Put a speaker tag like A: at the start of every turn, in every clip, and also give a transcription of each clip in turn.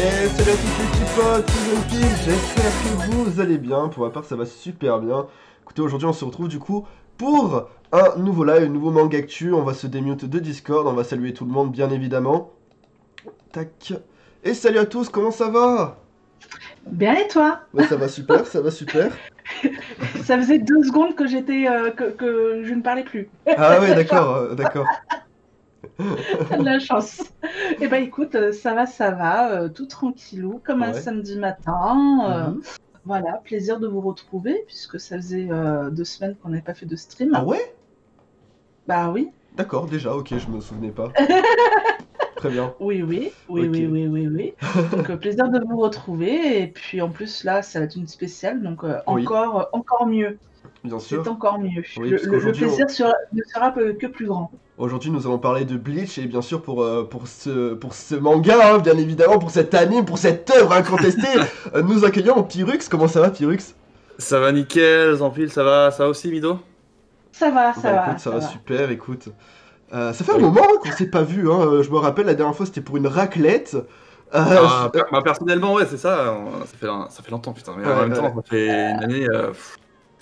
A: Eh, salut à tous les petits potes, c'est Grumpy, j'espère que vous allez bien, pour ma part ça va super bien. Écoutez, aujourd'hui on se retrouve du coup pour un nouveau live, un nouveau manga actu, on va se démute de Discord, on va saluer tout le monde bien évidemment. Tac. Et salut à tous, comment ça va
B: Bien et toi
A: Ouais, ça va super, ça va super.
B: Ça faisait deux secondes que j'étais euh, que, que je ne parlais plus.
A: Ah ouais, d'accord, euh, d'accord.
B: T'as de la chance. Eh ben écoute, euh, ça va, ça va, euh, tout tranquillou, comme un
A: Ouais.
B: samedi matin. euh,
A: Mhm.
B: Voilà, plaisir de vous retrouver puisque ça faisait euh, deux semaines qu'on n'avait pas fait de stream.
A: Ah ouais
B: Bah oui,
A: D'accord, déjà, ok, je me souvenais pas. Très bien.
B: oui, oui, oui,
A: Ok.
B: oui, oui, oui, oui. Donc euh, plaisir de vous retrouver et puis en plus là, ça va être une spéciale, donc euh,
A: Oui.
B: encore, euh, encore mieux.
A: Bien sûr.
B: C'est encore mieux.
A: Oui,
B: le,
A: parce
B: le- le
A: qu'aujourd'hui, on-
B: plaisir sera- ne sera que que plus grand.
A: Aujourd'hui, nous allons parler de Bleach et bien sûr pour, euh, pour, ce, pour ce manga, hein, bien évidemment, pour cet anime, pour cette œuvre incontestée, euh, nous accueillons Pyrux. Comment ça va, Pyrux
C: Ça va nickel, Zampil, ça va, ça va aussi Mido
B: Ça va, Ah, ça
A: Bah,
B: va.
A: écoute, ça, va,
B: va.
A: super, écoute. Euh, ça fait un moment hein, qu'on s'est pas vu. Hein. euh, Je me rappelle, la dernière fois, c'était pour une raclette. Euh,
C: Ah,
A: je-
C: per- bah, Personnellement, ouais, c'est ça, on- ça fait, un- ça fait longtemps, putain, mais en
A: Ouais,
C: même
A: ouais.
C: temps, ça fait une année euh, pff,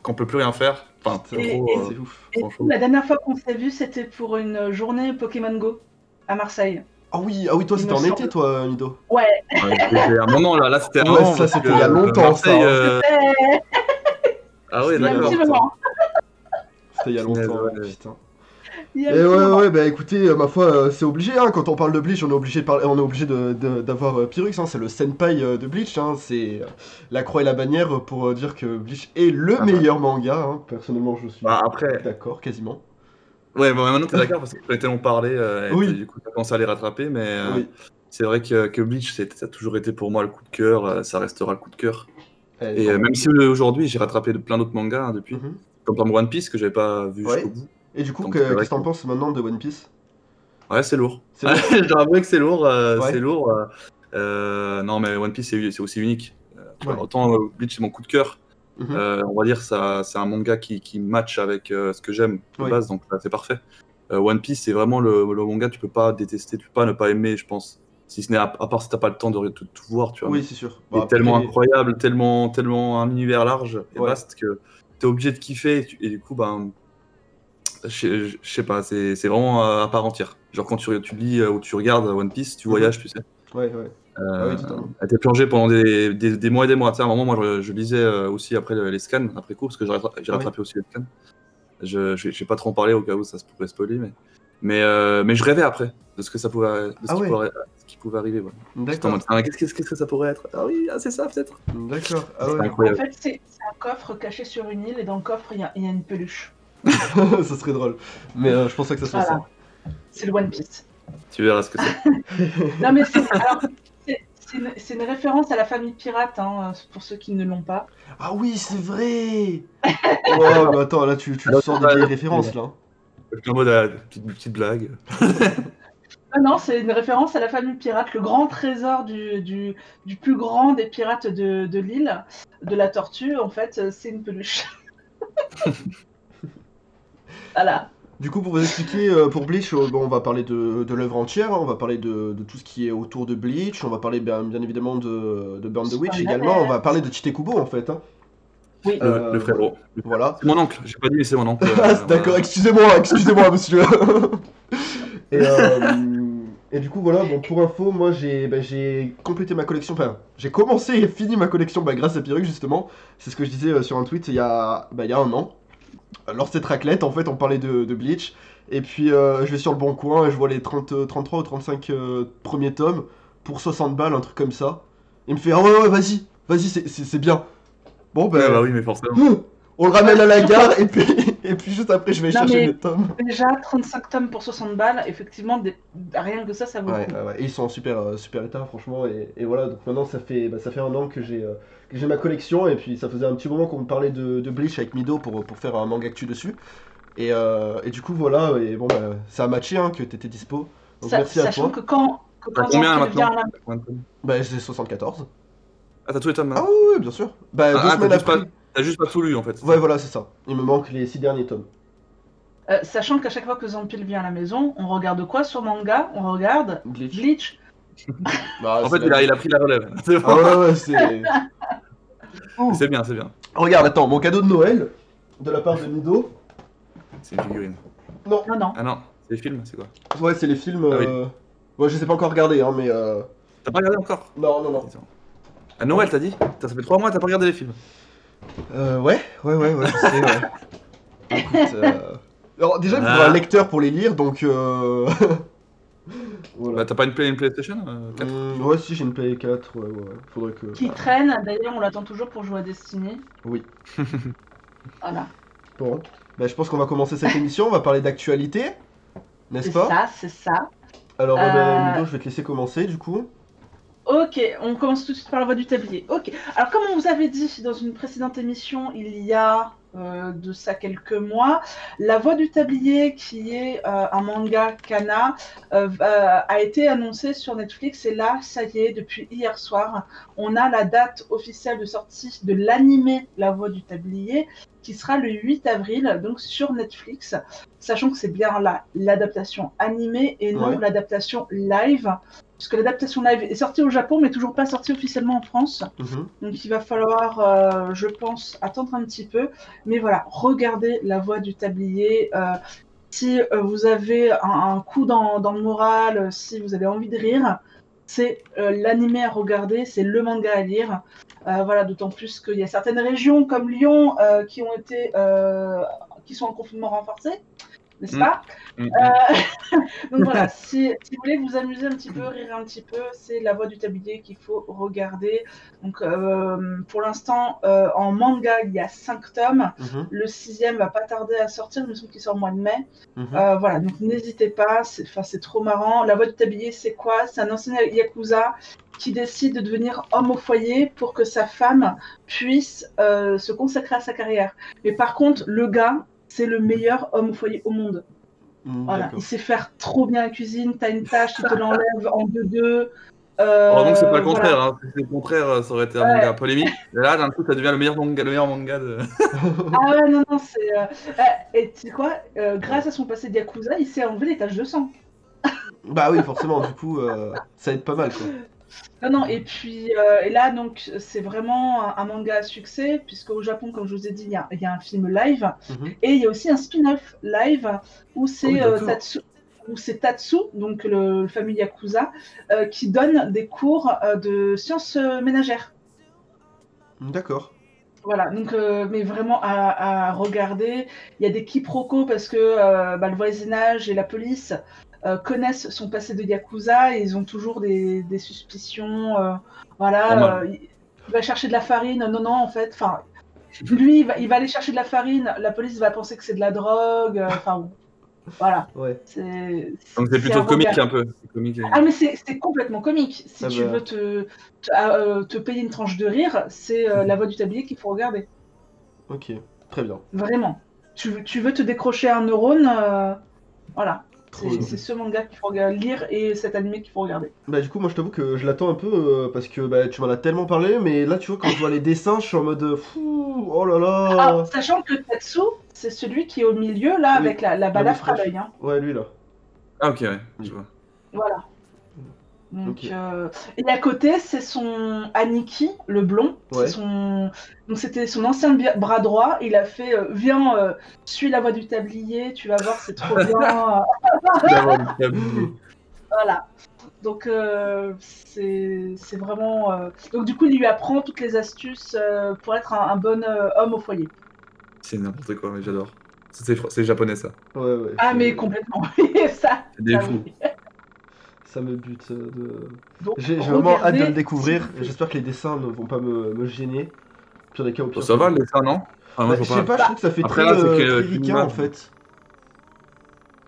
C: qu'on peut plus rien faire. Enfin,
A: Putain,
C: trop,
B: Et-
C: euh,
A: c'est ouf.
B: Et
C: trop
B: nous,
C: chaud.
B: la dernière fois qu'on s'est vu, c'était pour une journée Pokémon Go à Marseille.
A: Ah oui, ah oui, toi,
B: il
A: c'était
B: me
A: en
B: semble.
A: été, toi, Mido.
C: Ouais, c'était un moment là, là c'était
A: Ouais,
C: avant.
A: ça,
C: parce
A: c'était
C: que,
A: il y a longtemps,
C: Marseille,
A: ça, hein.
C: euh,
B: Eh,
C: Ah ouais,
B: il y a un
C: d'accord.
B: petit moment.
A: C'était il y a
C: Punaise,
A: longtemps.
C: ouais.
A: Putain.
B: hein. Il y a un
A: Et
B: petit
A: ouais,
B: moment.
A: ouais, bah écoutez, euh, ma foi, euh, c'est obligé, hein, quand on parle de Bleach, on est obligé de parler, on est obligé de- de- d'avoir euh, Pyrrhus, hein, c'est le senpai euh, de Bleach, hein, c'est euh, la croix et la bannière pour euh, dire que Bleach est le
C: Ah bah.
A: meilleur manga, hein, personnellement je suis
C: Bah, après,
A: d'accord, quasiment.
C: ouais, bah, maintenant t'es d'accord parce que tu as tellement parlé, euh, et
A: Oui.
C: puis, du coup t'as commencé à les rattraper, mais euh,
A: Oui,
C: c'est vrai que, que Bleach, c'est- ça a toujours été pour moi le coup de cœur, euh, ça restera le coup de cœur.
A: Eh,
C: Et euh, même si euh, aujourd'hui j'ai rattrapé de- plein d'autres mangas hein, depuis,
A: Mhm.
C: comme par exemple One Piece que j'avais pas vu
A: Ouais.
C: jusqu'au bout.
A: Et du coup,
C: Donc,
A: que-
C: c'est vrai
A: qu'est-ce que t'en
C: que- Ah,
A: penses maintenant de One Piece
C: Ouais, c'est lourd.
A: C'est vrai
C: Je dois avouer que c'est lourd. euh,
A: Ouais.
C: C'est lourd. euh, euh, non, mais One Piece, c'est c'est aussi unique. Euh, tu vois,
A: Ouais.
C: Autant euh, Bleach, c'est mon coup de cœur.
A: Mhm.
C: Euh, on va dire ça, c'est un manga qui, qui match avec euh, ce que j'aime de
A: Ouais.
C: base, donc là, c'est parfait. Euh, One Piece, c'est vraiment le, le manga tu peux pas détester, tu peux pas ne pas aimer, je pense. Si ce n'est à, à part si t'as pas le temps de tout, tout voir, tu vois.
A: Oui, c'est sûr.
C: Il est
A: Bah, après,
C: tellement incroyable, tellement, tellement un univers large et
A: Ouais.
C: vaste que t'es obligé de kiffer. Et, tu- et du coup, ben, je je- je sais pas, c'est c'est vraiment euh, à part entière. Genre quand tu, tu lis euh, ou tu regardes One Piece, tu
A: Mhm.
C: voyages, tu sais.
A: Ouais, ouais. Ah
C: Euh,
A: oui, totalement.
C: elle t'est plongée pendant des, des, des mois et des mois. Tu sais, à un moment, moi, je, je lisais euh, aussi après le- les scans, après coup, parce que j'ai rattra- j'ai
A: Ah Oui.
C: rattrapé aussi les scans. Je, je, vais- je vais pas trop en parler au cas où ça se pourrait spoiler, mais, mais, euh, mais je rêvais après de ce que ça pouvait, de ce
A: Ah
C: qui
A: ouais.
C: pourrait- ce qui pouvait arriver. voilà. J'étais en
A: D'accord,
C: mode, Ah, Qu'est-ce qu'est-ce- qu'est-ce que ça pourrait être Ah oui, ah, c'est ça peut-être.
A: d'accord. Ah
C: C'est
A: ouais,
B: En
C: incroyable.
B: fait, c'est c'est un coffre caché sur une île et dans le coffre, il y, a- il y a une peluche.
A: ça serait drôle. Mais euh, je pensais que ça serait
B: Voilà. C'est le One Piece.
C: Tu verras ce que c'est.
B: Non, mais c'est alors, c'est- c'est une, c'est une référence à la famille pirate, hein, pour ceux qui ne l'ont pas.
A: ça. Ah oui, c'est vrai Oh, mais attends, là, tu, tu
C: Alors,
A: sors
C: bah,
A: des vieilles références, là.
C: Je suis en mode ah, petite, petite blague.
B: Non, non, c'est une référence à la famille pirate, le grand trésor du, du, du plus grand des pirates de, de l'île, de la tortue, en fait, c'est une peluche. voilà.
A: Du coup, pour vous expliquer, euh, pour Bleach, euh, bon, on va parler de, de l'œuvre entière, hein, on va parler de, de tout ce qui est autour de Bleach, on va parler bien, bien évidemment de, de Burn the Witch
B: Spoiler.
A: également, on va parler de Chitekubo en fait. hein,
B: Oui.
C: Le,
A: Euh,
C: le frérot.
A: Voilà.
C: C'est mon oncle, j'ai pas dit, mais c'est mon oncle.
A: Ah,
C: Euh,
A: D'accord,
C: voilà.
A: excusez-moi, excusez-moi monsieur. et, euh, et du coup, voilà, bon, pour info, moi j'ai bah, j'ai complété ma collection, enfin, j'ai commencé et fini ma collection bah, grâce à Pyrrhic justement. C'est ce que je disais euh, sur un tweet il y a, bah, il y a un an. Lors de cette raclette, en fait, on parlait de, de Bleach. Et puis, euh, je vais sur le bon coin et je vois les 30, 33 ou 35 euh, premiers tomes pour 60 balles, un truc comme ça. Il me fait Ah ouais, ouais, vas-y, vas-y, c'est- c'est c'est bien. Bon, ben.
C: Ouais, bah oui, mais forcément.
A: Hum, On le ramène à la gare et puis, et puis juste après je vais
B: Non,
A: chercher
B: mais-
A: les tomes.
B: Déjà, 35 tomes pour 60 balles, effectivement, des- rien que ça, ça vaut le
A: Ouais,
B: coup.
A: ouais, ouais. Et ils sont en super, euh, super état franchement. Et, et voilà, donc maintenant ça fait, bah, ça fait un an que j'ai euh, que j'ai ma collection et puis ça faisait un petit moment qu'on me parlait de, de Bleach avec Mido pour, pour faire un manga actu dessus. Et, euh, et du coup voilà, et bon bah, ça a matché hein, que t'étais dispo. Donc
B: Sa-
A: merci à
B: sachant
A: toi.
B: que quand, que
C: T'as
B: quand
C: combien là,
B: Jean-Pierre
C: maintenant
B: vient là-
C: T'as combien de tomes
A: Bah j'ai 74.
C: Ah, t'as tous les tomes
A: Ah
C: maintenant
A: oui, oui, bien sûr. Bah
C: Ah,
A: deux
C: ah,
A: semaines
C: t'as juste
A: après.
C: T'as juste pas tout lu en fait.
A: Ouais voilà c'est ça. Il me manque les six derniers tomes.
B: euh, sachant qu'à chaque fois que Zampil vient à la maison, on regarde quoi sur manga On regarde
A: Bleach.
B: Bleach.
A: Bah,
C: en
A: c'est
C: fait, il
A: la-
C: a, il a pris la relève. C'est
A: Ah
C: bon.
A: ouais, ouais, c'est.
C: C'est bien, c'est bien.
A: Regarde, attends, mon cadeau de Noël de la part de Mido.
C: C'est une figurine.
B: Non, non.
C: Ah non, c'est les films, c'est quoi
A: Ouais, c'est les films.
C: Ah oui.
A: euh, Ouais, je sais pas encore regarder, hein, mais. euh,
C: T'as pas regardé encore
A: Non, non, non.
C: Attends. À Noël, t'as dit Putain, Ça fait trois mois, t'as pas regardé les films.
A: Euh, ouais, ouais, ouais, ouais, je sais, ouais. Écoute, euh, Alors, déjà, il me faut
C: Ah.
A: un lecteur pour les lire, donc. Euh... voilà.
C: Bah, t'as pas une, play- une PlayStation euh, 4
A: Hum, ouais, si, j'ai une Play 4, ouais, ouais. Faudrait que.
B: Qui traîne, d'ailleurs, on l'attend toujours pour jouer à Destiny.
A: Euh, Oui.
B: voilà.
A: Bon. Bah, je pense qu'on va commencer cette émission, on va parler d'actualité, n'est-ce
B: C'est
A: pas
B: ça, c'est ça.
A: Alors, euh, bah,
B: Euh,
A: Ludo, je vais te laisser commencer, du coup.
B: Ok, on commence tout de suite par la voie du tablier. Ok, alors comme on vous avait dit dans une précédente émission, il y a euh, de ça quelques mois, La voie du tablier, qui est euh, un manga kana, euh, va- a été annoncé sur Netflix et là, ça y est, depuis hier soir, on a la date officielle de sortie de l'animé La voie du tablier, qui sera le 8 avril, donc sur Netflix, sachant que c'est bien là l'adaptation animée et non
A: Ouais.
B: l'adaptation live puisque l'adaptation live est sortie au Japon, mais toujours pas sortie officiellement en France.
A: Mhm.
B: Donc il va falloir, euh, je pense, attendre un petit peu. Mais voilà, regardez la voix du tablier. euh, si euh, vous avez un, un coup dans, dans le moral, euh, si vous avez envie de rire, c'est euh, l'animé à regarder, c'est le manga à lire. Euh, voilà, d'autant plus qu'il y a certaines régions comme Lyon euh, qui ont été, euh, qui sont en confinement renforcé, n'est-ce
C: Mm.
B: pas
C: Mm,
B: Euh, donc voilà, si, si vous voulez vous amuser un petit peu, rire un petit peu, c'est la voix du tablier qu'il faut regarder. Donc euh, pour l'instant, euh, en manga, il y a 5 tomes.
A: mhm,
B: Le sixième va pas tarder à sortir, il me semble qu'il sort au mois de mai.
A: mhm.
B: Euh, voilà, donc n'hésitez pas, c'est enfin, c'est trop marrant. La voix du tablier, c'est quoi C'est un ancien yakuza qui décide de devenir homme au foyer pour que sa femme puisse euh, se consacrer à sa carrière. Mais par contre, le gars, c'est le meilleur homme au foyer au monde.
A: Mhm,
B: Voilà,
A: d'accord.
B: il sait faire trop bien la cuisine, t'as une tâche, il te l'enlève en deux-deux.
C: Alors donc, c'est pas
B: Euh,
C: le contraire. hein. Si c'est le contraire, euh, ça aurait été un
B: Ouais.
C: manga polémique. Et là, d'un coup, ça devient le meilleur manga, le meilleur manga de.
B: voilà. Ah ouais, non, non, c'est. euh, euh, Et tu sais quoi Euh, Grâce à son passé de Yakuza, il s'est enlevé les taches de sang.
A: Bah oui, forcément, du coup, euh, ça aide pas mal, quoi.
B: Non, non, et puis euh, et là, donc, c'est vraiment un, un manga à succès, puisque au Japon, comme je vous ai dit, il y, a- il y a un film live,
A: Mhm.
B: et il y a aussi un spin-off live où
A: Ah oui,
B: c'est euh,
A: d'accord.
B: Tatsu. Où c'est Tatsu, donc le, le fameux Yakuza, euh, qui donne des cours euh, de sciences euh, ménagères.
A: D'accord.
B: Voilà, donc, euh, mais vraiment à, à regarder. Il y a des quiproquos parce que euh, bah, le voisinage et la police euh, connaissent son passé de Yakuza et ils ont toujours des, des suspicions. euh, voilà,
C: Normal.
B: euh, il, il va chercher de la farine. Non, non, en fait, enfin, lui, il va, il va aller chercher de la farine. La police va penser que c'est de la drogue. euh, Enfin, bon, voilà.
A: Ouais.
B: C'est
C: Donc, c'est
B: à
C: plutôt
B: regarder.
C: comique un peu. C'est comique.
B: Ah mais c'est c'est complètement comique. Si
A: Ah
B: tu
A: bah.
B: veux te, te, ah, euh, te payer une tranche de rire, c'est euh, la voix du tablier qu'il faut regarder.
A: Ok. Très bien.
B: Vraiment. Tu, veux- tu veux te décrocher un neurone, euh, voilà.
A: Trop
B: C'est
A: bien.
B: c'est ce manga qu'il faut regarder- lire et cet animé qu'il faut regarder.
A: Bah du coup moi je t'avoue que je l'attends un peu euh, parce que bah, tu m'en as tellement parlé mais là tu vois quand je vois les dessins je suis en mode euh, fou oh là là
B: Alors, Ah, sachant que Tatsu, c'est celui qui est au milieu, là,
A: Oui.
B: avec la, la balafre à
A: moustache.
B: l'œil. hein.
A: ouais lui là
C: Ah, ok, ouais. Je vois.
B: Voilà. Donc,
A: Ok.
B: euh, Et à côté, c'est son Aniki, le blond. C'est
A: Ouais.
B: Son... Donc, c'était son ancien bi- bras droit. Il a fait euh, Viens, euh, suis la voie du tablier, tu vas voir, c'est trop bien. Voilà. Donc, euh, c'est c'est vraiment. euh, Donc, du coup, il lui apprend toutes les astuces euh, pour être un, un bon euh, homme au foyer.
C: C'est n'importe quoi, mais j'adore. Ça, C'est fr- c'est japonais, ça.
A: ouais ouais
B: Ah,
A: ça-
B: mais complètement. Et ça,
C: C'est des
B: ça,
C: fous.
B: oui.
A: ça me bute euh, de...
B: Donc,
A: j'ai j'ai vraiment hâte de
B: regardez-
A: le découvrir et j'espère que les dessins ne vont pas me, me gêner pire des cas au
C: Bon,
A: pire
C: ça va, le dessin, non
A: Bah,
C: Ah, moi,
A: je
C: je
A: sais
C: vois pas.
A: pas je trouve que ça fait
C: Après,
A: très,
C: là, c'est
A: euh,
C: que-
A: très
C: que une
A: ricain en
C: image.
A: fait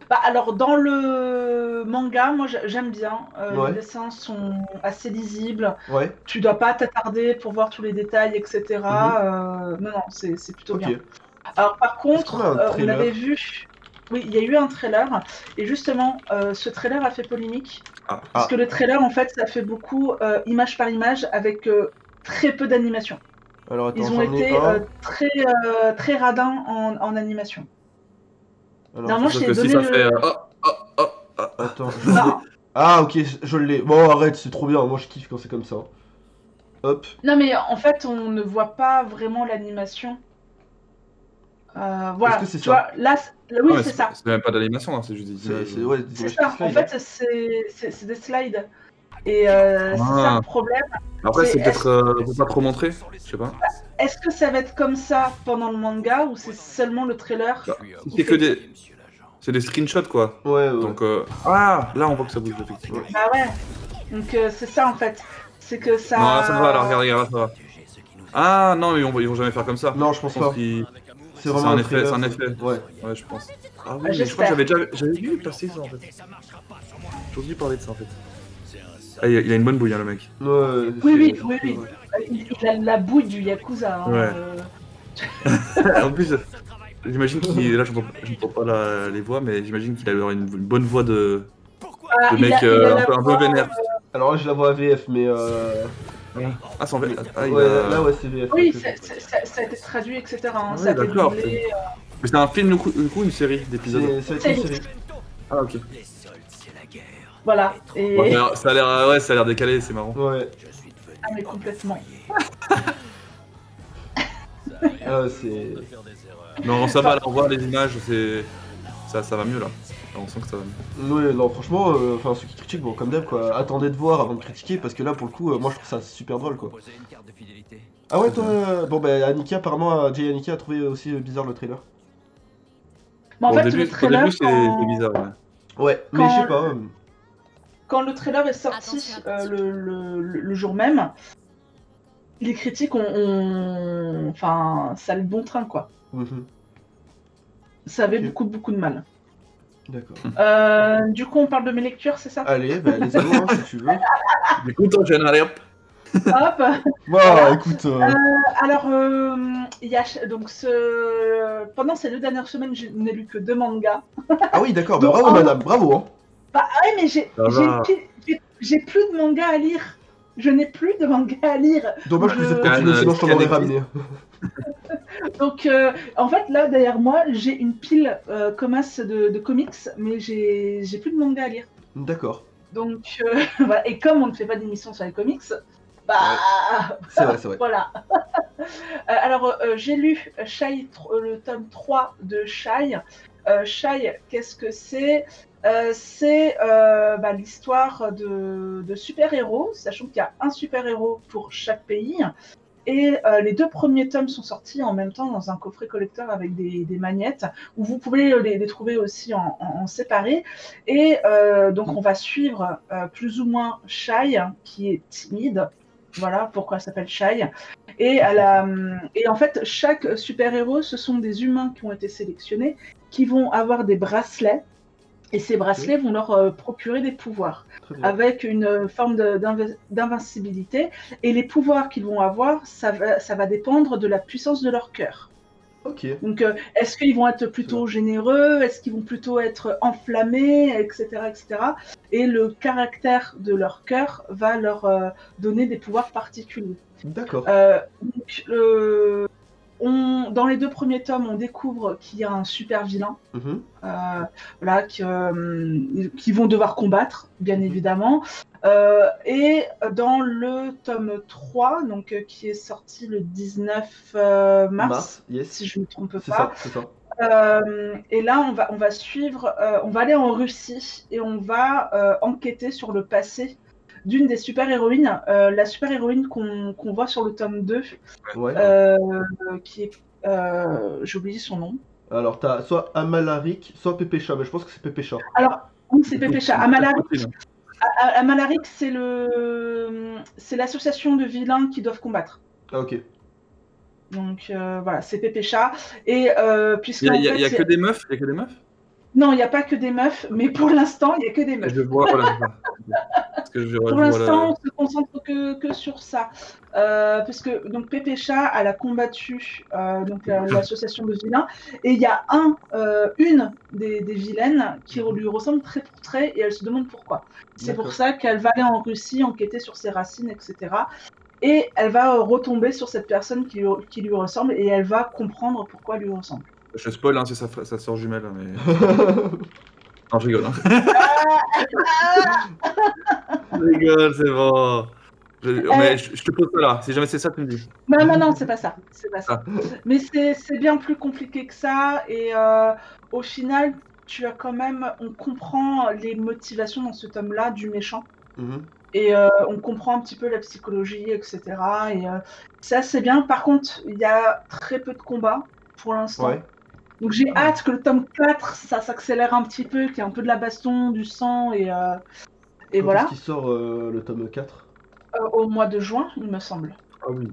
B: Bah, alors, dans le manga, moi, j'a- j'aime bien. Euh,
A: Ouais.
B: Les dessins sont assez lisibles.
A: ouais
B: Tu dois pas t'attarder pour voir tous les détails, etc. Euh, non, non, c'est c'est plutôt
A: Mm-hmm. ok
B: bien. Alors par contre,
A: qu'on a un
B: euh, on
A: trailer
B: avait vu, oui, il y a eu un trailer et justement, euh, ce trailer a fait polémique
C: Ah.
B: parce
A: Ah.
B: que le trailer en fait, ça fait beaucoup euh, image par image avec euh, très peu d'animation.
A: alors attends
B: Ils ont
A: j'en ai
B: été
A: un
B: euh, très euh, très radins en, en animation.
A: Alors,
B: Non, moi, je
C: Sauf
B: t'ai
C: que si
B: donné
C: ça
B: le-
C: fait. euh, Oh, oh, oh, oh, oh.
A: attends
B: Bah,
A: Ah, ok, je- je l'ai. Bon, arrête, c'est trop bien. Moi, je kiffe quand c'est comme ça. Hop.
B: Non, mais en fait, on ne voit pas vraiment l'animation. Euh, voilà.
A: Est-ce que c'est
B: tu
A: ça
B: vois, là, c'est- là, oui,
C: Ah, mais
B: c'est ça.
C: C'est même pas d'animation, hein, c'est juste des
A: C'est
C: images.
A: c'est- ouais, des
B: C'est
A: images
B: ça.
A: qui se
B: En
A: slident.
B: fait, c'est c'est- c'est des slides. Et euh, c'est ça
C: Ah.
B: le problème.
C: Après,
B: c'est-
C: c'est peut-être euh, faut pas trop montrer, je sais pas.
B: Est-ce que ça va être comme ça pendant le manga ou c'est seulement le trailer
C: si c'est que des- C'est des screenshots quoi.
A: Ouais, ouais.
C: Donc euh, ah là on voit que ça bouge effectivement.
B: Bah ouais. Donc euh, c'est ça en fait. C'est que ça.
C: Non là, ça va, là regarde, regarde, ça va. Ah non mais on va- ils vont jamais faire comme ça.
A: Non, je pense
C: Je pense
A: pas.
C: qu'ils-
A: C'est vraiment
C: un effet,
A: trailer,
C: c'est un
A: ça.
C: effet.
A: Ouais.
C: Ouais je pense. Ah oui,
B: Ah,
C: mais je crois
B: j'espère.
C: que j'avais déjà j'avais vu passer ça en fait. J'ai oublié de parler de ça en fait. Ah, il a- il a une bonne bouille hein, le mec.
A: Ouais, ouais,
B: Oui, oui,
A: c'est-
B: oui, oui. Il il a la bouille du Yakuza. hein,
C: Ouais.
B: euh.
C: en plus, j'imagine qu'il là j'entends j'entends pas la- les voix mais j'imagine qu'il a avoir une, une bonne voix de,
B: Ah,
C: de
B: il
C: mec
B: a- il a
C: euh,
B: la
C: un peu un peu
B: voix-
C: vénère.
A: Alors là, je la vois à VF, mais. Euh...
C: Ah c'est en fait. Ah, il
A: ouais,
C: a-
A: là, ouais, c'est VF.
B: Oui,
A: ouais,
B: c'est- c'est- ça, ça a été traduit, etc. hein,
C: Ah
B: ça a été
C: oui, d'accord.
B: doublé. euh,
C: Mais c'est un film du coup, du coup, une série
A: c'est-
C: d'épisodes.
A: c'est- Ça va être une série.
C: Ah ok.
B: Voilà. Et...
C: Bon, ça a l'air- ça a l'air euh, ouais, ça a l'air décalé, c'est marrant.
A: Ouais,
B: Ah, mais complètement.
A: ah, c'est.
C: Non, ça va, là, on voit les images, c'est ça, ça va mieux là. Là, on sent que ça va mieux.
A: Ouais, non, franchement, euh, enfin, ceux qui critiquent, bon, comme d'hab, quoi, attendez de voir avant de critiquer, parce que là, pour le coup, euh, moi, je trouve ça super drôle, quoi. Ah ouais, toi, euh, bon, bah, Annika, apparemment, euh, Jay Annika a trouvé aussi euh, bizarre le trailer.
B: Mais en
C: Au
B: fait,
C: début,
B: le
C: au
B: trailer,
C: début, c'est
B: quand...
C: c'est bizarre. Ouais.
A: Ouais, mais
B: Quand-
A: je sais pas. euh,
B: quand le trailer est sorti
D: Attention,
B: euh,
D: attention.
B: le, le- le- le jour même, les critiques ont. ont- Enfin, ça a le bon train, quoi.
A: mhm,
B: Ça avait
A: Ok.
B: beaucoup, beaucoup de mal.
A: D'accord.
B: Euh, du coup, on parle de mes lectures, c'est ça
A: Allez, bah, les allons, hein, si tu veux.
C: Du coup, toi, hein, Jeanne, allez hop Ah.
B: Hop
A: Bon, écoute. euh,
B: Alors, euh, il y a ch- donc ce... pendant ces deux dernières semaines, je n'ai lu que deux mangas.
A: Ah oui, d'accord, bah,
B: Donc,
A: bravo,
B: en-
A: madame, bravo, hein.
B: Ouais, mais j'ai
C: Ça
B: j'ai
C: va.
B: pi- j'ai- j'ai plus de mangas à lire. Je n'ai plus de mangas à lire.
A: Dommage que vous êtes
B: Je-
A: confinés, sinon je t'en aurais ramené.
B: Donc, euh, en fait, là, derrière moi, j'ai une pile euh, commasse de, de comics, mais j'ai j'ai plus de mangas à lire.
A: D'accord,
B: Donc, euh, voilà. Et comme on ne fait pas d'émission sur les comics, bah,
A: c'est vrai, c'est vrai.
B: voilà. Euh, alors, euh, j'ai lu Shai, tr- euh, le tome 3 de Shai. Euh, Shai, qu'est-ce que c'est Euh, C'est euh, bah, l'histoire de, de super-héros, sachant qu'il y a un super-héros pour chaque pays. Et euh, les deux premiers tomes sont sortis en même temps dans un coffret collecteur avec des, des magnettes, où vous pouvez euh, les, les trouver aussi en, en- en séparé. Et euh, donc, on va suivre euh, plus ou moins Shai, hein, qui est timide. Voilà pourquoi elle s'appelle Shai. Et, elle a, hum, et en fait, chaque super-héros, ce sont des humains qui ont été sélectionnés, qui vont avoir des bracelets, et ces bracelets vont leur euh, procurer des pouvoirs,
A: Très bien.
B: avec une euh, forme de- d'inv- d'invincibilité. Et les pouvoirs qu'ils vont avoir, ça va, ça va dépendre de la puissance de leur cœur.
A: Ok.
B: Donc, euh, est-ce qu'ils vont être plutôt généreux Est-ce qu'ils vont plutôt être enflammés Etc. etc. Et le caractère de leur cœur va leur euh, donner des pouvoirs particuliers.
A: D'accord.
B: Euh, donc, euh, on, dans les deux premiers tomes, on découvre qu'il y a un super vilain.
A: Mhm.
B: euh, voilà, que, euh, qui vont devoir combattre,
A: Mhm.
B: bien évidemment. Euh, et dans le tome 3, donc, euh, qui est sorti le 19 euh, mars,
A: yes.
B: si je ne me trompe
A: C'est
B: pas,
A: ça, c'est ça.
B: euh, et là, on va, on va suivre, euh, on va aller en Russie et on va euh, enquêter sur le passé d'une des super-héroïnes, euh, la super-héroïne qu'on qu'on voit sur le tome 2,
A: Ouais.
B: euh, qui est. euh, J'ai oublié son nom.
A: Alors, t'as soit Amalaric, soit Pépécha, mais je pense que c'est Pépécha.
B: Oui, c'est Pépécha. Amalaric,
C: Poutine.
B: A- Amalaric, c'est le, c'est l'association de vilains qui doivent combattre.
A: Ah, ok.
B: Donc euh, voilà, c'est Pépécha. Et euh, puisque
C: Il y a, il y
B: en
C: a-
B: fait,
C: il y a
B: c'est-
C: que des meufs Il y a que des meufs
B: non, il n'y a pas que des meufs, mais pour l'instant, il n'y a que des meufs.
C: Je vois, voilà. c'est ça. Parce que je, je
B: Pour
C: vois
B: l'instant,
C: la...
B: on se concentre que, que sur ça. Euh, parce que donc Pépécha, elle a combattu euh, donc la- l'association de vilains, et il y a un, euh, une des, des vilaines qui lui ressemble très pour trait, et elle se demande pourquoi. C'est
A: D'accord.
B: pour ça qu'elle va aller en Russie enquêter sur ses racines, etc. Et elle va euh, retomber sur cette personne qui lui, qui lui ressemble, et elle va comprendre pourquoi elle lui ressemble.
C: Je spoil, hein, c'est sa, fra- sa soeur jumelle. Mais... hein, Non, je rigole. hein. je rigole, c'est bon.
B: Euh.
C: Je, mais je, je te pose ça là. Si jamais c'est ça, tu me dis.
B: Non, non, non, c'est pas ça. C'est pas ça. Mais c'est c'est bien plus compliqué que ça. Et euh, au final, tu as quand même. On comprend les motivations dans ce tome-là du méchant.
A: Mhm.
B: Et euh, on comprend un petit peu la psychologie, etc. Et euh, ça, c'est bien. Par contre, il y a très peu de combats pour l'instant.
A: Ouais.
B: Donc j'ai hâte que le tome 4, ça s'accélère un petit peu, qu'il y ait un peu de la baston, du sang, et, euh, et
A: Quand
B: voilà.
A: Est-ce qu'il sort euh, le tome 4
B: Euh, au mois de juin, il me semble.
C: Ah oui.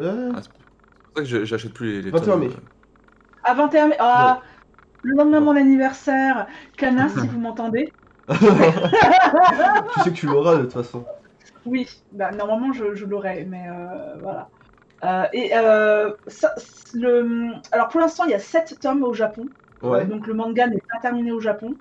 A: Euh,
C: Ah, C'est pour ça que je- j'achète plus les, les
A: 21
C: tomes,
A: mai.
C: euh,
B: À 21 mai. Ah, le lendemain de mon anniversaire. Cana, si vous m'entendez.
A: Tu sais que tu l'auras de toute façon.
B: Oui, bah, normalement je, je l'aurais, mais euh, voilà. Euh, et euh, ça, c'est le... Alors pour l'instant, il y a 7 tomes au Japon. Euh,
A: Ouais.
B: Donc le manga n'est pas terminé au Japon.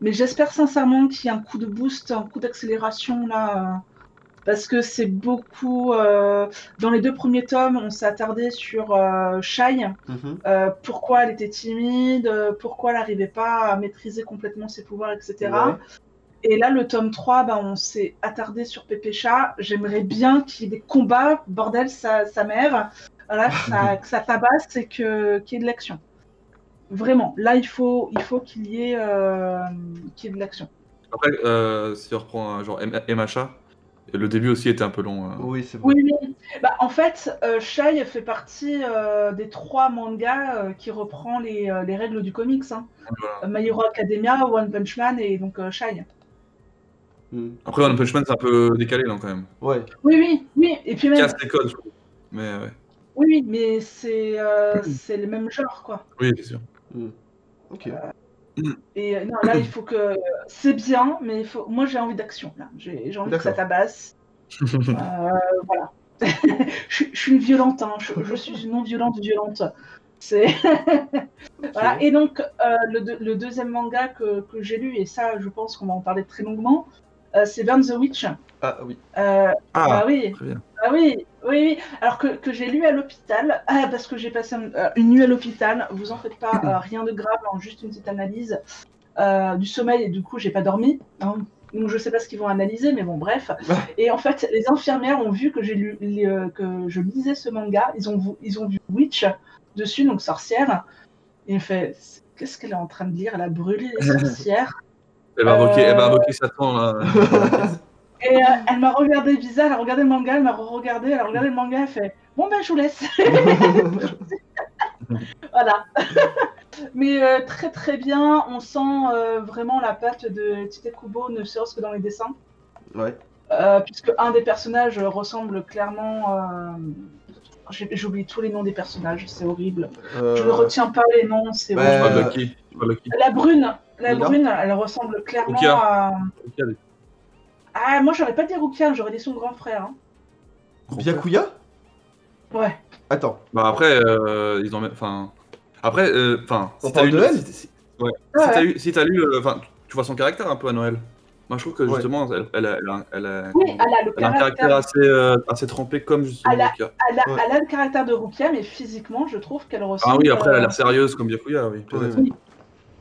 B: Mais j'espère sincèrement qu'il y a un coup de boost, un coup d'accélération là. euh, Parce que c'est beaucoup. euh, Dans les deux premiers tomes, on s'est attardé sur euh, Shai,
A: Mhm.
B: euh, pourquoi elle était timide, euh, pourquoi elle n'arrivait pas à maîtriser complètement ses pouvoirs, etc.
A: Ouais.
B: Et là, le tome 3, bah, on s'est attardé sur Pépécha. J'aimerais bien qu'il y ait des combats, bordel, sa, sa mère, voilà, que, ça, que ça tabasse et que- qu'il y ait de l'action. Vraiment, là, il faut qu'il faut qu'il y, ait, euh, qu'il y ait de l'action.
C: Après, euh, si on reprend euh, genre M- MHA, le début aussi était un peu long. euh.
A: Oui, c'est vrai.
B: Oui, oui. Bah, en fait, euh, Shai fait partie euh, des trois mangas euh, qui reprend les, euh, les règles du comics. Hein.
C: Voilà.
B: Euh, My Hero Academia, One Punch Man et donc euh, Shai.
A: Mhm.
C: Après, One Punch Man, c'est un peu décalé là quand même.
A: Ouais.
B: Oui, oui, oui. Et puis
C: Il
B: même,
C: Casse les codes, je trouve. Mais ouais.
B: oui, oui, mais c'est euh, c'est le même genre, quoi.
C: Oui, c'est sûr.
A: Mhm. Ok.
B: Euh, Et euh, non, là, il faut que. C'est bien, mais il faut... moi, j'ai envie d'action. là. J'ai j'ai envie que ça
A: D'accord.
B: tabasse. Euh, voilà. je, suis- je suis une violente, hein. je, je suis une non-violente violente. C'est. Voilà. Et donc, euh, le, deux- le deuxième manga que, que j'ai lu, et ça, je pense qu'on va en parler très longuement, euh, c'est Burn the Witch.
A: Ah oui.
B: Euh,
C: Ah,
B: Bah oui.
C: très bien.
B: Bah oui, oui, oui. Alors que, que j'ai lu à l'hôpital, ah, parce que j'ai passé un- euh, une nuit à l'hôpital, vous en faites pas, euh, rien de grave, hein, juste une petite analyse euh, du sommeil, et du coup, j'ai pas dormi. hein. Donc, je sais pas ce qu'ils vont analyser, mais bon, bref. Et en fait, les infirmières ont vu que, j'ai lu, les, euh, que je lisais ce manga, ils ont, vu, ils ont vu Witch dessus, donc sorcière. Et il fait Qu'est-ce qu'elle est en train de lire Elle a brûlé les sorcières.
C: Elle va invoquer, elle va
B: Euh,
C: invoquer Satan là.
B: Et euh, elle m'a regardé bizarre, elle a regardé le manga, elle m'a regardé, elle a regardé le manga, elle fait Bon ben je vous laisse. voilà. Mais euh, très très bien, on sent euh, vraiment la patte de Tite Kubo, ne serait-ce que dans les dessins,
A: ouais.
B: Euh, puisque un des personnages euh, ressemble clairement. euh, j'ai- J'oublie tous les noms des personnages, c'est horrible. Je ne
A: Euh,
B: retiens pas les noms, c'est
A: bah,
B: horrible.
C: Pas de qui Pas de qui
B: La brune, la
A: Lila
B: brune, elle ressemble clairement
C: Rukia.
B: à.
C: Rukia, des-
B: Ah, moi j'aurais pas dit Rukia, j'aurais dit son grand frère. hein.
A: Byakuya
B: Ouais.
A: Attends.
C: Bah après, euh, ils ont. Enfin. Après, euh, enfin.
A: On
C: si t'as
A: parle
C: lu-
A: de elle
C: si- si- Ouais.
B: Ouais,
C: Si t'as lu, si t'as lu, euh, enfin, tu vois son caractère un peu à Noël. Moi, je trouve que
A: Ouais.
C: justement, elle, elle, a- elle, a- elle a-
B: Oui, elle a le
C: elle a un caractère assez, euh, assez trempé comme justement.
B: Elle a-
C: Rukia.
B: Elle a,
A: Ouais.
B: elle a le caractère de Rukia, mais physiquement, je trouve qu'elle ressemble.
C: Ah oui, après, elle a
B: euh,
C: l'air sérieuse comme Byakuya, oui. peut-être.
A: Ouais,
B: ouais.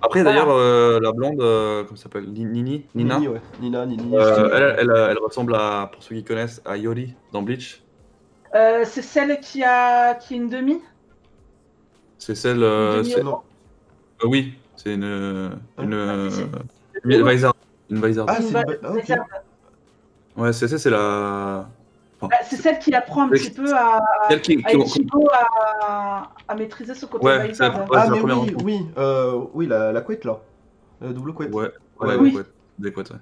C: Après,
B: Voilà.
C: d'ailleurs, euh, la blonde, euh, comment ça s'appelle Ni- Nini Nina
A: Nini, ouais. Nina, Nini.
C: Euh, elle, elle, elle ressemble à, pour ceux qui connaissent, à Yori dans Bleach.
B: euh, c'est celle qui a qui est une demi.
C: C'est celle. euh,
B: Une
C: c'est-
A: Non.
C: euh, oui, c'est une. euh, Une.
B: Ah, si,
C: euh,
B: si.
C: une Visard. Une Visard.
A: Ah,
B: Une
A: c'est
B: va-
A: une- ah, ok.
B: c'est ça.
C: Ouais, c'est ça, c'est la.
B: Euh, c'est celle qui apprend un
C: Oui.
B: petit peu à,
C: Celle qui.
B: à
C: qui-
B: Ichigo à, à maîtriser ce côté
C: Ouais,
B: Baïsard.
C: c'est la- ouais,
A: Ah,
C: c'est la
A: mais
C: première
A: oui,
C: rencontre.
A: oui. Euh, oui, la, la couette là. La double couette.
C: Ouais, ouais,
A: Oui.
C: des couettes, des couettes, ouais.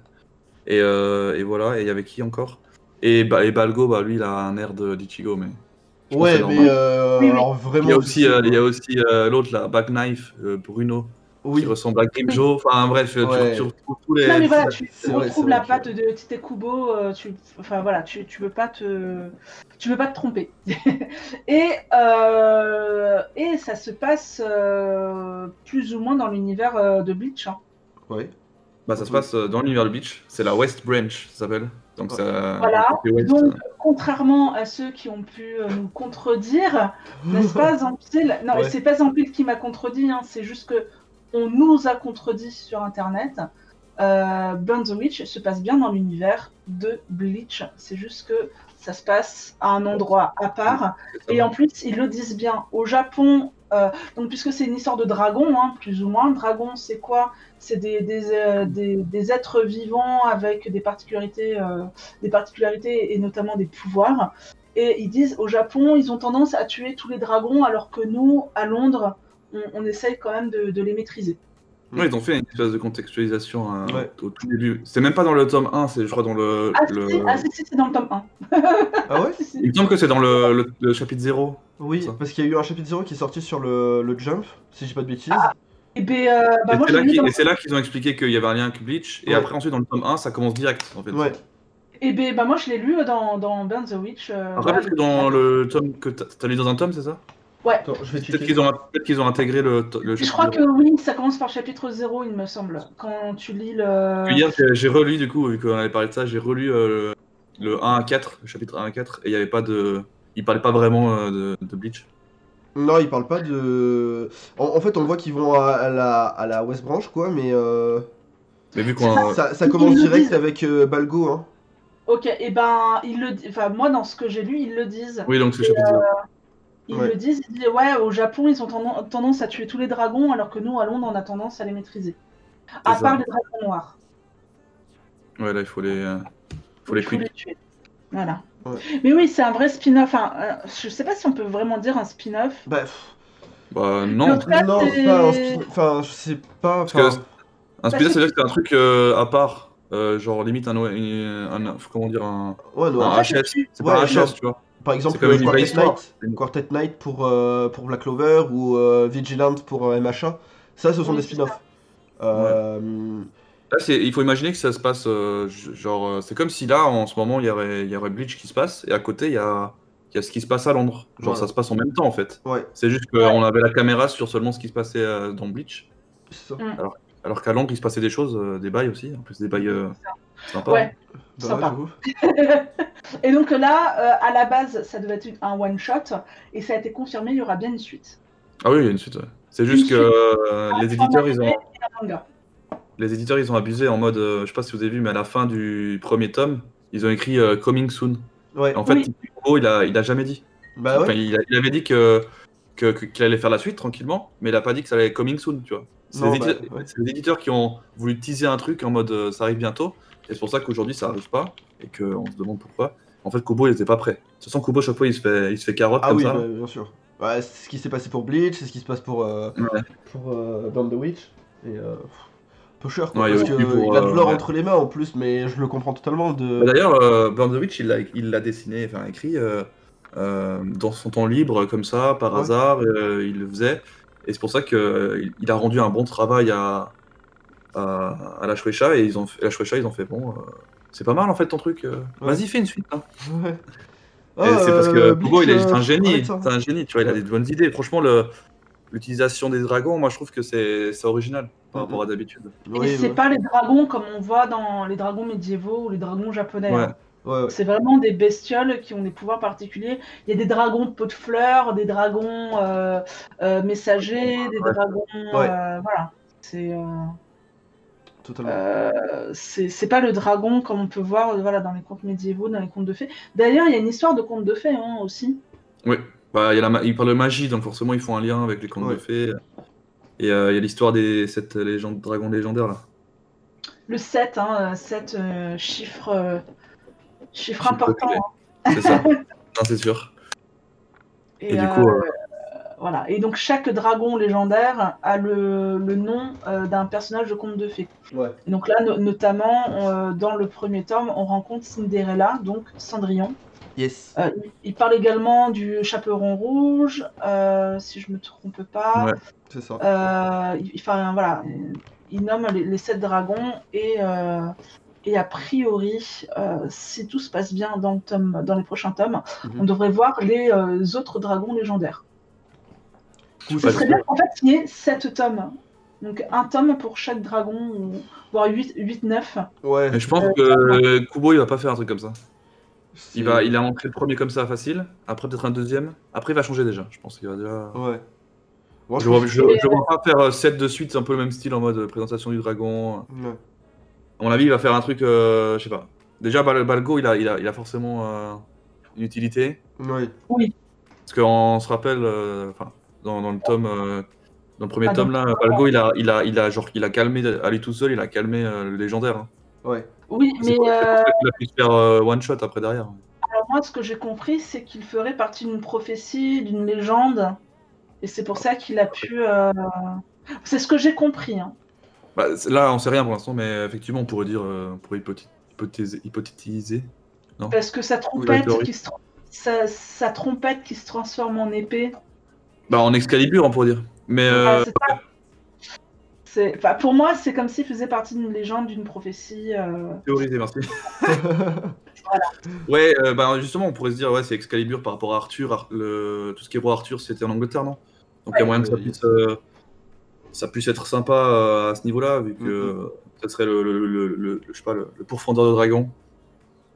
C: Et, euh, et voilà, et il y avait qui encore et, bah, et Balgo, bah, lui, il a un air de d'Ichigo, mais. je pense que
A: Ouais,
C: c'est
A: mais
C: normal.
A: euh,
B: Oui, oui.
A: alors vraiment.
C: Il y a aussi,
A: je sais
C: euh, il y a
A: pas.
C: aussi euh, l'autre, là, Bagknife, euh, Bruno,
A: Oui,
C: qui ressemble à Grimjo. Enfin, bref, euh, tu-
A: Ouais.
C: tu, retrouves tous les.
B: Non mais voilà, tu, tu
A: c'est vrai,
B: retrouves
A: c'est vrai
B: la
A: que-
B: patte de Tite Kubo, euh, tu, enfin voilà, tu, tu veux pas te, tu veux pas te tromper. et euh, et ça se passe euh, plus ou moins dans l'univers euh, de Bleach. hein.
A: ouais.
C: Bah, ça se passe euh, dans l'univers de Beach, c'est la West Branch, ça s'appelle. Donc, ça.
B: Voilà.
C: c'est West,
B: Donc,
C: euh,
B: contrairement à ceux qui ont pu euh, nous contredire, n'est-ce pas, Zampil Non,
A: Ouais.
B: c'est pas Zampil qui m'a contredit, hein, c'est juste que on nous a contredit sur Internet. Euh, Burn the Witch se passe bien dans l'univers de Bleach. C'est juste que ça se passe à un endroit à part. Et en plus, ils le disent bien. Au Japon, euh, donc puisque c'est une histoire de dragon, hein, plus ou moins, le dragon, c'est quoi C'est des, des, euh, des- des êtres vivants avec des particularités, euh, des particularités et notamment des pouvoirs. Et ils disent, au Japon, ils ont tendance à tuer tous les dragons, alors que nous, à Londres, on, on essaye quand même de, de les maîtriser.
C: Ouais, ils ont fait une espèce de contextualisation hein,
A: Ouais.
C: au tout début. C'est même pas dans le tome 1, c'est je crois dans le.
B: Ah,
C: le-
B: si, ah, si, si, c'est dans le tome 1.
A: Ah ouais
B: Si, si.
C: Il me semble que c'est dans le, le- le chapitre 0.
A: Oui,
C: Ça.
A: parce qu'il y a eu un chapitre 0 qui est sorti sur le, le Jump, si j'ai pas de bêtises.
C: Ah,
B: Et ben, euh, bah,
C: et
B: moi,
C: c'est
B: j'ai
C: là
B: lu
C: qu'ils-
B: dans-
C: et c'est là qu'ils ont expliqué qu'il y avait un lien avec Bleach. Et
A: Ouais.
C: après, ensuite, dans le tome 1, ça commence direct. En fait.
A: ouais.
B: eh ben, bah, moi, je l'ai lu dans, dans Burn the Witch. euh,
C: Après,
B: bah,
C: peut-être Ah, que dans le tome que t'as t'as lu dans un tome, c'est ça
A: Attends, je vais
C: Peut-être
A: checker.
C: qu'ils ont, peut qu'ils ont intégré le, to- le
B: Je
C: chapitre
B: crois que
C: 0.
B: oui, ça commence par chapitre 0, il me semble, quand tu lis le...
C: Puis Hier, j'ai- j'ai relu, du coup, vu qu'on avait parlé de ça, j'ai relu euh, le, le 1 à 4, le chapitre 1 à 4, et il y avait pas de. Il parlait pas vraiment euh, de, de Bleach.
A: Non, ils parlent pas de. En, en fait, on voit qu'ils vont à, à la, à la West Branch, quoi, mais euh,
C: Mais vu qu'on.
A: ça, ça commence
B: Ils le
A: direct
B: disent.
A: avec euh, Balgo. Hein.
B: Ok, et ben, ils le... enfin, moi, dans ce que j'ai lu, ils le disent.
C: Oui, donc c'est le chapitre 0.
B: Ils
A: Ouais.
B: le disent, ils disent, ouais, au Japon, ils ont tendan- tendance à tuer tous les dragons, alors que nous, à Londres, on a tendance à les maîtriser. À
C: ça.
B: part les dragons noirs.
C: Ouais, là, il faut les. euh, Faut les
B: Il faut
C: quick.
B: les tuer. Voilà.
A: Ouais.
B: Mais oui, c'est un vrai spin-off. Enfin, euh, je sais pas si on peut vraiment dire un spin-off.
A: Bah, pff,
B: Le
C: Bah, non.
B: Là,
A: non,
B: c'est-
A: c'est pas un spin- Enfin, je sais pas.
C: que
A: enfin,
C: Un spin-off,
B: Bah,
C: c'est-à-dire que c'est un truc euh, à part. euh, genre, limite, un, un, un- Comment dire Un,
A: Ouais, non.
C: un
B: En fait,
C: HS.
B: tu-
C: C'est pas un
A: ouais,
C: HS, tu vois.
A: Par exemple,
C: Ah, C'est comme
A: euh,
C: une vraie
A: Quartet
C: histoire.
A: Night, Quartet Night pour, euh, pour Black Clover ou euh, Vigilant pour euh, MHA. Ça, ce sont
B: Oui,
A: des
B: c'est
A: spin-offs. Euh,
C: Là, c'est- il faut imaginer que ça se passe, euh, j- genre, euh, c'est comme si là, en ce moment, il y aurait, il y aurait Bleach qui se passe, et à côté, il y a, il y a ce qui se passe à Londres. Genre,
A: Voilà.
C: ça se passe en même temps, en fait.
A: Ouais.
C: C'est juste qu'on avait la caméra sur seulement ce qui se passait euh, dans Bleach,
A: c'est ça. Bah
C: alors qu'à Londres, il se passait des choses, euh, des bails aussi, en plus des bails euh, sympas.
B: Ouais.
A: Bah ouais,
B: Sympa.
A: j'avoue.
B: Et donc là, euh, à la base, ça devait être un one-shot, et ça a été confirmé, il y aura bien une suite.
C: Ah oui, il y a une suite. ouais. C'est juste que euh, les éditeurs, ils ont,
B: Un manga.
C: les éditeurs, ils ont abusé en mode, euh, je sais pas si vous avez vu, mais à la fin du premier tome, ils ont écrit euh, Coming Soon.
A: Ouais.
C: Et en fait,
B: Oui.
C: Kubo, il a, il a jamais dit.
A: Bah
C: Enfin,
A: ouais.
C: il, a- il avait dit que que- que- qu'il allait faire la suite tranquillement, mais il a pas dit que ça allait être coming soon, tu vois. C'est
A: Non,
C: les, édite-
A: bah, ouais.
C: c'est les éditeurs qui ont voulu teaser un truc en mode euh, ça arrive bientôt, et c'est pour ça qu'aujourd'hui ça arrive pas et qu'on se demande pourquoi. En fait, Kubo il était pas prêt. De toute façon, Kubo chaque fois il se fait il se fait carotte
A: Ah
C: comme
A: oui,
C: ça.
A: bah, bien sûr. Ouais, c'est ce qui s'est passé pour Bleach, c'est ce qui se passe pour, euh,
C: Ouais.
A: pour euh, Burn the Witch. Et euh, pff, peu cher, quoi.
C: Ouais,
A: parce
C: et aussi
A: qu'il
C: pour,
A: a de l'or
C: euh, ouais.
A: entre les mains en plus, mais je le comprends totalement.
C: Bah,
A: de...
C: D'ailleurs, euh, Burn the Witch il l'a il l'a dessiné, enfin écrit euh, euh, dans son temps libre comme ça par
A: Ouais.
C: hasard, euh, il le faisait, et c'est pour ça que euh, il- il a rendu un bon travail à à, à la Shueisha et ils ont fait- la Shueisha ils ont fait bon. euh, c'est pas mal en fait ton truc. euh,
A: Ouais.
C: Vas-y fais une suite. hein.
A: Ouais.
C: Et
A: Ah,
C: c'est parce que
A: euh,
C: Kubo, il est
A: Bleach,
C: juste
A: euh,
C: un génie.
A: arrête ça.
C: C'est un génie, tu vois, il a des bonnes idées. Franchement, le- l'utilisation des dragons, moi je trouve que c'est c'est original par
A: Mhm.
C: rapport à d'habitude.
A: Oui,
B: et c'est
A: ouais.
B: pas les dragons comme on voit dans les dragons médiévaux ou les dragons japonais.
C: Ouais.
B: hein.
A: Ouais, ouais.
B: C'est vraiment des bestioles qui ont des pouvoirs particuliers. Il y a des dragons pot de fleurs, des dragons euh, euh, messagers, des
C: Ouais.
B: dragons.
A: Ouais.
B: euh, voilà. C'est euh,
A: totalement.
B: euh, c'est c'est pas le dragon comme on peut voir euh, voilà, dans les contes médiévaux, dans les contes de fées. D'ailleurs, il y a une histoire de contes de fées hein, aussi.
C: Bah, il y a la ma- ils parlent de magie, donc forcément ils font un lien avec les contes
A: Ouais.
C: de fées. Et euh, il y a l'histoire des cette légende dragon légendaire là.
B: Le 7, hein, 7 euh, chiffre, euh, chiffre
C: Chiffre
B: important.
C: clé.
B: hein.
C: C'est ça. Non, c'est sûr. Et, du
B: euh,
C: coup, euh,
B: Voilà. Et donc chaque dragon légendaire a le, le nom euh, d'un personnage de conte de fées.
A: Ouais.
B: Et donc là, no- notamment, euh, dans le premier tome, on rencontre Cinderella, donc Cendrillon.
A: Yes.
B: Euh, il- il parle également du chaperon rouge, euh, si je me trompe pas.
C: Ouais.
A: C'est ça.
B: Euh, il, enfin, voilà, euh, il nomme les, les sept dragons et, euh, et a priori, euh, si tout se passe bien dans, le tome, dans les prochains tomes,
A: Mhm.
B: on devrait voir les euh, autres dragons légendaires.
A: Coup,
B: Ce
C: Pas
A: c'est-
B: serait bien qu'en fait il y ait sept tomes. Donc un tome pour chaque dragon, ou- voire 8, 9.
A: Ouais.
C: mais je pense que Kubo il va pas faire un truc comme ça.
A: c'est-
C: Il va il a montré le premier comme ça facile, après peut-être un deuxième, après il va changer déjà. Je pense qu'il va déjà
A: Ouais. Bon,
C: Je vois, je, je vois pas faire 7 de suite, c'est un peu le même style en mode euh, présentation du dragon.
A: Ouais.
C: À mon avis, il va faire un truc, euh, je sais pas. Déjà, Bal- Balgo, il a, il a, il a forcément euh, une utilité.
A: Ouais.
C: Parce qu'on se rappelle, euh, enfin, dans, dans le tome, euh, dans le premier
B: Ah,
C: tome là, Balgo, il a, il a, il a, genre, il a calmé à lui tout seul, il a calmé euh, le légendaire. hein.
A: Ouais.
B: Oui,
C: C'est
B: mais
C: pour c'est pour
B: euh,
C: ça qu'il a pu se faire euh, one shot après derrière.
B: alors moi, ce que j'ai compris, c'est qu'il ferait partie d'une prophétie, d'une légende. Et c'est pour ça qu'il a pu. euh, C'est ce que j'ai compris. hein.
C: Bah, c'est- là, on sait rien pour l'instant, mais effectivement, on pourrait dire, euh, on pourrait hypothé- hypothéser, hypothétiser.
B: Parce que sa
C: la
B: trompette,
C: théorie.
B: qui se... tra- sa... sa trompette qui se transforme en épée.
C: Bah, en Excalibur, on pourrait dire. Mais
B: Ah,
C: euh,
B: c'est ça. C'est- enfin, pour moi, c'est comme s'il faisait partie d'une légende, d'une prophétie. euh,
C: théorisé, merci. Ouais, euh, bah, justement, on pourrait se dire, ouais, c'est Excalibur par rapport à Arthur. Ar- le... Tout ce qui est roi Arthur, c'était en Angleterre, non Donc il y a moyen que ça
A: Ouais.
C: puisse, euh, ça puisse être sympa euh, à ce niveau-là, vu que
A: Mhm.
C: euh, ça serait le, le, le, le- le- je sais pas, le, le pourfendeur de dragon.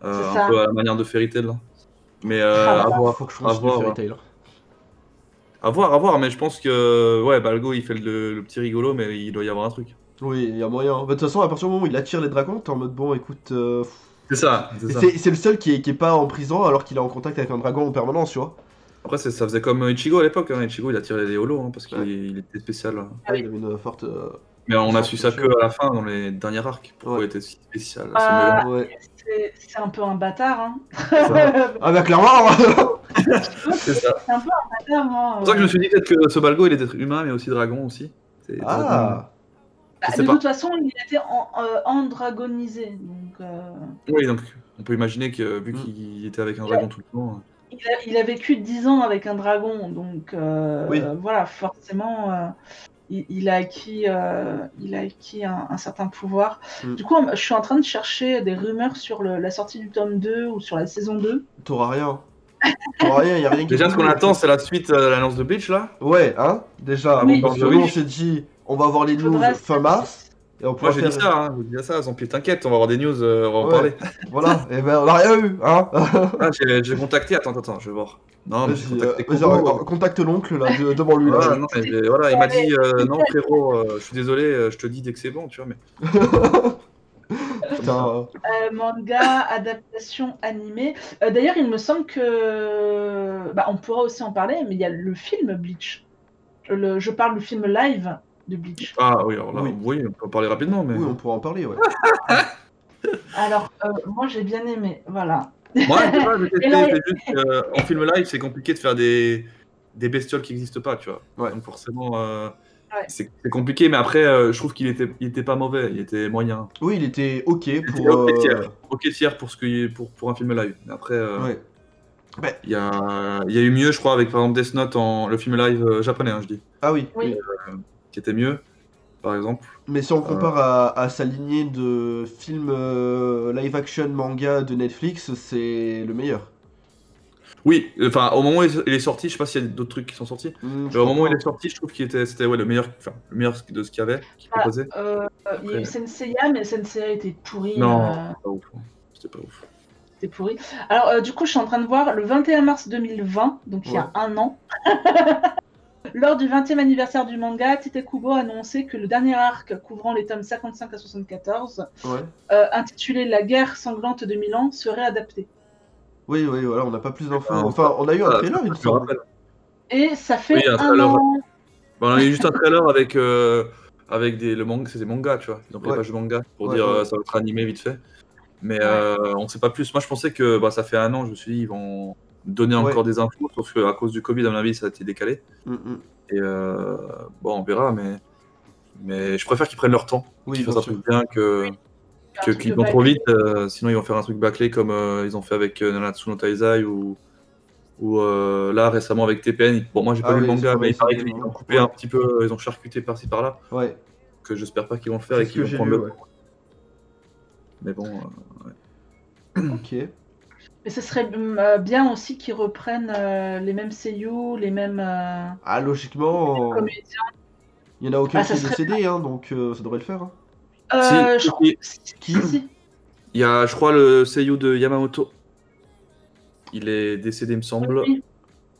C: Euh,
B: C'est
C: un
B: ça.
C: peu à la manière de Fairy Tail, là. Mais euh,
B: Ah,
C: à, voir,
A: Faut que je
C: à
A: fasse du
C: voir,
A: Fairy
C: ouais.
A: Tail.
C: à voir, à voir, mais je pense que, ouais, Balgo, il fait le, le petit rigolo, mais il doit y avoir un truc.
A: Oui, il y a moyen. Bah, De toute façon, à partir du moment où il attire les dragons, t'es en mode bon, écoute. euh,
C: C'est ça, c'est
A: Et
C: ça.
A: C'est c'est le seul qui est, qui est pas en prison alors qu'il est en contact avec un dragon en permanence, tu vois.
C: Après, c'est- ça faisait comme Ichigo à l'époque, hein. Ichigo, il a tiré les holos, hein, parce qu'il
A: Ouais.
C: il était spécial. hein.
B: Ah oui.
A: Il a une euh, forte. euh,
C: Mais on
A: Sans
C: a su ça que
A: question.
C: à la fin, dans les derniers arcs, pourquoi
A: Ouais.
C: il était si spécial. à ce
B: Ah,
C: moment-là.
A: Ouais.
B: C'est c'est un peu un bâtard. hein.
A: Ça. Ah bah clairement
C: C'est ça.
B: C'est un peu un bâtard. hein,
C: C'est pour ça que
B: euh.
C: je me suis dit peut-être que ce Balgo, il était humain, mais aussi dragon aussi. C'est-
A: Ah
B: Bah,
C: je sais
B: de
C: pas.
B: toute façon, il était en, euh, endragonisé. Donc, euh,
C: Oui, donc on peut imaginer que
A: Mm.
C: vu qu'il était avec un dragon tout le temps. hein.
B: il, a, il a vécu 10 ans avec un dragon. Donc, euh,
A: Oui.
B: voilà, forcément, euh, il, il a acquis, euh, il a acquis un, un certain pouvoir.
A: Mm.
B: Du coup, je suis en train de chercher des rumeurs sur le- la sortie du tome 2 ou sur la saison 2.
A: T'auras rien. T'auras rien, y a rien qui.
C: Déjà, ce qu'on attend, c'est la suite euh, de l'annonce de Bleach là.
A: Ouais, hein Déjà,
B: Oui.
A: parce que
C: Oui.
A: nous on s'est dit, on va avoir les news
B: Faudrait-
A: fin mars. Et on
C: Moi,
A: pourra
C: j'ai
A: faire-
C: dit ça, hein, j'ai dit ça, sans pied, t'inquiète, on va avoir des news, euh, on va en
A: Ouais.
C: parler.
A: Voilà, et ben on a rien eu, hein
C: Ah, j'ai- j'ai contacté, attends, attends, je vais voir. Non, mais j'ai
A: Vas-y,
C: contacté
A: euh, vas-y,
C: Kobo.
A: alors, contacte l'oncle là, de- demande-lui là.
C: Voilà, non, mais j'ai- voilà, il m'a dit euh, non frérot, euh, je suis désolé, euh, je te dis dès que c'est bon, tu vois, mais
A: Putain, euh,
B: Euh, manga, adaptation animée. Euh, D'ailleurs, il me semble que. Bah, on pourra aussi en parler, mais il y a le film Bleach. Le- je parle du film live de Bleach.
C: ah oui, alors là,
A: Oui.
C: oui, on peut en parler rapidement, mais
A: oui, on pourra en parler, ouais.
B: Alors, euh, moi, j'ai bien aimé. Voilà.
C: Moi, de base, j'ai testé,
B: Et là,
C: c'est juste que, en film live, c'est compliqué de faire des, des bestioles qui n'existent pas, tu vois.
A: Ouais.
C: Donc forcément, euh,
B: Ouais.
C: c'est c'est compliqué, mais après, euh, je trouve qu'il était, il était pas mauvais, il était moyen.
A: Oui, il était ok
C: était
A: pour.
C: ok,
A: euh,
C: tiers. Ok, tiers pour, ce que, pour, pour un film live. Mais après, euh,
A: Ouais.
C: il y, a, il y a eu mieux, je crois, avec par exemple Death Note, en, le film live euh, japonais, hein, je dis,
A: Ah oui.
B: Oui.
C: qui était mieux, par exemple.
A: Mais si on
C: Euh.
A: compare à, à sa lignée de films euh, live action manga de Netflix, c'est le meilleur.
C: Oui, enfin, au moment où il est sorti, je sais pas s'il y a d'autres trucs qui sont sortis,
A: Mm, je
C: mais Euh, au moment où
A: comprends.
C: il est sorti, je trouve qu'il était, c'était ouais, le, meilleur, enfin, le meilleur de ce qu'il y avait, qu'il
B: Ah,
C: proposait.
B: Euh, il y a eu Senseiya, mais Senseiya était pourri.
C: Non.
B: euh,
C: Pas ouf, hein. C'était pas ouf.
B: c'était pourri. Alors, euh, du coup, je suis en train de voir le 21 mars 2020, donc il y
A: Ouais.
B: a un an. Lors du 20e anniversaire du manga, Titekubo a annoncé que le dernier arc couvrant les tomes 55 à 74
A: Ouais.
B: euh, intitulé La guerre sanglante de Milan serait adapté.
A: Oui, oui, voilà, on n'a pas plus d'infos.
C: Ah.
A: Enfin, on a eu un
C: Ah,
A: trailer, il me
C: Je me
A: semble.
C: rappelle.
B: Et ça fait
C: Oui, un
B: un
C: trailer.
B: an.
C: Bon, on a eu juste un trailer avec, euh, avec des, le manga, c'est des mangas, tu vois. Ils ont pris
A: Ouais.
C: les pages de manga pour
A: Ouais,
C: dire
A: ouais.
C: euh, ça va être animé vite fait. Mais euh, on sait pas plus. Moi, je pensais que bah, ça fait un an, je me suis dit, ils vont donner
A: Ouais.
C: encore des infos, sauf qu'à cause du Covid, à mon avis, ça a été décalé.
A: Mm, mm.
C: Et euh, bon, on verra, mais, mais je préfère qu'ils prennent leur temps,
A: Oui,
C: qu'ils
A: bien
C: fassent un
A: sûr.
C: truc bien, que,
B: un
A: Ah,
C: que-
B: truc
C: qu'ils
B: de
C: vont trop
B: bac.
C: vite. euh, sinon, ils vont faire un truc bâclé comme euh, ils ont fait avec euh, Nanatsu no Taizai ou, ou euh, là récemment avec TPN. Bon, moi, j'ai
A: Ah
C: pas lu
A: oui,
C: le
A: c'est
C: manga,
A: pas
C: mais il
A: possible,
C: paraît qu'ils
A: vraiment.
C: ont coupé un petit peu, ils ont charcuté par-ci par-là
A: Ouais,
C: que j'espère pas qu'ils vont le faire
A: c'est
C: et
A: ce
C: qu'ils
A: que
C: vont
A: j'ai
C: prendre
A: lu,
C: le
A: ouais.
C: Mais bon, euh,
A: Ok.
B: Mais ce serait hum, euh, bien aussi qu'ils reprennent euh, les mêmes seiyuu, les mêmes euh,
A: Ah,
C: Oh.
A: logiquement, euh,
B: comédiens.
A: il n'y en a aucun
B: Ah,
A: qui
B: ça
A: est
B: serait
A: décédé, hein, donc euh, ça devrait le faire. hein.
B: Euh,
C: si,
B: je crois-
C: il-
B: si,
A: Qui
B: si.
C: il y a, je crois, le seiyuu de Yamamoto. Il est décédé, il me semble.
B: Oui.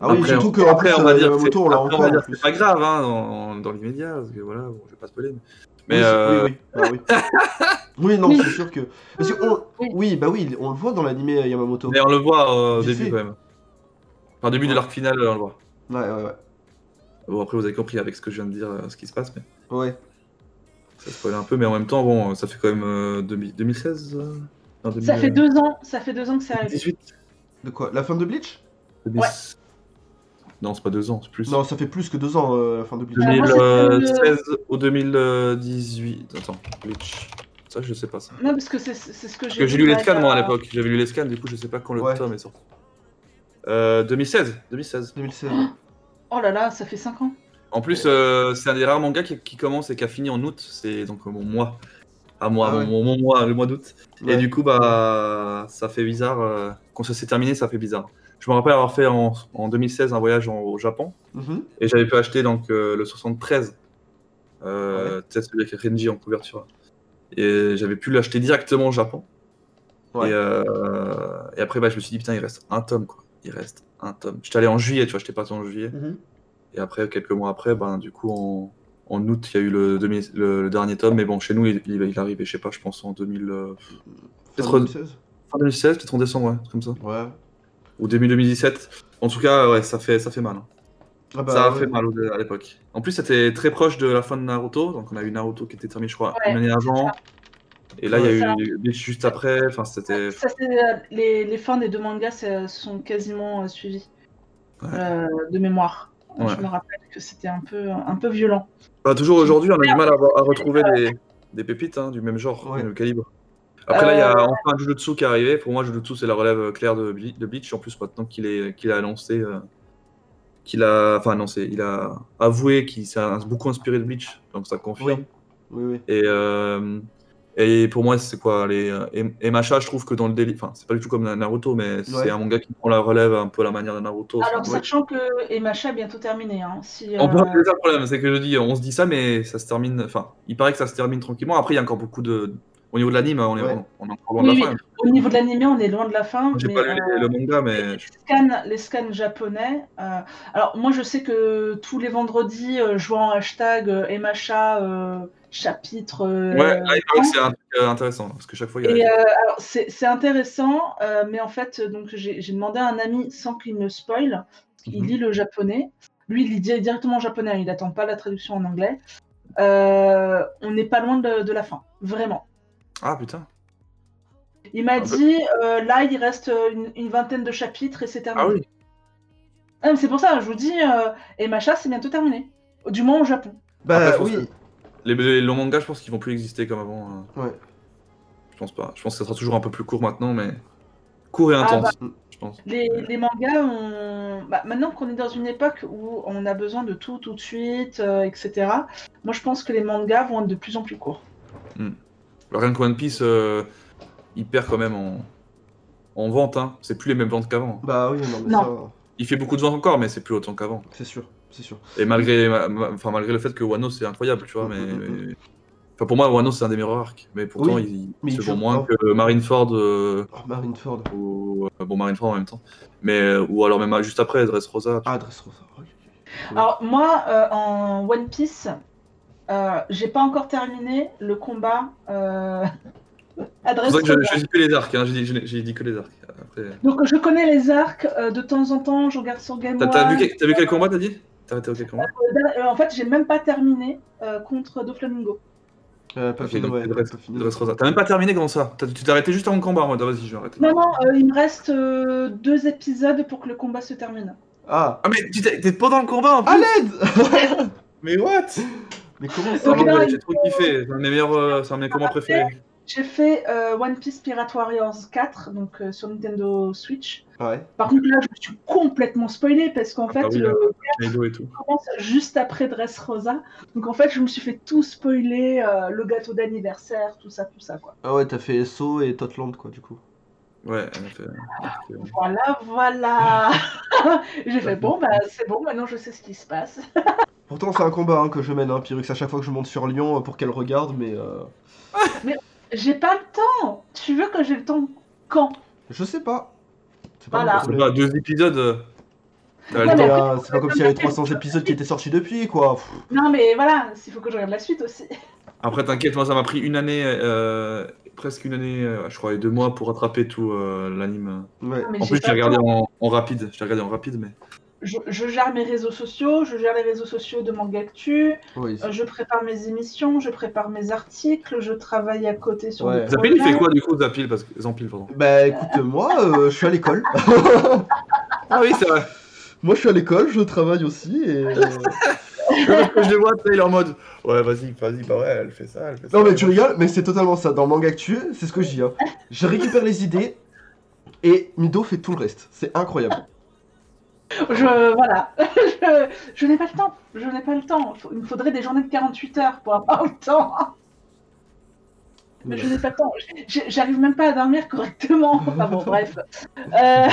A: Ah oui,
C: Après,
A: surtout
C: on-
A: que en plus,
C: après, on va
A: euh,
C: dire que
A: le
C: c'est-
A: moto, on l'a
C: après, on va
A: encore.
C: dire
A: en
C: que c'est
A: plus.
C: pas grave hein, dans, dans l'immédiat, parce que voilà, bon, je vais pas spoiler. Mais,
A: oui,
C: euh,
A: oui, oui, bah oui. oui, non,
B: Oui.
A: c'est sûr que. Parce que on-
B: Oui.
A: Oui, bah oui, on le voit dans l'animé euh, Yamamoto.
C: mais on le voit euh, au
A: Vite
C: début
A: fait.
C: quand même. Enfin, début de l'arc final, euh, on le voit.
A: Ouais, ouais, ouais.
C: Bon, après, vous avez compris avec ce que je viens de dire euh, ce qui se passe, mais
A: Ouais,
C: ça spoil un peu. Mais en même temps, bon, ça fait quand même euh, 2000 2016 euh, non, 2000,
B: Ça fait
C: euh,
B: deux ans, ça fait deux ans que c'est arrivé.
C: 18
A: de quoi La fin de Bleach
C: 2000. Non, c'est pas deux ans, c'est plus.
A: Non, ça fait plus que deux ans euh, la fin de Bleach.
B: Ah, moi, c'est
C: 2016 au 2018. Attends, glitch. Ça, je sais pas ça.
B: Non, parce que c'est c'est ce que
C: Parce
B: j'ai
C: que j'ai lu les
B: là,
C: scans, moi, à
B: il y a-
C: l'époque. J'avais lu les scans, du coup, je sais pas quand le
A: Ouais.
C: tome est sorti. Euh, 2016, 2016.
A: 2016.
B: Oh là là, ça fait cinq ans.
C: En plus, euh, c'est un des rares mangas qui, qui commence et qui a fini en août. C'est donc euh, mon mois. À moi,
A: Ah ouais.
C: mon, mon mois, le mois d'août.
A: Ouais.
C: Et du coup, bah, ça fait bizarre. euh, quand ça s'est terminé, ça fait bizarre. Je me rappelle avoir fait en, en 2016 un voyage en- au Japon.
A: Mhm.
C: Et j'avais pu acheter donc euh, le 73.
A: Ah
C: Euh, Peut-être celui avec Renji en couverture. Et j'avais pu l'acheter directement au Japon.
A: Ouais.
C: Et, euh, et après, bah, je me suis dit, putain, il reste un tome, quoi. Il reste un tome. J'étais allé en juillet, tu vois, j'étais parti en juillet.
A: Mhm.
C: Et après, quelques mois après, ben, du coup, en, en août, il y a eu le, demi- le, le dernier tome. Mais bon, chez nous, il, il, il arrive, je sais pas, je pense en 2000, euh,
A: Fin
C: Peut-être-
A: 2016
C: fin 2016, peut-être en décembre, ouais, comme ça.
A: Ouais.
C: Ou début 2017. En tout cas, ouais, ça fait, ça fait mal. hein.
A: Ah bah,
C: ça a
A: ouais.
C: fait mal au- à l'époque. En plus, c'était très proche de la fin de Naruto. Donc, on a eu Naruto qui était terminé, je crois,
B: Ouais,
C: une année avant. Et là, il
B: Ouais,
C: y
B: ça.
C: a eu Bleach juste après. Enfin, c'était.
B: Ça, c'est, euh, les, les fins des deux mangas c'est- sont quasiment euh, suivies
C: Ouais.
B: euh, de mémoire.
C: Ouais.
B: Je me rappelle que c'était un peu, un peu violent.
C: Bah, toujours aujourd'hui, on a du mal à, avoir- à retrouver des, des pépites hein, du même genre,
A: Ouais.
C: du même calibre. Après, là, il y a enfin Jujutsu qui est arrivé. Pour moi, Jujutsu, c'est la relève euh, claire de, Ble- de Bleach. En plus, maintenant qu'il est- qu'il a annoncé, euh, qu'il a. Enfin, annoncé, il a avoué qu'il s'est un- beaucoup inspiré de Bleach. Donc, ça
A: Oui,
C: confirme.
A: oui, oui.
C: Et, euh, et pour moi, c'est quoi les euh, M- MHA, je trouve que dans le délire. Enfin, c'est pas du tout comme Naruto, mais
A: Ouais.
C: c'est un manga qui prend la relève un peu à la manière de Naruto.
B: Alors,
C: Enfin, ouais.
B: sachant que Emacha est bientôt terminé. Hein, si,
C: On peut-
B: euh,
C: c'est ça le problème, c'est que je dis, on se dit ça, mais ça se termine. Enfin, il paraît que ça se termine tranquillement. Après, il y a encore beaucoup de. Au niveau de l'anime, on est,
A: Ouais.
C: on est encore loin de
B: Oui,
C: la
B: oui.
C: fin.
B: Au niveau de l'animé, on est loin de la fin.
C: J'ai
B: mais,
C: pas lu
B: euh,
C: les- le manga, mais je-
B: les, scans, les scans japonais. euh, alors, moi, je sais que tous les vendredis, euh, je vois en hashtag euh, MHA euh, chapitre. euh,
C: ouais, ah, il paraît que c'est un truc euh, intéressant parce que chaque fois il y a.
B: Et euh, alors, c'est c'est intéressant, euh, mais en fait, donc j'ai j'ai demandé à un ami sans qu'il me spoil. Il
C: Mhm.
B: lit le japonais. Lui, il lit di- directement en japonais. hein, Il n'attend pas la traduction en anglais. Euh, on n'est pas loin de, de la fin, vraiment.
C: Ah putain.
B: Il m'a
C: Ah bah.
B: dit euh, là, il reste euh, une, une vingtaine de chapitres et c'est terminé.
C: Ah oui.
B: Ah, mais c'est pour ça, je vous dis, euh, et Macha, c'est bientôt terminé. Du moins au Japon.
A: Bah
C: Après, je pense
A: oui,
C: Les, les longs mangas, je pense qu'ils vont plus exister comme avant. euh.
A: Ouais.
C: Je pense pas. Je pense que ça sera toujours un peu plus court maintenant, mais court et
B: Ah,
C: intense. Je pense.
B: Les, les mangas, on... bah, maintenant qu'on est dans une époque où on a besoin de tout tout de suite, euh, etc., moi je pense que les mangas vont être de plus en plus courts.
C: Rien que One Piece, euh, il perd quand même en, en vente. Hein. C'est plus les mêmes ventes qu'avant.
A: bah oui, non, mais
C: Il fait beaucoup de ventes encore, mais c'est plus autant qu'avant.
A: ça, c'est sûr, c'est sûr.
C: Et malgré, ma- ma- enfin, malgré le fait que Wano c'est incroyable, tu vois, mais.
A: Mm, mm,
C: mais- Enfin, pour moi, Wano c'est un des meilleurs arcs, mais pourtant
A: Oui,
C: il,
A: mais
C: se
A: il
C: vend
A: dure
C: moins
A: pas.
C: que Marineford euh,
A: Oh, Marineford.
C: ou. euh, Bon, Marineford en même temps, mais euh, ou alors même juste après Dressrosa. tu-
A: Ah, Dressrosa. ok.
B: Alors moi, euh, en One Piece, euh, j'ai pas encore terminé le combat euh...
C: C'est
B: adresse.
C: pour ça que je, je dis que les arcs, hein, j'ai dit, j'ai- j'ai dit que les arcs. Après, euh.
B: Donc je connais les arcs, euh, de temps en temps, je regarde sur Game
C: t'as, t'as
B: One.
C: vu, quel- t'as vu quel combat t'as dit T'as arrêté au quel combat
B: Euh, da- euh, en fait, j'ai même pas terminé euh, contre Doflamingo.
A: Euh, pas
C: Ok,
A: fini,
C: donc
A: ouais,
C: c'est
A: pas fini.
C: Dressrosa. T'as même pas terminé comme ça T'as- Tu t'es arrêté juste en combat, moi, vas-y, je vais arrêter.
B: Non, non, euh, il me reste euh, deux épisodes pour que le combat se termine.
A: Ah,
C: Ah, mais tu t'es, t'es pendant le combat en plus
A: à l'aide
C: Mais what
A: Mais comment
C: Ah,
A: ça
B: Ok,
C: moi,
B: non,
C: J'ai j'ai trop kiffé, c'est un de mes meilleurs, euh, c'est un de mes combats préférés.
B: J'ai fait euh, One Piece Pirate Warriors 4, donc euh, sur Nintendo Switch.
A: Ouais,
B: Par contre, là, je me suis complètement spoilée parce qu'en
C: Ah
B: fait,
C: bah oui,
B: le
C: là. Kaido et tout.
B: commence juste après Dressrosa. Donc en fait, je me suis fait tout spoiler, euh, le gâteau d'anniversaire, tout ça, tout ça, quoi.
A: ah ouais, t'as fait SO et Totland, quoi, du coup.
C: Ouais, elle a fait- elle a fait-
B: Voilà, voilà. J'ai fait bon, bah c'est bon, maintenant je sais ce qui se passe.
A: Pourtant, c'est un combat hein, que je mène, hein, Pyrux, à chaque fois que je monte sur Lyon euh, pour qu'elle regarde, mais euh,
B: J'ai pas le temps. Tu veux que j'ai le temps quand
A: je sais pas. C'est
B: Voilà.
A: mon
C: C'est
A: problème.
C: pas deux épisodes. euh, T'as
B: Ouais,
C: le
B: mais
C: temps.
A: Voilà, c'est pas comme s'il y avait 300 épisodes qui étaient sortis depuis, quoi. Pff,
B: Non, mais voilà, il faut que je regarde la suite aussi.
C: Après, t'inquiète, moi, ça m'a pris une année, euh, presque une année, euh, je crois, et deux mois pour rattraper tout euh, l'anime.
A: Ouais.
B: Non, mais
C: En plus,
B: pas
C: j'ai
B: le
C: regardé
B: temps.
C: en, en rapide. J'ai regardé en rapide, mais.
B: Je, je gère mes réseaux sociaux, je gère les réseaux sociaux de Manga Actu,
A: Oui.
B: euh, je prépare mes émissions, je prépare mes articles, je travaille à côté sur
A: Ah Ouais.
B: des
C: Zapil, il
B: projets.
C: fait quoi du coup, Zapil parce que... Zampil, pardon.
A: Bah écoute, moi, euh, je suis à l'école.
C: Ah oui, c'est vrai.
A: moi, je suis à l'école, je travaille aussi. Et... euh,
C: Parce que je le vois, tu sais, il est en mode. Ouais, vas-y, vas-y, bah ouais, elle fait ça, elle fait ça.
A: Non, mais tu rigoles, mais c'est totalement ça. Dans Manga Actu, c'est ce que je dis. hein. Je récupère les idées et Mido fait tout le reste. C'est incroyable.
B: Je, voilà, je, je n'ai pas le temps, je n'ai pas le temps. Faut- Il me faudrait des journées de 48 heures pour avoir le temps. Mais je n'ai pas le temps. J- J'arrive même pas à dormir correctement. Enfin bon, bref. Euh,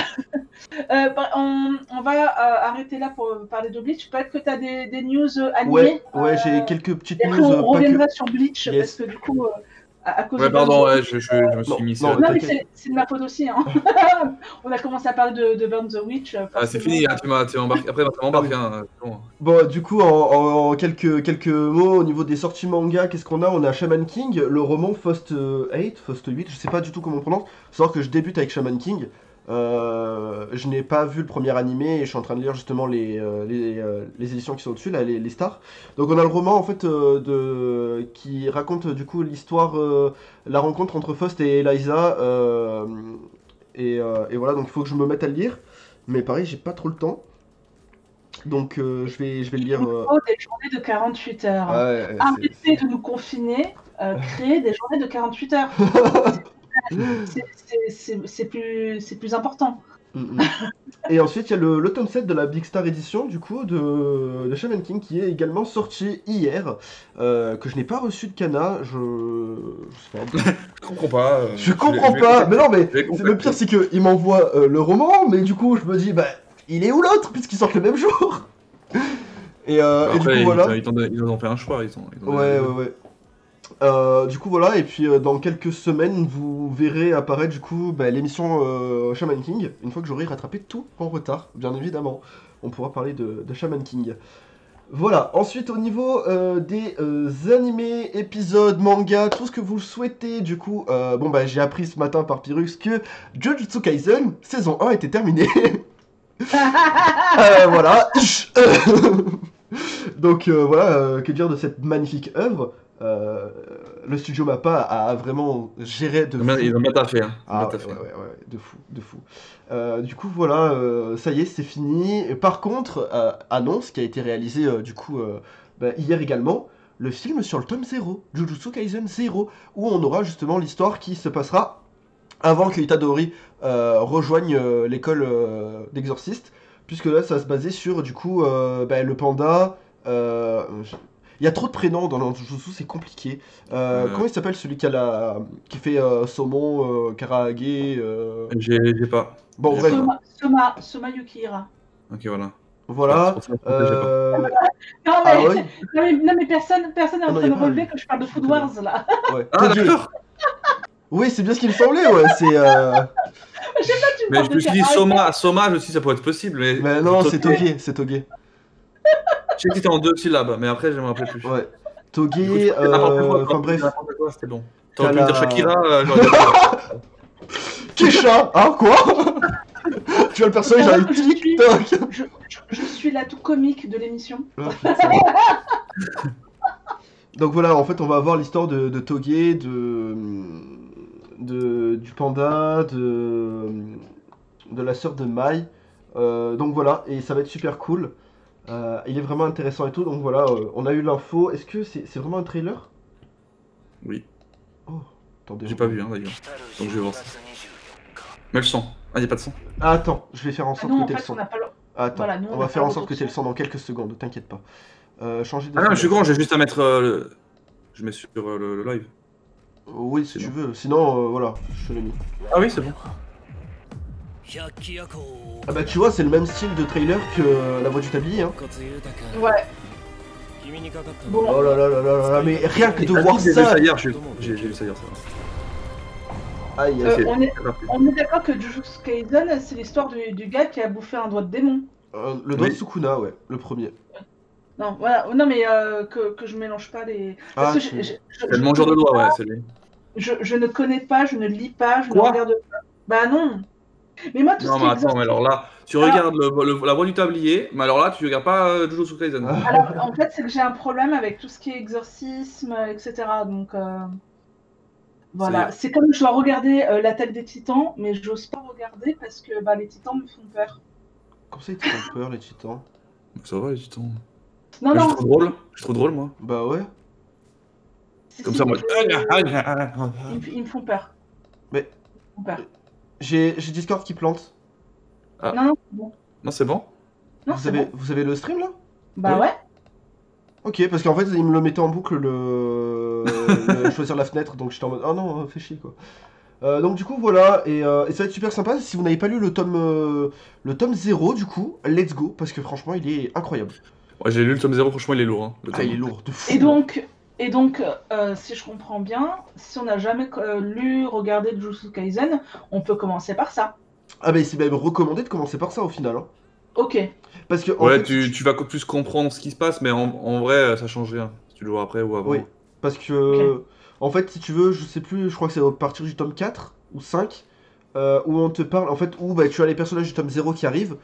B: euh, par- on, on va euh, arrêter là pour parler de Bleach. Peut-être que tu as des, des news euh, animées.
A: Ouais, ouais,
B: euh,
A: j'ai quelques petites
B: et après,
A: news.
B: on
A: euh, pas que-
B: reviendra sur Bleach
A: Yes.
B: parce que du coup, euh, à, à cause
C: Ouais,
B: de-
C: pardon, ouais, je, je- je me
A: Non,
C: suis mis.
A: non,
C: sur-
B: Non, mais
A: t'inquiète.
B: c'est c'est de ma faute aussi. hein. on a commencé à parler de, de Burn the Witch. euh,
C: Ah, c'est
B: forcément.
C: fini, hein, tu m'as tu m'embarques. Après, tu m'embarques.
A: Ah
C: Hein, c'est bon.
A: Bon, du coup, en, en- en quelques, quelques mots, au niveau des sorties manga, qu'est-ce qu'on a On a Shaman King, le roman Faust euh, 8, Faust 8, je sais pas du tout comment on prononce. Savoir que je débute avec Shaman King. Euh, je n'ai pas vu le premier animé et je suis en train de lire justement les, euh, les, euh, les éditions qui sont au-dessus, là, les, les stars. Donc on a le roman en fait euh, de, qui raconte euh, du coup l'histoire, euh, la rencontre entre Faust et Eliza. euh, et, euh, et voilà, donc il faut que je me mette à le lire. Mais pareil, j'ai pas trop le temps. Donc euh, je, vais, je vais le lire.
B: Il
A: euh,
B: nous faut des journées de 48 heures.
A: ouais, ouais, c'est-
B: Arrêtez de nous confiner, euh, créez des journées de 48 heures. C'est- c'est- c'est- C'est plus, c'est plus important.
A: Mm, mm. Et ensuite, il y a le, le tome 7 de la Big Star Edition, du coup, de, de Shaman King, qui est également sorti hier, euh, que je n'ai pas reçu de Cana. Je. Je, sais pas.
C: Je comprends pas. euh,
A: Je
C: vais-
A: comprends
C: vais-
A: pas. Mais non, mais
C: je vais
A: c'est- le
C: contacter.
A: pire, c'est qu'il m'envoie euh, le roman, mais du coup, je me dis, bah, il est où l'autre, puisqu'il sort le même jour Et, euh, et du
C: Après,
A: coup,
C: ils-
A: voilà.
C: ils, t'en- ils en ont fait un choix. Ils ont, ils ont
A: Ouais, ouais, ouais. Euh, du coup, voilà, et puis euh, dans quelques semaines, vous verrez apparaître du coup bah, l'émission euh, Shaman King, une fois que j'aurai rattrapé tout en retard, bien évidemment. On pourra parler de, de Shaman King. Voilà, ensuite au niveau euh, des euh, animés, épisodes, mangas, tout ce que vous souhaitez, du coup, euh, bon bah j'ai appris ce matin par Pyrux que Jujutsu Kaisen, saison 1 était terminée. Euh, voilà. Donc euh, voilà, euh, que dire de cette magnifique œuvre Euh, Le studio Mappa a, a vraiment géré de
C: Ils ont bien-
A: fou.
C: Ils ont bien taffé. Hein. Ils ont
A: Ah,
C: bien
A: ouais,
C: taffé.
A: ouais, ouais, ouais, de fou, de fou. Euh, du coup, voilà, euh, ça y est, c'est fini. Et par contre, euh, annonce qui a été réalisée euh, du coup euh, bah, hier également, le film sur le tome 0, Jujutsu Kaisen 0, où on aura justement l'histoire qui se passera avant que Itadori euh, rejoigne euh, l'école euh, d'exorciste, puisque là, ça va se basait sur du coup euh, bah, le panda. euh, je- Il y a trop de prénoms dans le Jujutsu, c'est compliqué. Euh,
C: Euh.
A: Comment il s'appelle celui qui a la qui fait euh, saumon, euh, karage euh,
C: J'ai j'ai pas.
A: Bon,
C: J'ai
A: bref,
C: pas.
B: Soma, Soma, Soma Yukihira.
C: Ok, voilà. Ah,
A: voilà.
C: C'est pour ça que j'ai pas.
A: Euh,
B: Non mais,
A: ah ouais,
B: non, mais, non, mais personne personne n'est
A: Ah
B: en
A: non,
B: train
A: y
B: de
A: a pas
B: relever
A: eu.
B: que je parle de Food
A: D'accord.
B: Wars là.
A: ouais.
C: Ah,
A: Dieu.
C: d'accord.
A: Oui, c'est bien ce qu'il me semblait, ouais. C'est. euh,
B: Tu me
C: Mais
B: parles
C: je
B: de
C: me suis dit
B: Karai.
C: Soma, Soma, je me suis dit ça pourrait être possible. Mais,
A: Mais non, c'est
C: Togé.
A: Togé, c'est Togé.
C: Je sais que c'était en deux syllabes, mais après, je me rappelais plus.
A: Ouais.
C: Du coup, tu
A: Togé,
C: fais n'importe quoi,
A: euh, enfin
C: quoi,
A: bref,
C: n'importe quoi, C'était bon. T'aurais pu
A: T'as
C: me dire
A: la-
C: Shakira, euh, j'aurais dit-
A: Kesha, hein, quoi Tu vois le perso,
B: Faut
A: il
C: Ah,
A: a
B: savoir
A: un
B: que je suis-
A: TikTok.
B: Je, je- je suis la tout comique de l'émission.
A: Ah, putain. Donc voilà, en fait, on va avoir l'histoire de, de Togé, de, de- du panda, de, de la sœur de Mai. Euh, donc voilà, et ça va être super cool. Euh, il est vraiment intéressant et tout. Donc voilà, euh, on a eu l'info. Est-ce que c'est c'est vraiment un trailer
C: Oui,
A: Oh, attendez.
C: j'ai pas vu, hein, d'ailleurs. Donc, je vais voir ça. Mais le son. Ah, y a pas de son.
A: Ah, attends, je vais faire en
B: Ah
A: sorte
B: non,
A: que
B: en
A: t'aies le
B: fait,
A: son.
B: on n'a pas le...
A: Ah, Attends,
B: Voilà, nous,
A: on,
B: on
A: va
B: a
A: faire
B: pas
A: en
B: le
A: sorte que
B: retour
A: t'aies le son dans quelques secondes, t'inquiète pas. Euh, changer de
C: Ah non, mais je suis
A: fenêtre.
C: grand, j'ai juste à mettre euh, le. Je mets sur euh, le, le live.
A: Oui, si
C: C'est
A: tu veux, sinon, euh, voilà, je te l'ai mis.
C: Ah oui, c'est bon.
A: Ah bah tu vois, c'est le même style de trailer que euh, La Voix du Tablier, hein.
B: Ouais,
D: Bon.
A: Oh là là là là là là, mais rien que de
D: Ah,
A: voir
C: J'ai vu ça
A: ça
C: hier, j'ai j'ai- j'ai vu ça hier, ça.
A: Aïe,
B: euh,
A: aïe.
C: Ok.
B: on est, on est d'accord que Jujutsu Kaisen, c'est l'histoire du, du gars qui a bouffé un doigt de démon.
A: Euh, le
C: Oui.
A: Don Sukuna, ouais, le premier.
B: Non, voilà. non mais euh, que, que je mélange pas les.
A: Ah,
B: Parce que je,
A: ok.
B: je- je-
C: C'est le mangeur de doigts, ouais, c'est lui.
B: je, je ne connais pas, je ne lis pas, je ne
C: Quoi
B: regarde pas. Bah non Mais moi, tout
C: Non,
B: ce qui
C: mais
B: est
C: attends, mais alors là, tu
B: Ah.
C: regardes le- le- la voix du tablier, mais alors là, tu regardes pas euh, Jujutsu Kaisen.
A: Ah.
B: Alors, en fait, c'est que j'ai un problème avec tout ce qui est exorcisme, euh, etc. Donc, euh, voilà. C'est comme je dois regarder euh, l'attaque des titans, mais j'ose pas regarder parce que bah, les titans me font peur.
A: Comment ça, ils te font peur, les titans
C: Ça va, les titans.
B: Non,
C: Bah, je
B: non.
C: trouve drôle, je trouve drôle, moi.
A: Bah ouais.
B: si,
C: Comme
B: si,
C: ça, moi.
B: je-
C: je-
B: Ils, me- ils me font peur.
A: Mais-
B: Ils me font peur.
A: J'ai j'ai Discord qui plante.
C: Ah.
B: Non, non, c'est bon.
C: Non, c'est bon.
B: Non,
A: vous,
B: c'est
A: avez,
B: bon.
A: vous avez le stream là
B: Bah
C: Oui.
B: ouais.
A: Ok, parce qu'en fait, ils me le mettaient en boucle le... le choisir la fenêtre, donc j'étais en mode ah non, euh, fais chier quoi. Euh, donc du coup voilà et, euh, et ça va être super sympa si vous n'avez pas lu le tome euh, le tome 0 du coup let's go parce que franchement il est incroyable
C: Ouais, j'ai lu le tome 0, franchement, il est lourd. hein, le
A: ah
C: tome.
A: il est lourd de fou
B: Et donc, et donc euh, si je comprends bien, si on n'a jamais euh, lu, regardé Jujutsu Kaisen, on peut commencer par ça.
A: ah bah c'est même recommandé de commencer par ça au final hein.
B: Ok.
A: parce que en
C: Ouais,
A: fait,
C: tu, tu vas co- plus comprendre ce qui se passe, mais en, en vrai, ça change rien. Si tu le vois après ou avant.
A: Oui, parce que euh, en fait, si tu veux, je sais plus, je crois que c'est à partir du tome 4 ou 5 euh, où on te parle en fait où bah, tu as les personnages du tome 0 qui arrivent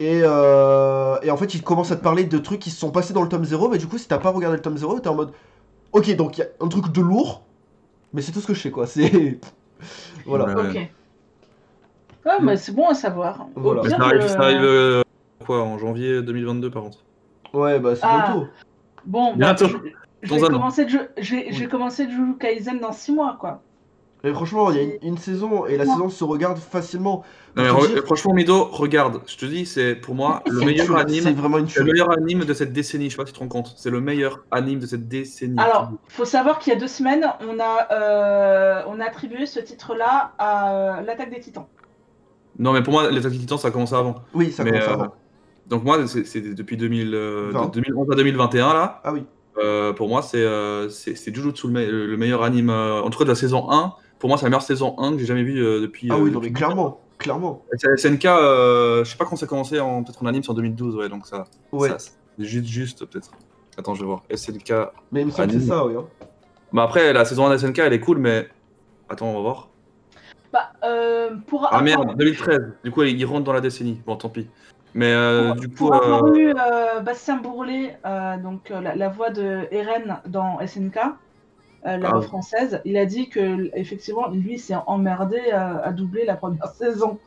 A: et, euh, et en fait, ils commencent à te parler de trucs qui se sont passés dans le tome 0, mais du coup, si t'as pas regardé le tome 0, t'es en mode OK, donc il y a un truc de lourd, mais c'est tout ce que je sais quoi, c'est voilà.
C: Ouais.
B: Ok. Ah, mais c'est bon à savoir. Au
A: Mm. Voilà.
C: Mais
B: pire,
C: ça arrive,
B: je-
C: ça arrive, euh, quoi, en janvier 2022, par contre.
A: Ouais, bah c'est
B: Ah.
A: bientôt.
B: Bon, bah,
C: Bientôt.
B: je- je
C: Dans
B: vais
C: un an.
B: commencer je- je vais- je vais
A: Oui.
B: commencer Jujutsu Kaisen dans 6 mois, quoi.
A: Mais franchement, il y a une, une saison et la
B: Non.
A: saison se regarde facilement.
C: Non, mais
A: Faut
C: re-
A: dire-
C: franchement, Mido, regarde, je te dis, c'est pour moi le
A: C'est une
C: meilleur
A: tuerie, c'est
C: anime.
A: vraiment une
C: Le
A: tuerie.
C: meilleur anime de cette décennie, je sais pas si tu te rends compte. C'est le meilleur anime de cette décennie.
B: Alors, faut savoir qu'il y a deux semaines, on a, euh, on a attribué ce titre-là à euh, l'attaque des titans.
C: Non, mais pour moi, les Attaques des Titans, ça a commencé avant.
A: Oui, ça
C: Mais,
A: commence
C: euh,
A: avant.
C: Donc moi, c'est c'est depuis 2000, euh,
A: Vingt.
C: de 2011 à 2021 là.
A: Ah oui.
C: euh, pour moi, c'est euh, c'est c'est Jujutsu le, me- le meilleur anime, euh, en tout cas de la saison 1. Pour moi, c'est la meilleure saison 1 que j'ai jamais vue euh, depuis.
A: Ah
C: euh,
A: oui, non mais
C: depuis-
A: clairement, clairement.
C: C'est- SNK, euh, je sais pas quand ça a commencé, en- peut-être en anime, c'est en 2012, ouais, donc ça.
A: Ouais.
C: ça, c'est juste, juste peut-être. Attends, je vais voir. SNK.
A: Mais il me semble que c'est
C: Anime.
A: ça, oui. hein.
C: Bah après, la saison 1 de SNK, elle est cool, mais. Attends, on va voir.
B: Bah, euh, pour,
C: Ah
B: avoir-
C: merde, 2013. Du coup, il rentre dans la décennie. Bon, tant pis. Mais euh, du coup.
B: pour avoir
C: euh,
B: eu euh, Bastien Bourlet, euh, donc euh, la, la voix de Eren dans SNK, euh, la
C: Ah
B: voix
C: oui.
B: française, il a dit que effectivement, lui s'est emmerdé euh, à doubler la première saison.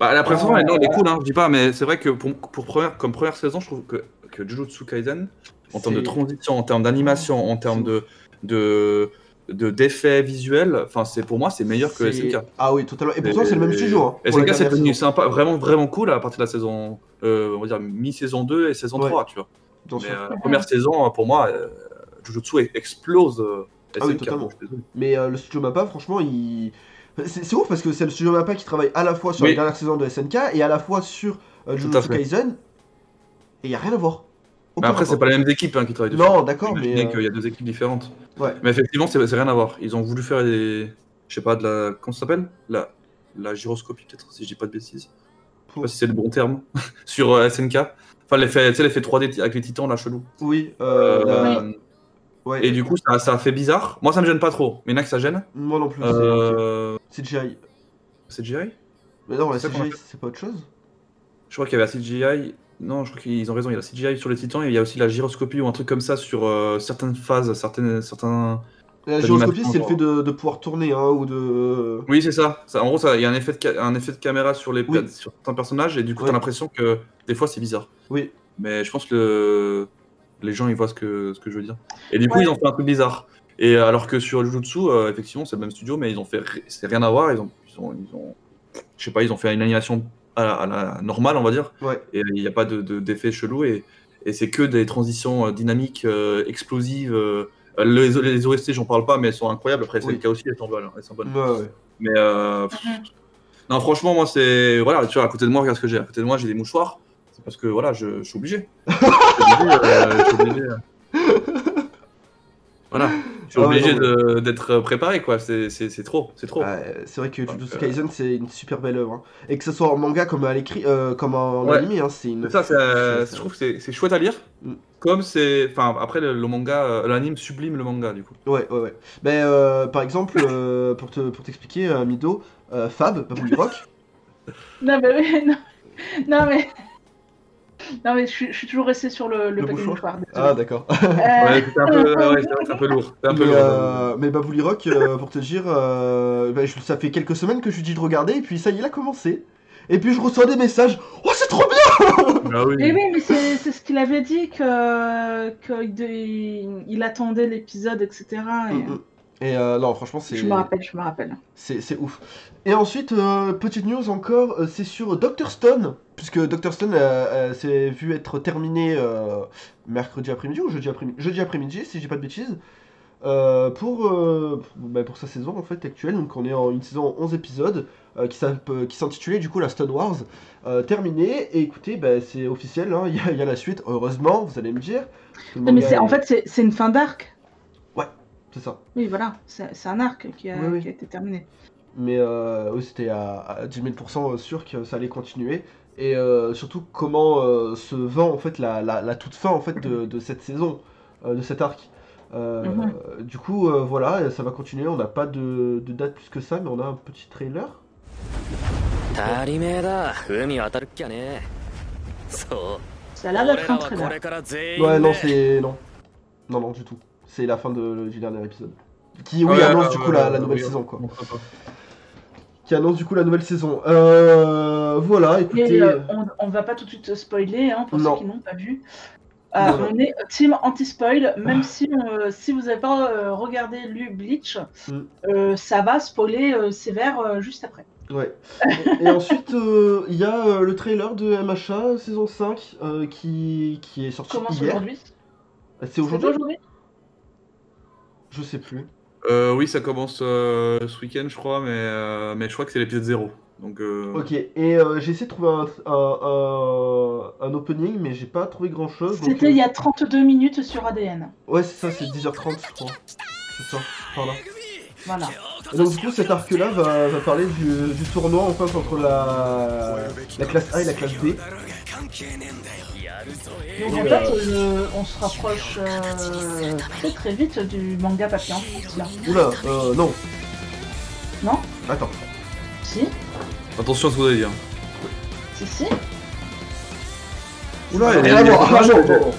C: Bah, la
A: Ah.
C: première
B: Euh,
C: saison, elle, non, elle est cool, hein, je dis pas, mais c'est vrai que pour, pour première, comme première saison, je trouve que, que Jujutsu Kaisen, en termes de
A: C'est-
C: transition, en termes d'animation, en termes de, de, de- d'effets visuels, enfin, c'est, pour moi, c'est meilleur que
A: C'est-
C: SNK.
A: Ah oui, totalement. Et pourtant, c'est le même studio. Hein, pour la
C: SNK, c'est
A: dernière
C: devenu
A: saison.
C: sympa, vraiment, vraiment cool à partir de la saison, euh, on va dire, mi-saison 2 et saison
A: Ouais.
C: 3, tu vois.
A: Bien
C: Mais
A: sûr.
C: euh, la première saison, pour moi, euh, Jujutsu e- explose euh, SNK.
A: Ah oui, totalement.
C: je suis désolé.
A: Mais euh, le studio Mappa, franchement, il. C'est c'est ouf parce que c'est le studio Mappa qui travaille à la fois sur
C: Oui.
A: les dernières saisons de SNK et à la fois sur euh,
C: à
A: Jujutsu
C: fait.
A: Kaisen. Et il a rien à voir.
C: Mais
A: Aucun
C: après, c'est
A: rapport.
C: pas les mêmes équipes hein, qui travaillent dessus.
A: Non, d'accord, mais.
C: Imaginez
A: euh,
C: qu'il y a deux équipes différentes.
A: Ouais.
C: Mais effectivement, c'est c'est rien à voir. Ils ont voulu faire des. Je sais pas, de la. Comment ça s'appelle la... la gyroscopie, peut-être, si je dis pas de bêtises. Je sais pas si c'est le bon terme. Sur euh, SNK. Enfin, l'effet tu sais, l'effet 3D avec les titans, là, chelou.
A: Oui. euh, la-
C: Euh,
A: ouais.
C: Et du coup, ça, ça fait bizarre. Moi, ça me gêne pas trop. Mais il y en a que ça gêne.
A: Moi non plus. c'est-
C: Euh...
A: C'est CGI.
C: C'est CGI
A: Mais non, la
C: C'est ça qu'on
A: CGI, c'est pas autre chose.
C: Je crois qu'il y avait la CGI. Non, je crois qu'ils ont raison. Il y a la CGI sur les titans et il y a aussi la gyroscopie ou un truc comme ça sur euh, certaines phases, certaines, certains.
A: La
C: L'animation,
A: gyroscopie, c'est le
C: quoi.
A: fait de, de pouvoir tourner hein, ou de.
C: Oui, c'est ça. Ça- En gros, ça- il y a un effet de, ca- un effet de caméra sur, les,
A: Oui.
C: per- sur certains personnages et du coup,
A: Ouais.
C: t'as l'impression que des fois, c'est bizarre.
A: Oui.
C: Mais je pense que les gens, ils voient ce que, ce que je veux dire. Et du coup,
B: Ouais.
C: ils ont fait un truc bizarre. Et alors que sur Jujutsu, euh, effectivement, c'est le même studio, mais ils ont fait. ri- C'est rien à voir. Ils ont. Ils ont, ils ont- je sais pas, ils ont fait une animation à la, à la normale, on va dire.
A: Ouais.
C: Et il n'y a pas de- de- d'effet chelou. Et, et c'est que des transitions euh, dynamiques, euh, explosives. euh, les, les OST, j'en parle pas, mais elles sont incroyables. Après, c'est
A: Oui.
C: le cas aussi, elles sont bonnes. Elles sont bonnes.
A: Ouais, ouais.
C: Mais euh, pff, non, franchement, moi, c'est voilà, tu vois, à côté de moi, regarde ce que j'ai. À côté de moi, j'ai des mouchoirs. C'est parce que voilà, je, je suis obligé. Je suis obligé, euh, je suis obligé, euh. Voilà. suis
A: Ah ouais,
C: obligé
A: non,
C: de- d'être préparé, quoi. C'est c'est- c'est trop, c'est trop.
A: Euh, c'est vrai que
C: Oh. Donc,
A: Jujutsu
C: euh,
A: Kaisen c'est une super belle œuvre. hein. Et que ce soit en manga comme à l'écrit, euh, comme en
C: Ouais.
A: animé, hein, c'est une.
C: C'est ça, c'est, euh,
A: c'est-
C: je trouve que c'est- c'est chouette à lire.
A: Mm.
C: Comme c'est. Enfin, après, le, le manga, euh, l'anime sublime le manga, du coup.
A: Ouais, ouais, ouais. Mais euh, par exemple, euh, pour te pour t'expliquer, euh, Mido, euh, Fab, Babouille Rock,
B: Non, mais oui, non. Non, mais. Non, mais je suis, je suis toujours restée sur le, le,
A: Le
B: paquet de
A: mouchoir.
B: mouchoirs,
A: Ah
B: désolée.
A: d'accord.
B: Euh,
C: bah, Ouais, c'est un peu, ouais, c'est- c'est un peu lourd. C'est un peu
A: Mais,
C: lourd.
A: euh, mais Babouli Rock, euh, pour te dire, euh, bah, je- ça fait quelques semaines que je lui dis de regarder, et puis ça y est, il a commencé. Et puis je reçois des messages, oh c'est trop bien
C: Bah oui.
B: Mais oui, mais c'est c'est ce qu'il avait dit que, que de- il attendait l'épisode, etc. Et-
A: Mm, mm. Et euh, non, franchement, c'est
B: je me rappelle, je me rappelle.
A: c'est- c'est ouf. Et ensuite, euh, petite news encore, euh, c'est sur Dr. Stone, puisque Dr. Stone euh, euh, s'est vu être terminé euh, mercredi après-midi ou jeudi après-midi, jeudi après-midi, si j'ai pas de bêtises, euh, pour, euh, bah, pour sa saison en fait actuelle. Donc on est en une saison en 11 épisodes euh, qui s'app- euh, qui s'intitulait du coup la Stone Wars euh, terminée. Et écoutez, bah, c'est officiel, hein, il y, a- il y a la suite, heureusement, vous allez me dire. Tout le
B: Non, mais
A: manga
B: c'est- en
C: euh.
A: est-
B: fait, c'est- c'est une fin d'arc.
A: c'est ça.
B: Oui, voilà, c'est c'est un arc qui a,
A: Oui, oui.
B: qui a été terminé.
A: Mais euh, oui, c'était à, à 10 000% euh, sûr que ça allait continuer. Et euh, surtout, comment euh, se vend en fait la, la- la toute fin en fait de, de cette saison, euh, de cet arc. Euh,
B: Mhm.
A: Du coup, euh, voilà, ça va continuer. On n'a pas de, de date plus que ça, mais on a un petit trailer.
E: 足りねえだ海渡るっきゃねそ
B: Ça a l'air
E: う俺
B: d'être
E: ら
B: un
E: はこ
B: trailer.
E: れから全員
A: Ouais,
E: で
A: non, c'est. Non. Non, non, du tout. C'est la fin de- du dernier épisode. Qui, oui,
C: Ah Ouais,
A: annonce
C: ouais,
A: du coup
C: ouais,
A: la,
C: ouais,
A: la nouvelle
C: oui.
A: saison, quoi.
C: On peut pas.
A: Qui annonce du coup la nouvelle saison. Euh, voilà, écoutez.
B: Et, euh, on, on va pas tout de suite spoiler hein, pour
A: Non.
B: ceux qui n'ont pas vu. Euh,
A: Non. Ah.
B: on est team anti-spoil, même si euh, si vous n'avez pas euh, regardé lu Bleach,
A: Mm.
B: euh, ça va spoiler euh, sévère euh, juste après.
A: Ouais. Et ensuite, euh, il y a euh, le trailer de MHA saison 5 euh, qui, qui est sorti
B: Commence
A: hier.
B: aujourd'hui.
A: C'est aujourd'hui
B: C'est aujourd'hui
A: Je sais plus.
C: Euh, oui, ça commence euh, ce week-end, je crois, mais, euh, mais je crois que c'est l'épisode 0. Donc, euh,
A: Ok, et euh, j'ai essayé de trouver un, un, un- un opening, mais j'ai pas trouvé grand chose.
B: C'était il y a 32 minutes sur ADN.
A: Ouais, c'est ça, c'est 10h30, je crois. C'est ça, par là.
B: Voilà.
A: Et donc, du coup, cet arc-là va, va parler du, du tournoi en fait entre la, la classe A et la classe B.
E: やるぞ
B: Donc
A: Et
B: en
A: euh,
B: fait, euh, on se rapproche euh, très très vite du manga papillon. Tiens.
A: Oula, euh, non.
B: Non
A: Attends.
B: Si,
C: attention à ce que vous allez dire.
B: si, si.
A: Oula,
C: il y
A: rien
C: a-
A: à
C: il y a
A: voir. Ah
C: des
A: non,
C: images,
A: non, non.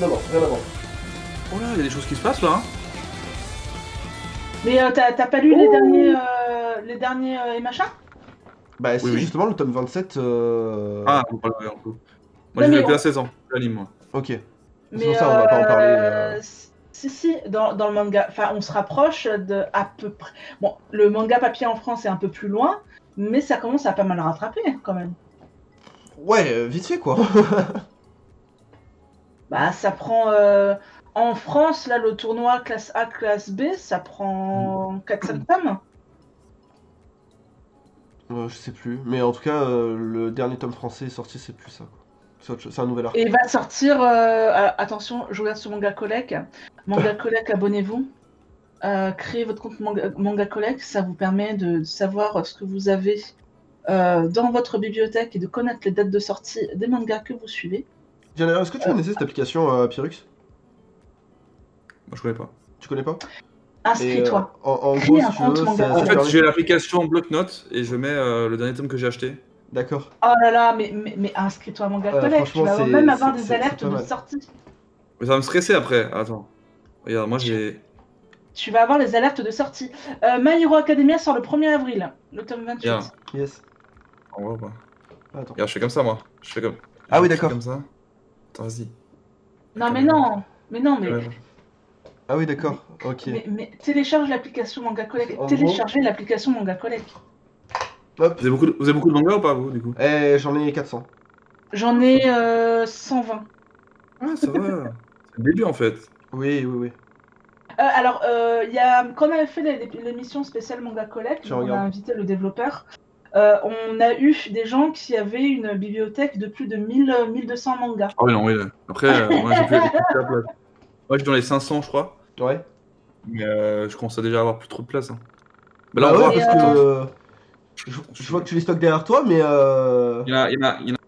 A: Non, non, rien à voir.
C: Oh là, il y a des choses qui se passent là. hein.
B: Mais euh, t'as t'as pas lu
A: Oh.
B: les derniers, euh, les derniers euh, MHA
A: Bah, si,
C: Oui, oui.
A: justement, le tome 27. euh,
C: Ah, vous parlez un peu. Moi,
B: Non, mais
C: j'ai vu que
B: on-
C: la saison, l'anime, moi.
A: Ok.
B: Mais
A: ça, on va pas en parler, euh.
B: s- Si, si, dans, dans le manga, enfin, on se rapproche de à peu près. Bon, le manga papier en France est un peu plus loin, mais ça commence à pas mal rattraper quand même.
A: Ouais, euh, vite fait quoi.
B: Bah, ça prend. euh, En France, là, le tournoi classe A, classe B, ça
A: Hmm.
B: prend 4-5 tomes.
A: Euh, je sais plus, mais en tout cas, euh, le dernier tome français est sorti, c'est plus ça. quoi. C'est autre chose- c'est un nouvel arc.
B: Et va sortir. euh, ah, Attention, je regarde sur Manga Collect. Manga Collect, abonnez-vous. Euh, créez votre compte Manga, Manga Collect, ça vous permet de, de savoir ce que vous avez euh, dans votre bibliothèque et de connaître les dates de sortie des mangas que vous suivez.
A: Diana, est-ce que tu connaissais cette application euh, Pyrux
C: Moi, je connais pas.
A: Tu connais pas
B: Ah,
A: Et, euh,
B: Inscris-toi.
A: en, en
B: Crée
A: gros, si
B: un
A: tu
B: compte
A: veux,
B: manga.
A: ça-
C: En
A: ça
C: fait,
A: permet-
C: j'ai l'application Bloc-Notes et je mets euh, le dernier tome que j'ai acheté.
A: D'accord.
B: Oh là là, mais, mais, mais inscris-toi à Manga
A: Ouais,
B: Collect, tu
A: franchement,
B: vas
A: c'est-
B: même avoir
A: c'est-
B: des
A: c'est-
B: alertes
A: c'est pas
B: de
A: mal.
B: sortie.
C: Mais ça va me stresser après. Attends. Regarde, moi, j'ai.
B: Tu vas avoir les alertes de sortie. Euh, My Hero Academia sort le 1er avril, le tome 28.
C: Bien.
A: Yes. Ah,
C: En vrai, ou pas
A: Attends.
C: Oh, Regarde, je fais comme ça, moi. Je fais comme.
A: Ah oui,
C: Je fais
A: d'accord.
C: Comme ça. Attends, vas-y.
B: Non mais non, mais non, mais,
C: Ouais.
A: Ah oui, d'accord. Ok.
B: mais, mais télécharge l'application Manga Collect.
A: En gros-
B: Téléchargez l'application Manga Collect.
A: Hop.
C: Vous avez, beaucoup de... vous avez beaucoup de mangas ou pas, vous, du coup
A: Eh, j'en ai 400.
B: J'en ai euh, 120.
C: Ah, ça va. C'est le début, en fait.
A: Oui, oui, oui.
B: Euh, alors, euh, il y a, quand on avait fait l'é- l'émission spéciale Manga Collect,
A: Je
B: on a
A: regarde.
B: invité le développeur, euh, on a eu des gens qui avaient une bibliothèque de plus de 1000, euh, 1200 mangas.
C: Ah, oui, non, oui. là. Après, euh, moi, j'ai plus. Moi, je suis dans les 500, je crois.
A: Ouais.
C: Mais euh, je commence à déjà avoir plus trop de place. hein. Mais là,
A: Bah
C: on voit
A: ouais, parce
B: Et,
A: que
B: euh,
A: euh, je, je vois que tu les stocks derrière toi, mais euh...
C: Il y en a, il y en a, il y en a-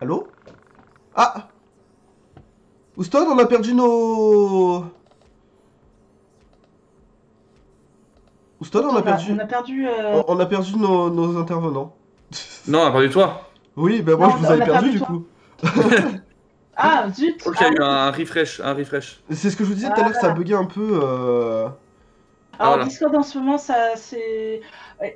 A: Allô Ah Houston, on a perdu nos... Houston, on a perdu... Oh.
B: On a perdu. euh,
A: On on a perdu nos, nos intervenants.
C: Non, on a perdu toi.
A: Oui, bah moi
B: Non,
A: je vous
B: on
A: avais
B: a
A: perdu
B: perdu
A: du
B: toi.
A: coup.
B: Ah, zut
C: Je crois qu'il y a eu un refresh, un refresh.
A: C'est ce que je vous disais tout à l'heure, ça buguait un peu. euh,
B: Alors,
C: Voilà.
B: Discord en ce moment, ça c'est.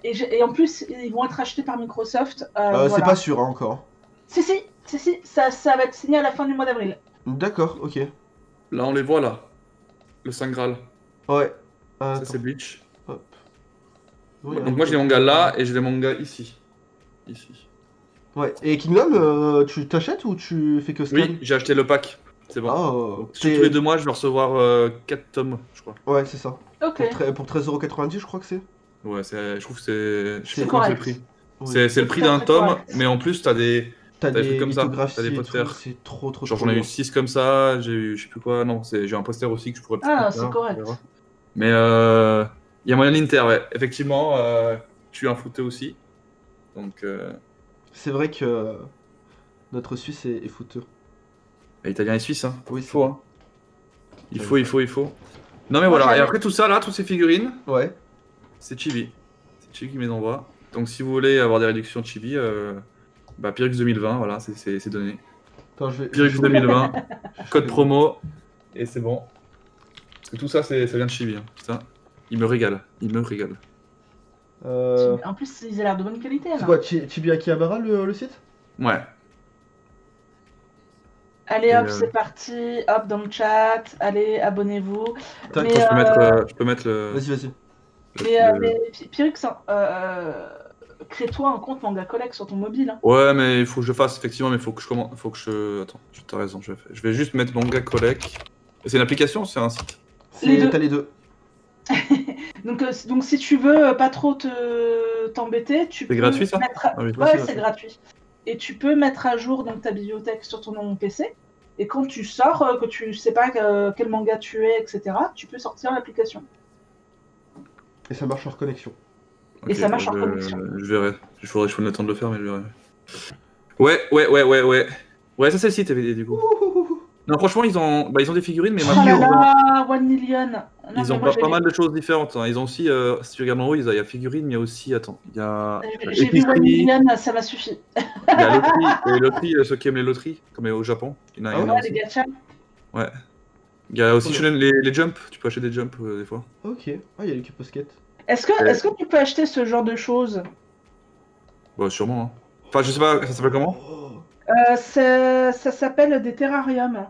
B: Et, j'ai- et en plus, ils vont être achetés par Microsoft. euh,
A: euh,
B: voilà.
A: C'est pas sûr hein, encore.
B: Si, si, si, si, ça, ça va être signé à la fin du mois d'avril.
A: D'accord, ok.
C: Là, on les voit là. Le Saint Graal.
A: Ouais.
C: Ça,
A: Attends.
C: c'est Bleach.
A: Oui, hein.
C: Donc, moi, j'ai les mangas là et j'ai les mangas ici. Ici.
A: Ouais. Et Kingdom, euh, tu t'achètes ou tu fais que scan
C: Oui, j'ai acheté le pack. C'est bon.
A: Ah,
C: Donc,
A: t'es-
C: sur tous les deux mois, je vais recevoir 4 tomes, je crois.
A: Ouais, c'est ça.
B: Ok.
A: Pour, tre- pour 13,90€, je crois que c'est.
C: Ouais, c'est- je trouve que c'est. Je sais
A: C'est
C: pas comment c'est le
B: correct.
C: prix.
A: Oui.
C: C'est c'est le prix
B: C'est
C: d'un
B: très
C: tome,
B: correct.
C: mais en plus, t'as des.
A: T'as
C: T'as des
A: des
C: trucs comme ça,
A: lithographies
C: t'as des
A: et tout,
C: posters.
A: C'est trop, trop,
C: Genre,
A: trop
C: j'en ai
A: bien.
C: eu 6 comme ça, j'ai eu. Je sais plus quoi, non, c'est- j'ai un poster aussi que je pourrais
B: Ah,
C: peut-être
B: c'est
C: mettre là,
B: correct.
C: on verra. Mais euh, il y a moyen d'inter, ouais. Effectivement, euh, je suis un footé aussi. Donc, euh,
A: C'est vrai que euh, notre Suisse est, est fouteux.
C: italien et suisse, hein.
A: Oui,
C: Il faut, hein. Il
A: Ouais.
C: faut, il faut, il faut. Non, mais
B: Moi,
C: voilà. Et
B: j'avais-
C: après tout ça, là, toutes ces figurines,
A: Ouais.
C: c'est Chibi. C'est Chibi qui me les envoie. Donc, si vous voulez avoir des réductions de Chibi, euh, bah, Pyrrhus 2020, voilà, c'est- c'est c'est donné.
A: Attends, je vais.
C: Pyrrhus
A: je-
C: 2020, code promo, et c'est bon. Parce que tout ça, c'est- ça vient de Chibi. hein. Putain, il me régale. Il me régale.
A: Euh...
B: En plus, ils ont l'air de bonne qualité.
A: C'est
B: là.
A: quoi, Chi- Chibi Akihabara le, le site
C: Ouais.
B: Allez,
C: Et,
B: hop,
C: euh,
B: c'est parti. Hop, dans le chat. Allez, abonnez-vous.
A: Tac.
B: Mais,
C: Attends, je, peux
B: euh,
C: mettre, euh, je peux mettre le.
A: Vas-y, vas-y.
C: le-
B: Mais, euh,
C: le-
B: mais Pi- Pyrrhux, hein, euh, euh, crée-toi un compte Manga Collect sur ton mobile. hein.
C: Ouais, mais il faut que je le fasse, effectivement, mais il faut que je commence. Faut que je. Attends, tu as raison, je vais, faire- je vais juste mettre Manga Collect. Et C'est une application ou c'est un site
B: Les
A: C'est-
B: deux.
A: T'as les deux.
B: Donc, euh, donc si tu veux euh, pas trop te- t'embêter, tu
C: C'est gratuit, ça
B: mettre à-
C: Ah oui.
B: Ouais,
A: c'est
B: c'est gratuit. Et tu peux mettre à jour donc, ta bibliothèque sur ton nom PC. Et quand tu sors, euh, que tu sais pas euh, quel manga tu es, etc., tu peux sortir l'application.
A: Et ça marche hors connexion.
B: Et
C: Ok,
B: ça marche
C: je-
B: en connexion.
C: Je verrai. Il faudrait que je prenne le temps de le faire, mais je verrai. Ouais, ouais, ouais, ouais, ouais. Ouais, ça c'est le site, du coup. Non, franchement, ils ont, bah, ils ont des figurines, mais
A: Oh
B: Oh là
C: maintenant,
A: Yo.
C: ils ont-
B: là, One Million Non,
C: ils
B: mais
C: ont
B: moi,
C: pas,
B: je
C: pas
B: l'ai-
C: mal de choses différentes. hein. Ils ont aussi, euh, si tu regardes en haut, ils ont- il y a figurines, mais il y a aussi, attends, il y a,
B: Euh, J'ai- J'ai vu One
C: Épicerie.
B: Million, ça m'a suffi.
C: il y a loterie, et loterie, euh, ceux qui aiment les loteries, comme au Japon. Il y en a, il y en a
B: Ouais,
C: aussi.
B: les gachas.
C: Il y a aussi
A: Ouais.
C: shonen- les, les jumps, tu peux acheter des jumps euh, des fois.
A: Ok. Ah, il y a les Cube Basket.
B: Est-ce que,
C: Euh.
B: est-ce que tu peux acheter ce genre de choses
C: Bah, sûrement. hein. Enfin, je sais pas, ça s'appelle comment
A: Oh.
B: Euh, ça ça s'appelle des terrariums.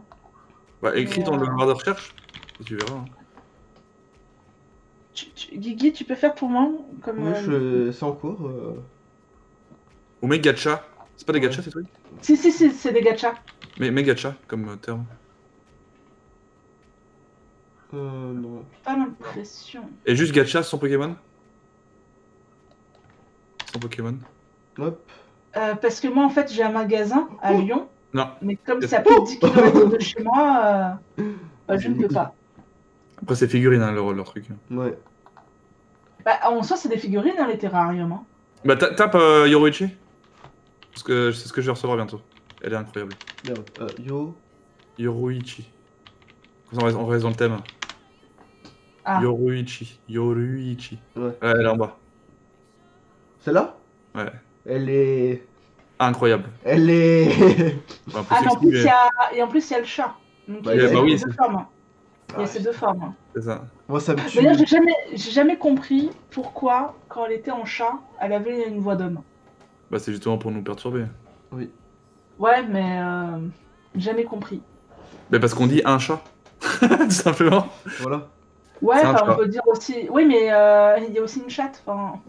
C: Bah, écris dans le
B: Ouais.
C: barre de recherche, et tu verras. hein.
B: Tu, tu- Guigui, tu peux faire pour moi comme,
A: Oui,
B: euh,
A: je... c'est en cours. euh.
C: Ou mes gacha. C'est pas des
A: Ouais.
C: gacha ces trucs
B: Si, si, si, c'est des gachas.
C: Mais mes gacha comme euh, terme.
A: Euh, non.
B: Pas l'impression.
C: Et juste gacha sans Pokémon Sans Pokémon
A: Hop.
B: Euh, parce que moi, en fait, j'ai un magasin à
A: Oh.
B: Lyon.
C: Non.
B: Mais comme
C: Qu'est-ce
B: ça
A: que-
B: fait 10 km de chez moi, euh, bah, je ne peux pas.
C: Après, c'est figurine hein, leur, leur truc.
A: Ouais.
B: Bah, en soi, c'est des figurines, hein, les terrariums. hein.
C: Bah, ta- tape euh, Yoroichi. Parce que c'est ce que je vais recevoir bientôt. Elle est incroyable.
A: Merde. Euh, yo.
C: Yoroichi. Comme ça, on reste- on reste dans le thème.
B: Ah.
C: Yoroichi. Yoruichi.
A: Ouais.
C: Elle est en bas.
A: Celle-là
C: Ouais.
A: Elle est.
C: Incroyable.
A: Elle est.
C: Enfin, un peu
B: Ah, mais en
C: sexy,
B: plus,
C: mais-
B: il y a... Et en plus, il y a le chat. Donc,
A: Bah,
B: il y
A: bah
B: a ces
C: oui,
B: deux
C: c'est-
B: formes, hein. Il y a
A: Ah,
B: ces deux formes.
C: c'est ça.
A: Moi, ça me tue.
B: D'ailleurs, j'ai jamais, j'ai jamais compris pourquoi, quand elle était en chat, elle avait une voix d'homme.
C: Bah, c'est justement pour nous perturber.
B: Ouais, mais euh, jamais compris.
C: Mais parce qu'on dit un chat. Tout simplement.
A: Voilà.
B: Ouais,
C: C'est un
B: enfin, on
C: chat.
B: peut dire aussi. Oui, mais euh, il y a aussi une chatte. Enfin,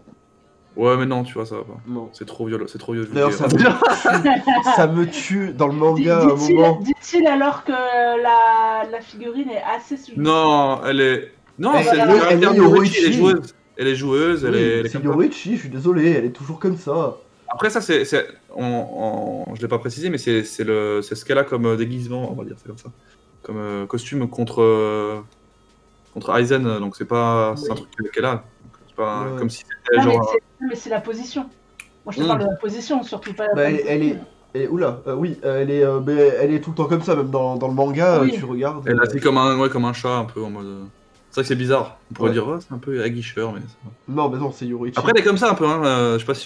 C: Ouais, mais non, tu vois, ça va pas.
A: Non.
C: C'est trop violent. C'est trop violent. Ah,
A: D'ailleurs, ça me ça me tue dans le
C: Oh,
A: manga à un moment.
B: dit-il, dit-il alors que la, la figurine est assez sujet.
C: Non, elle est. Non,
A: Elle-
C: c'est
B: elle-
C: le
B: elle
C: caractère
A: est
C: Yoroichi,
A: Yoroichi.
C: Elle est joueuse. Elle est joueuse. Elle est. elle est
A: c'est
C: comme ça.
A: Yorichi, je suis désolé, elle est toujours comme ça.
C: Après, ça, c'est. c'est- on- on- Je l'ai pas précisé, mais c'est c'est le... c'est ce qu'elle a comme euh, déguisement, on va dire, c'est comme ça. Comme euh, costume contre. euh, contre Aizen, euh, donc c'est pas c'est un
A: Oui.
C: truc qu'elle a. donc C'est pas
A: Ouais.
C: comme si c'était
B: Non, mais
C: genre.
B: c'est- non, mais c'est la position. Moi, je te
C: Mm.
B: parle de la position, surtout pas.
A: Bah, elle, elle est. elle est- oula, euh, oui, euh, elle est, euh, bah, elle est tout le temps comme ça, même dans, dans le manga,
B: Oui.
A: euh, tu regardes.
C: Elle
A: euh,
C: a dit comme un, ouais, comme un chat, un peu en mode. euh, C'est vrai que c'est bizarre. On pourrait
A: Ouais.
C: dire, oh, c'est un peu aguicheur, mais. c'est-
A: Non, mais non, c'est Yorichi.
C: Après, elle est comme ça un peu, hein. euh, je sais pas si,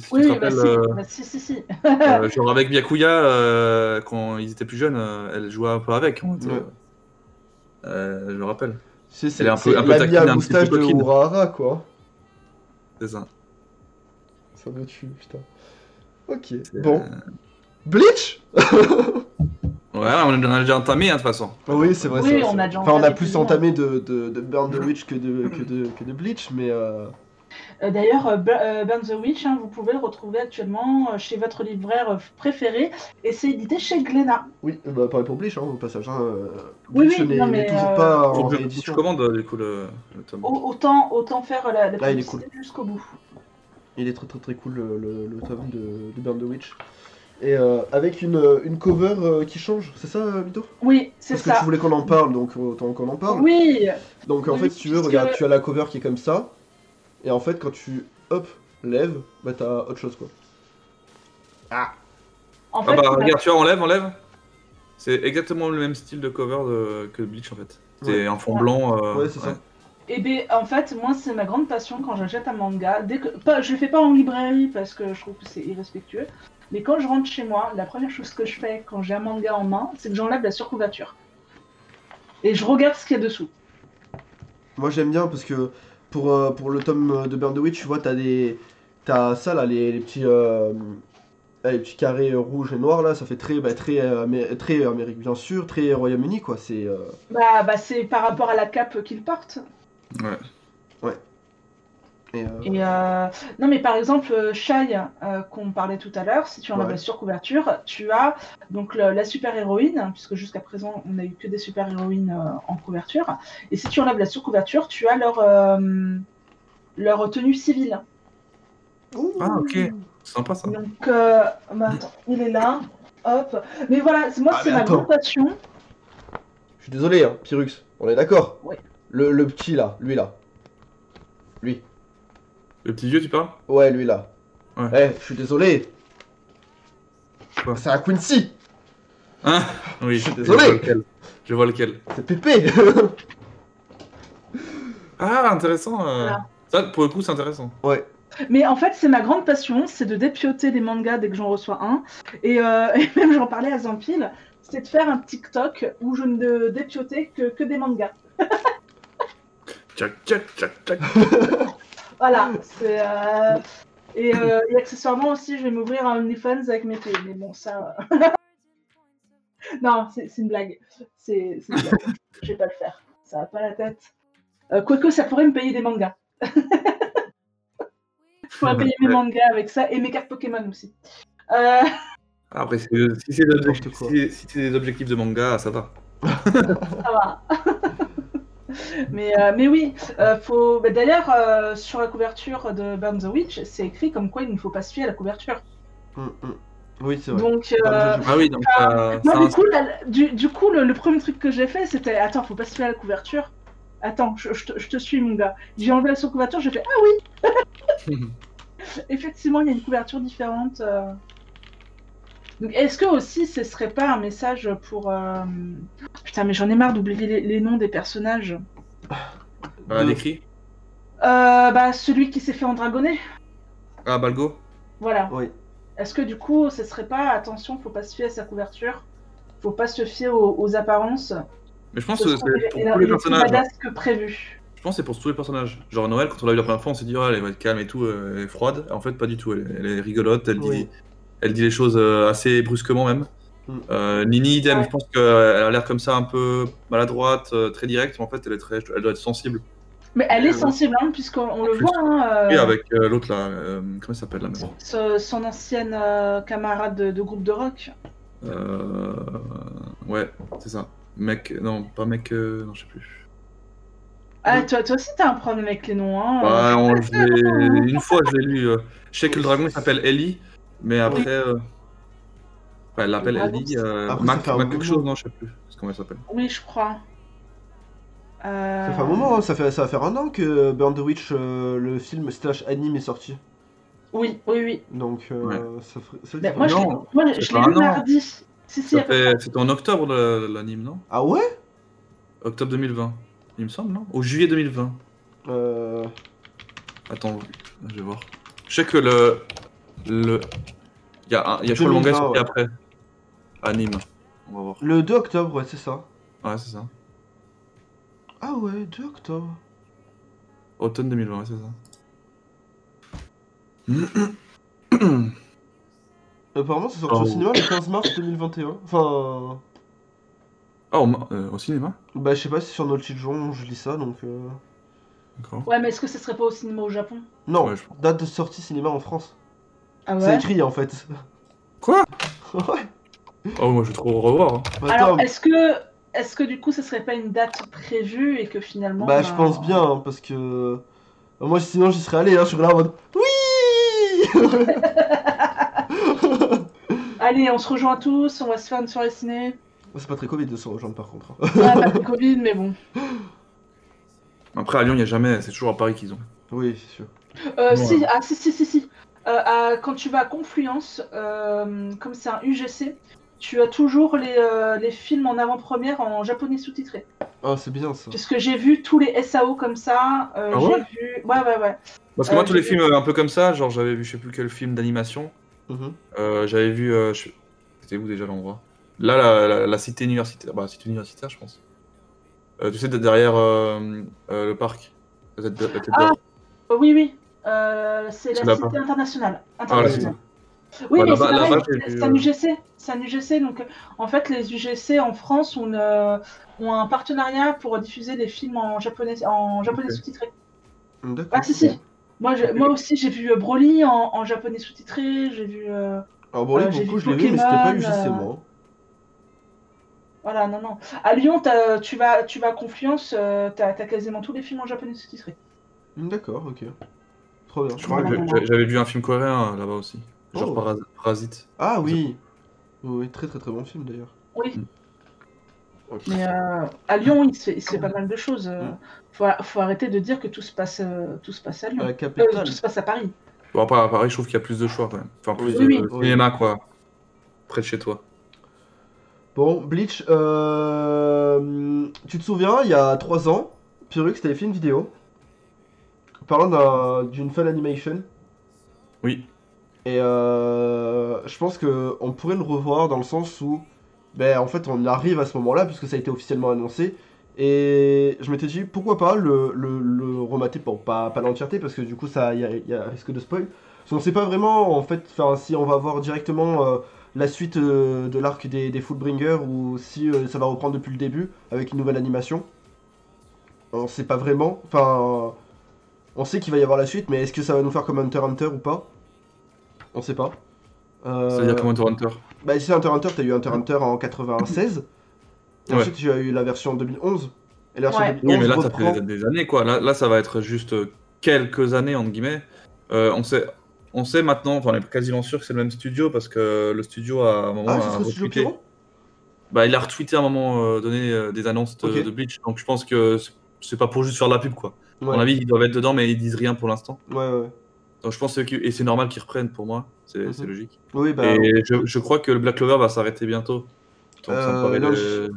C: si
B: Oui,
C: tu te
B: oui, bah,
C: rappelles.
B: si.
C: euh,
B: Bah, si, si, si.
C: euh, genre avec Byakuya, euh, quand ils étaient plus jeunes, euh, elle jouait un peu avec. en fait,
A: Ouais.
C: euh, euh, je me rappelle,
A: c'est c'est
C: elle est un peu-
A: c'est
C: un peu
A: l'ami
C: taquine, un
A: à
C: petit
A: moustache
C: peu
A: de
C: coquine.
A: Urahara, quoi.
C: c'est ça.
A: Ça me tue, putain. Ok,
C: C'est,
A: bon.
C: euh,
A: Bleach
C: Ouais, on en a déjà entamé, hein, de toute façon.
A: Ah Oui, c'est vrai,
B: Oui,
A: c'est vrai,
B: on
A: c'est
B: a
A: vrai.
B: déjà
A: Enfin, on a
B: entamé
A: plus
B: plus ou moins.
A: entamé de, de, de Burn the Witch que de, que de, que de Bleach, mais. euh,
B: Euh, D'ailleurs, euh, Bur- euh, Burn the Witch, hein, vous pouvez le retrouver actuellement euh, chez votre libraire euh, préféré et c'est édité chez Glénat.
A: Oui, bah pareil pour Bleach, hein, au passage. Hein, euh,
B: Oui,
A: Bleach
B: oui,
A: n'est
B: non,
A: n'est
B: mais,
A: toujours
B: euh,
A: pas en
C: Faut que je, faut que je
A: réédition.
C: commande euh, du coup le, le tome.
B: Au- Autant, autant faire euh, la, la
A: Là, il est
B: publicité jusqu'au bout.
A: Il est très très très cool le, le, le tome de, de Burn the Witch. Et euh, avec une, une cover euh, qui change, c'est ça, Mito
B: Oui, c'est
A: Parce que tu hein.
B: ça.
A: voulais qu'on en parle, donc autant qu'on en parle.
B: Oui,
A: Donc en
B: Oui,
A: fait, si tu veux,
B: puisque-
A: regarde, tu as la cover qui est comme ça, et en fait, quand tu hop, lèves, bah t'as autre chose quoi.
B: en fait, euh,
C: Ah bah
B: on a-
C: regarde, tu vois, enlève, enlève. C'est exactement le même style de cover de- que Bleach en fait. C'est
A: Ouais.
C: un fond blanc. euh,
A: Ouais, c'est ça.
B: Eh ben, en fait, moi, c'est ma grande passion quand j'achète un manga. Dès que... pas, je le fais pas en librairie parce que je trouve que c'est irrespectueux. Mais quand je rentre chez moi, la première chose que je fais quand j'ai un manga en main, c'est que j'enlève la surcouverture. Et je regarde ce qu'il y a dessous.
A: Moi j'aime bien parce que pour, euh, pour le tome euh, de Burn the Witch, tu vois, t'as des. T'as ça là, les, les petits. euh, là, les petits carrés euh, rouges et noirs là, ça fait très, bah, très, euh, Amé- très Amérique bien sûr, très Royaume-Uni quoi. C'est. euh,
B: Bah, bah c'est par rapport à la cape qu'il porte.
A: et, euh,
B: Et euh, non, mais par exemple, euh, Shai, euh, qu'on parlait tout à l'heure, si tu enlèves
A: Ouais.
B: la surcouverture, tu as donc le- la super-héroïne, hein, puisque jusqu'à présent, on n'a eu que des super-héroïnes euh, en couverture. Et si tu enlèves la surcouverture, tu as leur, euh, leur tenue civile.
A: Ouh.
C: Ah, ok. C'est sympa
A: Oh.
C: ça.
B: Donc, euh, bah, attends, il est là. Hop. Mais voilà, c'est- moi,
A: Ah,
B: c'est
A: mais
B: ma
A: attends.
B: grande passion.
A: Je suis désolé, hein, Pyrux, on est d'accord
B: Ouais.
A: le, le petit là, lui là. Lui.
C: Le petit vieux, tu parles
A: Ouais, lui là.
C: Ouais.
A: Eh, je suis désolé.
C: Quoi
A: C'est un Quincy,
C: Hein Oui.
A: Je suis désolé.
C: Je vois lequel. Je vois lequel.
A: c'est Pépé.
C: Ah, intéressant. euh.
B: Voilà.
C: Ça, pour le coup, c'est intéressant.
A: ouais.
B: Mais en fait, c'est ma grande passion, c'est de dépioter des mangas dès que j'en reçois un. Et, euh, et même, j'en parlais à Zampil, c'est de faire un TikTok où je ne dépiotais que, que des mangas.
C: Tchac, tchac, tchac, tchac.
B: Voilà. c'est, euh, Et, euh, et accessoirement aussi, je vais m'ouvrir à OnlyFans avec mes filles. Mais bon, ça. euh, non, c'est c'est une blague. C'est c'est une blague. Je vais pas le faire. Ça va pas la tête. Euh, Quoique, ça pourrait me payer des mangas. Je pourrais payer mes mangas avec ça et mes cartes Pokémon aussi. Euh,
C: Ah, Après, c'est- si c'est des,
A: N'importe
C: objectifs-
A: quoi.
C: si c'est- si c'est des objectifs de manga, ça va.
B: Ça va. mais, euh, mais oui, euh, faut... bah, d'ailleurs, euh, sur la couverture de Burn the Witch, c'est écrit comme quoi il ne faut pas se fier à la couverture.
A: Hum, hum. Oui, c'est vrai.
B: Donc,
A: Burn the
B: euh,
A: Witch.
C: Ah oui, donc ça. ça
B: non, du
C: ins-
B: coup, la- du, du coup le, le premier truc que j'ai fait, c'était Attends, faut pas se fier à la couverture. Attends, je, je te, je te suis, mon gars. J'ai enlevé la sous-couverture, j'ai fait Ah oui Effectivement, il y a une couverture différente. euh. Donc, est-ce que aussi ce serait pas un message pour. euh, Putain, mais j'en ai marre d'oublier les- les noms des personnages.
C: Ah, l'écrit
B: Euh, bah, celui qui s'est fait endragonner.
C: Ah, Balgo
B: Voilà.
A: Oui.
B: Est-ce que du coup, ce serait pas attention, faut pas se fier à sa couverture, faut pas se fier aux, aux apparences.
C: Mais je pense
B: Ce
C: que
B: sont
C: c'est
B: des-
C: pour
B: et là,
C: tous
B: il
C: les
B: est plus
C: personnages. hein.
B: badass que prévu.
C: Je pense que c'est pour tous les personnages. Genre Noël, quand on l'a vu la première fois, on s'est dit, Ah, elle va être calme et tout, euh, elle est froide. En fait, pas du tout. Elle, elle est rigolote, elle dit,
A: Oui.
C: elle dit les choses euh, assez brusquement même.
A: Mm.
C: Euh, Nini, idem,
B: Ouais.
C: je pense qu'elle a l'air comme ça un peu maladroite, euh, très directe, mais en fait, elle, est très, elle doit être sensible.
B: Mais elle est
C: Euh,
B: sensible, hein, puisqu'on on le
C: plus.
B: voit. hein,
C: Et
B: euh,
C: avec euh, l'autre là, euh, comment elle s'appelle la même
B: ce- son ancienne euh, camarade de, de groupe de rock.
C: Euh... Ouais, c'est ça. Mec, non, pas mec, euh, non, je sais plus.
B: Ah,
A: Oui.
B: toi, toi aussi, t'as un problème avec les noms. Hein.
C: Ah, on- je l'ai- une fois, je l'ai lu. euh, Je sais que le dragon il s'appelle Ellie, mais après. euh, Enfin, elle l'appelle
B: Le dragon,
C: Ellie.
B: c'est-
C: euh,
A: Après,
C: Mac,
A: c'est un
C: Mac quelque
A: mouvement.
C: chose, non, je sais plus. C'est comment elle s'appelle.
B: Oui, je crois. Euh,
A: Ça fait un moment, hein, ça, fait, ça va faire un an que Burn the Witch, euh, le film slash anime est sorti.
B: Oui, oui, oui.
A: Donc, euh, ça ferait. ça-
B: Mais moi, je l'ai
C: Non,
B: moi, je
C: c'est
B: l'ai
C: pas
B: lu
C: un an.
B: mardi. Si, si,
C: Ça fait- C'était en octobre la- l'anime, non
A: Ah ouais
C: Octobre 2020, il me semble, non Au juillet 2020.
A: euh...
C: Attends, je vais voir. Je sais que le. Le. Il y a, un, il y a je crois, le manga
A: 2020,
C: sorti
A: ouais.
C: après. Anime. On va voir.
A: Le 2 octobre, ouais, c'est ça.
C: Ouais, c'est ça.
A: Ah ouais, 2 octobre.
C: Automne 2020, ouais, c'est ça.
A: Apparemment, c'est sorti
C: Ah
A: au
C: ouais.
A: cinéma le 15 mars 2021. Enfin.
C: Ah, au ma- euh, au cinéma
A: Bah, je sais pas si sur notre Chijon je lis ça donc. euh,
C: D'accord.
B: Ouais, mais est-ce que ce serait pas au cinéma au Japon
A: Non,
C: Ouais, je pense.
A: date de sortie cinéma en France.
B: Ah
A: C'est
B: ouais
A: écrit en fait.
C: Quoi
A: Ouais.
C: Oh, moi je vais trop revoir. hein.
A: Bah, attends,
B: Alors, est-ce que, est-ce que du coup, ce serait pas une date prévue et que finalement.
A: bah, je pense bien hein, parce que. euh, Moi, sinon, j'y serais allé, hein, je serais là en mode. Oui
B: Allez, on se rejoint tous, on va se faire une soirée ciné.
A: C'est pas très Covid de se rejoindre par contre. hein.
B: Ah, pas de Covid, mais bon.
C: Après, à Lyon, il n'y a jamais. C'est toujours à Paris qu'ils ont.
A: oui, c'est sûr.
B: Euh,
C: Ouais.
B: si, ah, si, si, si, si. Euh, à- quand tu vas à Confluence, euh, comme c'est un UGC, tu as toujours les, euh, les films en avant-première en japonais sous-titré.
A: Ah, c'est bien ça.
B: Parce que j'ai vu tous les SAO comme ça. euh,
C: Ah ouais
B: j'ai vu... ouais, ouais, ouais.
C: Parce que
A: Ah,
B: Euh,
C: moi, tous les
B: j'ai-
C: films euh, un peu comme ça, genre j'avais vu je sais plus quel film d'animation.
A: Mhm.
C: Euh, j'avais vu. euh, je- C'était où déjà l'endroit Là, la, la- la cité universitaire. Bah, cité universitaire, je pense. Euh, tu sais, derrière euh, euh, le parc. La tête de- la tête
B: Ah,
C: d'or.
B: Euh, oui, oui. Euh, c'est
C: C'est
B: la
C: là-bas.
B: cité internationale.
C: Ah, la
A: oui.
C: cité.
B: Internationale. oui, mais c'est
C: Bah, là-bas-
B: pareil,
C: là-bas, j'ai
B: c'est
C: vu,
B: c'est un
C: euh,
B: UGC. C'est un UGC. Donc, euh, en fait, les UGC en France ont, une- euh, ont un partenariat pour diffuser les films en japonais, en japonais
C: Ok.
B: sous-titré.
A: Mm, D'accord.
B: Ah si si. Moi, je- moi aussi j'ai vu euh, Broly en, en japonais sous-titré, j'ai vu... euh,
A: Alors bon, là,
B: Euh, j'ai
A: pour le coup, je
B: vu
A: l'ai vu, mais c'était pas
B: Pokémon,
A: UGC,
B: euh,
A: moi.
B: Voilà, non, non. À Lyon, t'as- tu vas, tu vas à Confluence, euh, t'as t'as quasiment tous les films en japonais sous-titré.
A: Mm, D'accord, ok. Trop bien.
C: Je crois que
B: Ouais,
C: j'ai-
B: ouais, ouais.
C: j'avais vu un film coréen euh, là-bas aussi. Genre
A: Oh.
C: Paras- Parasite.
A: Ah oui. Oui, oui, très très très bon film d'ailleurs.
B: Oui.
A: Ok.
B: Mais euh, à Lyon, il se, fait, il se fait pas mal de choses. euh, Faut, faut arrêter de dire que tout se passe, euh, tout se passe à
A: À
B: Lyon.
A: la
B: Euh,
A: capitale.
B: tout se passe à Paris.
C: Bon, après, à Paris, je trouve qu'il y a plus de choix quand même. Enfin, plus
A: Oui,
C: de
A: oui.
C: cinéma, quoi. Près de chez toi.
A: Bon, Bleach, euh... tu te souviens, il y a 3 ans, Pyrux t'avais fait une vidéo parlant d'un- d'une fan animation.
C: Oui.
A: Et euh, je pense que on pourrait le revoir dans le sens où, ben en fait, on arrive à ce moment-là puisque ça a été officiellement annoncé. Et je m'étais dit pourquoi pas le, le, le remater pour pas, pas l'entièreté parce que du coup ça y a, y a risque de spoil. Parce qu'on sait pas vraiment en fait, enfin si on va voir directement euh, la suite euh, de l'arc des, des Foodbringers ou si euh, ça va reprendre depuis le début avec une nouvelle animation. On sait pas vraiment. Enfin, on sait qu'il va y avoir la suite, mais est-ce que ça va nous faire comme Hunter x Hunter ou pas On sait pas. Euh,
C: C'est-à-dire comme Hunter x Hunter.
A: Bah, si Hunter x Hunter, t'as eu Hunter x Hunter en 96. Et
C: Ouais.
A: ensuite, tu as eu la version en 2011. Et la version
B: Ouais.
A: 2011
C: Oui, mais là, ça
A: reprend-
C: fait des années, quoi. Là, là, ça va être juste euh, quelques années, entre guillemets. Euh, on sait. On sait maintenant, enfin on est quasiment sûr que c'est le même studio parce que le studio à un moment
A: Ah,
C: a
A: ce serait Studio
C: retweeté-
A: Pierrot
C: bah, il a retweeté à un moment euh, donné euh, des annonces de,
A: Ok.
C: de Bleach, donc je pense que c'est- c'est pas pour juste faire de la pub quoi. À
A: Ouais,
C: mon avis ils doivent être dedans mais ils disent rien pour l'instant.
A: ouais, ouais.
C: Donc je pense que et c'est normal qu'ils reprennent pour moi, c'est
A: Mhm.
C: c'est logique.
A: Oui, bah,
C: Et je, je crois que le Black Clover va s'arrêter bientôt. Donc ça
A: Euh,
C: me paraît
A: lundi.
C: euh,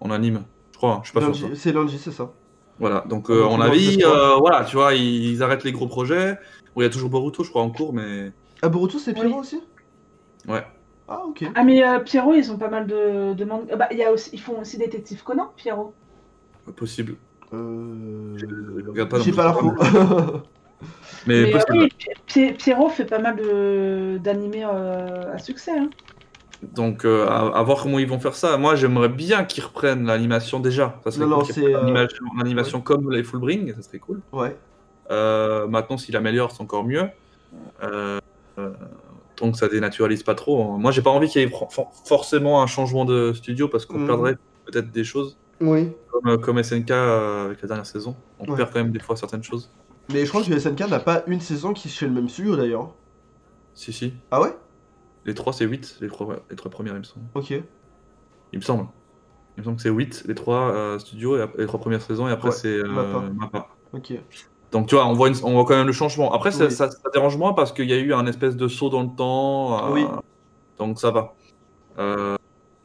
C: en anime. Je crois, hein, je suis pas sûr.
A: Lungi-
C: de ça.
A: c'est Lungi, c'est ça.
C: Voilà, donc euh,
A: Ah, Donc, il
C: on a
A: manque
C: avis,
A: l'espoir.
C: euh, voilà, tu vois, ils, ils arrêtent les gros projets. Bon, il y a toujours Boruto, je crois, en cours, mais
A: Ah, Boruto, c'est
B: Oui.
A: Pierrot aussi
C: Ouais.
A: Ah, ok.
B: Ah mais euh, Pierrot, ils ont pas mal de, de mangas. Bah, il y a aussi, ils font aussi Détective Conan, Pierrot.
C: euh, possible.
A: Euh...
C: je regarde pas non
A: J'ai
C: plus.
A: pas l'info.
C: Mais,
B: Mais, euh,
C: possible.
B: oui, Pi- Pi- Pierrot fait pas mal de- d'animés euh, à succès. hein.
C: Donc euh, à, à voir comment ils vont faire ça. Moi, j'aimerais bien qu'ils reprennent l'animation déjà. Ça serait
A: Non, non,
C: cool qu'ils
A: c'est,
C: reprennent
A: euh,
C: l'animation- l'animation comme les Full Bring, ça serait cool.
A: ouais.
C: Euh, maintenant, s'il améliore, c'est encore mieux. Euh, euh, tant que ça dénaturalise pas trop. hein. Moi, j'ai pas envie qu'il y ait for- for- forcément un changement de studio parce qu'on
A: Mhm.
C: perdrait peut-être des choses,
A: Oui.
C: comme, euh, comme SNK euh, avec la dernière saison. On
A: Ouais.
C: perd quand même des fois certaines choses.
A: Mais je crois que SNK n'a pas une saison qui est chez le même studio d'ailleurs.
C: Si, si.
A: Ah ouais
C: Les trois, c'est 8, les trois, les trois premières, il me semble.
A: Ok.
C: Il me semble. Il Il me semble que c'est 8, les trois euh, studios, et ap- les trois premières saisons, et après
A: Ouais,
C: c'est euh,
A: Mappa.
C: Mappa.
A: Ok.
C: Donc tu vois, on voit, une- on voit quand même le changement. Après, ça,
A: Oui.
C: ça, ça dérange moins parce qu'il y a eu un espèce de saut dans le temps. euh,
A: Oui.
C: Donc ça va. Euh,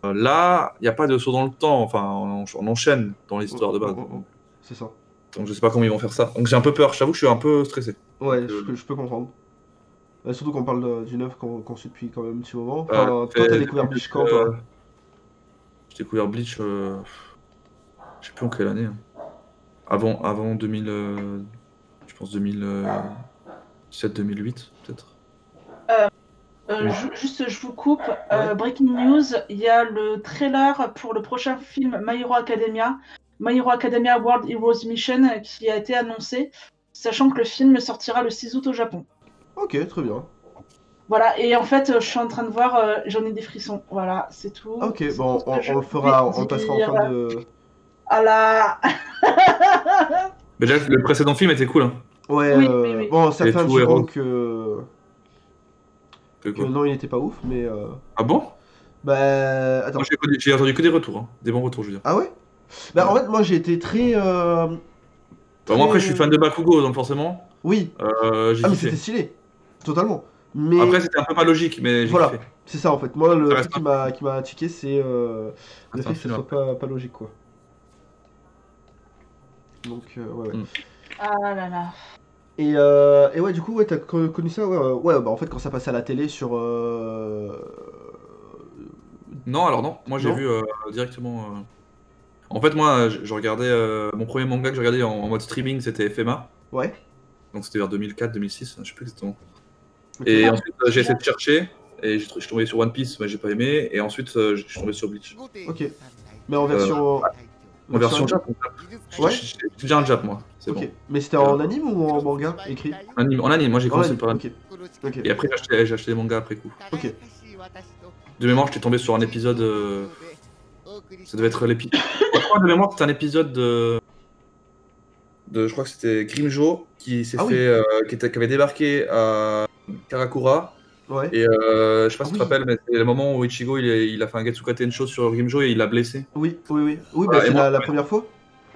C: là, il n'y a pas de saut dans le temps. Enfin, on, encha- on enchaîne dans l'histoire de base.
A: Oh, oh, oh, oh. C'est ça.
C: Donc je sais pas comment ils vont faire ça. Donc j'ai un peu peur. J'avoue que je suis un peu stressé.
A: Ouais,
C: Donc, euh,
A: je, je peux comprendre. Euh, surtout qu'on parle de- d'une œuvre qu'on qu'on suit depuis quand même un petit moment.
C: Euh,
A: Enfin, toi, t'as
C: fait-
A: découvert Bleach quand,
C: euh,
A: toi
C: J'ai découvert Bleach. euh, Je sais plus en quelle année. hein. Avant, avant 2000. euh, Je pense 2007-2008 peut-être.
B: Euh, ju- juste, je vous coupe. Euh, breaking news, il y a le trailer pour le prochain film My Hero Academia, My Hero Academia World Heroes Mission, euh, qui a été annoncé, sachant que le film sortira le 6 août au Japon.
A: Ok, très bien.
B: Voilà, et en fait, euh, je suis en train de voir, euh, j'en ai des frissons. Voilà, c'est tout.
A: Ah, ok,
B: Oh, C'est
A: bon,
B: tout ce que
A: on,
B: je
A: on le fera,
B: voulais
A: on passera
B: dire. Ah
A: en fin de.
B: À la.
C: Mais déjà, le précédent film était cool. Hein.
A: Ouais,
B: Oui,
A: euh,
B: oui, oui.
A: bon, certains
C: tout
A: diront
C: héros.
A: que...
C: Que
A: que
C: quoi.
A: non, il n'était pas ouf, mais. euh,
C: Ah bon
A: Bah. Attends.
C: Moi, j'ai connu- J'ai entendu que des retours, hein. des bons retours, je veux dire.
A: Ah ouais? Bah, en fait, moi j'ai été très. euh,
C: Bah, moi, après, je suis
A: Euh,
C: fan de Bakugo, donc forcément,
A: Oui,
C: euh, j'ai
A: ah, mais
C: kiffé.
A: c'était stylé, totalement. Mais
C: Après, c'était un peu pas logique, mais j'ai
A: Voilà.
C: kiffé.
A: c'est ça en fait. Moi, le
C: Ça
A: truc
C: reste
A: qui m'a qui m'a tiqué, c'est euh, le
C: c'est
A: fait
C: un
A: que ce
C: film
A: soit pas, pas logique, quoi. Donc, euh, ouais, ouais.
C: Mm.
B: Ah là là.
A: Et, euh, et ouais, du coup, ouais, t'as co- connu ça? Ouais, euh, ouais, bah en fait, quand ça passait à la télé sur. euh,
C: Non, alors non, moi j'ai
A: Non
C: vu euh, directement. euh, En fait, moi, je, je regardais. euh, Mon premier manga que j'ai regardé en, en mode streaming, c'était FMA.
A: Ouais.
C: Donc c'était vers 2004-2006, je sais plus exactement.
A: Ok.
C: Et ensuite, euh, j'ai essayé de chercher, et j'ai tr- je suis tombé sur One Piece, mais j'ai pas aimé. Et ensuite, euh, je suis tombé sur Bleach.
A: Ok. Mais en version.
C: En version Jap,
A: Ouais.
C: Euh, j'ai j'ai déjà un Jap, moi. C'est
A: Ok.
C: bon. euh,
A: Mais c'était en anime ou en manga écrit?
C: En anime, en anime, moi j'ai
A: En
C: commencé
A: anime,
C: par.
A: ok. Ok.
C: Et après, j'ai acheté, j'ai acheté des mangas après coup.
A: Ok.
C: De mémoire, j'étais tombé sur un épisode. euh, Ça devait être l'épisode. je crois de mémoire, c'était un épisode de. de- je crois que c'était Grimjo qui s'est
A: Ah oui.
C: fait. euh, qui, était- qui avait débarqué à Karakura.
A: Ouais.
C: Et euh, je sais pas si tu te
A: Ah Oui.
C: rappelles, mais c'est le moment où Ichigo il, est- il a fait un Getsuka Tencho sur Grimjo et il l'a blessé.
A: Oui, oui, oui. Oui,
C: Voilà,
A: bah,
C: et
A: c'est
C: moi,
A: la, la
C: ouais.
A: première fois.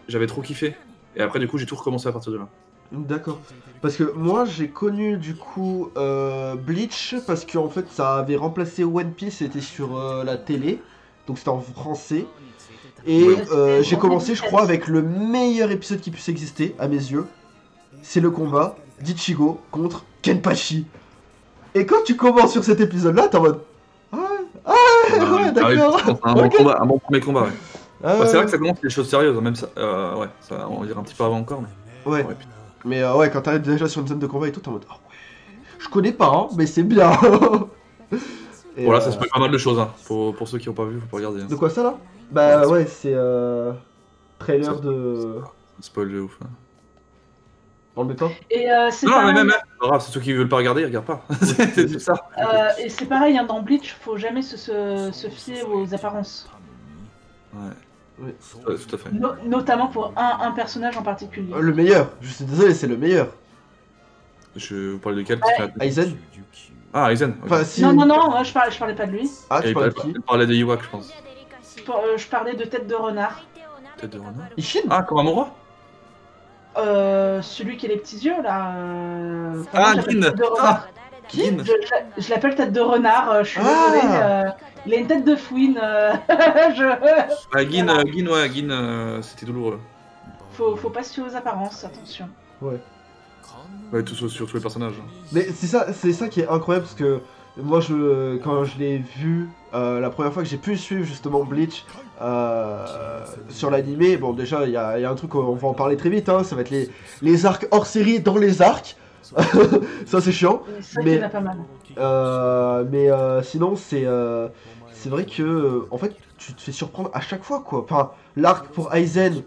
C: J'avais trop kiffé. Et après, du coup, j'ai tout recommencé à partir de là.
A: D'accord. Parce que moi, j'ai connu du coup euh, Bleach parce que en fait, ça avait remplacé One Piece, c'était sur euh, la télé, donc c'était en français. Et
C: Oui.
A: euh, j'ai commencé, je crois, avec le meilleur épisode qui puisse exister à mes yeux. C'est le combat d'Ichigo contre Kenpachi. Et quand tu commences sur cet épisode-là, t'es en mode. Ah, ah, ouais,
C: Ah oui,
A: d'accord.
C: un, bon
A: Ok.
C: combat, un bon premier combat. ouais.
A: Ah,
C: Bah, c'est vrai
A: ouais.
C: que ça commence les choses sérieuses, hein, même ça. euh, ouais, ça, on va dire un petit peu avant encore. Mais...
A: Ouais.
C: Ouais,
A: Mais euh, ouais, quand t'arrives déjà sur une scène de combat et tout, t'es en mode. Ah ouais. Je connais pas, hein, mais c'est bien. Et,
C: Voilà, ça
A: euh,
C: se peut pas mal de choses. hein. Pour, pour ceux qui n'ont pas vu, faut pas regarder. hein.
A: De quoi ça là Bah ouais, c'est euh, trailer
C: Ça-
A: de.
C: Spoil de ouf. hein.
A: On le met pas
B: Et euh, c'est
C: Non, mais
B: pareil,
C: même, même, c'est pas grave, c'est ceux qui veulent pas regarder, ils regardent pas. c'est c'est tout ça.
B: euh, et c'est pareil hein, dans Bleach, faut jamais se, se, euh, se fier aux apparences.
C: Ouais.
A: Oui.
C: Ouais, tout à fait.
B: No- notamment pour un, un personnage en particulier.
A: Euh, Le meilleur, je suis désolé, c'est le meilleur.
C: Je vous parle de quel parce que-
A: Aizen
C: Ah, Aizen. ok.
A: Enfin, si.
B: Non, non, non, euh, je parlais, je parlais pas de lui.
A: Ah,
C: Et
A: tu parles
C: il parlait,
A: de qui
C: il parlait de Iwak, je pense.
B: Je par- euh, je parlais de Tête de Renard,
C: Tête de renard.
A: Ishin
C: Ah, Komamura
B: Euh, celui qui a les petits yeux là. euh, enfin,
C: Ah,
B: moi, je l'appelle
C: Kin.
B: Tête de Renard.
C: Kin.
B: Je, je- je l'appelle Tête de Renard, euh, je suis désolée.
A: Ah.
B: euh, il a une tête de fouine. euh, je-
C: Ah, Gin, euh, Gin, ouais, Gin, euh, c'était douloureux.
B: faut, faut pas se fier aux apparences, attention.
C: Ouais, tout, sur, sur tous les personnages. hein.
A: Mais c'est ça, c'est ça qui est incroyable parce que moi, je, quand je l'ai vu, euh, la première fois que j'ai pu suivre justement Bleach euh, sur l'animé, bon, déjà, il y, a il y a un truc, on va en parler très vite, hein, ça va être les, les arcs hors série dans les arcs. ça, c'est chiant.
B: Mais C'est vrai
A: Mais-
B: qu'il y en a pas mal.
A: Euh, mais euh, sinon, c'est euh, c'est vrai que euh, en fait, tu te fais surprendre à chaque fois quoi. Enfin, l'arc pour Aizen,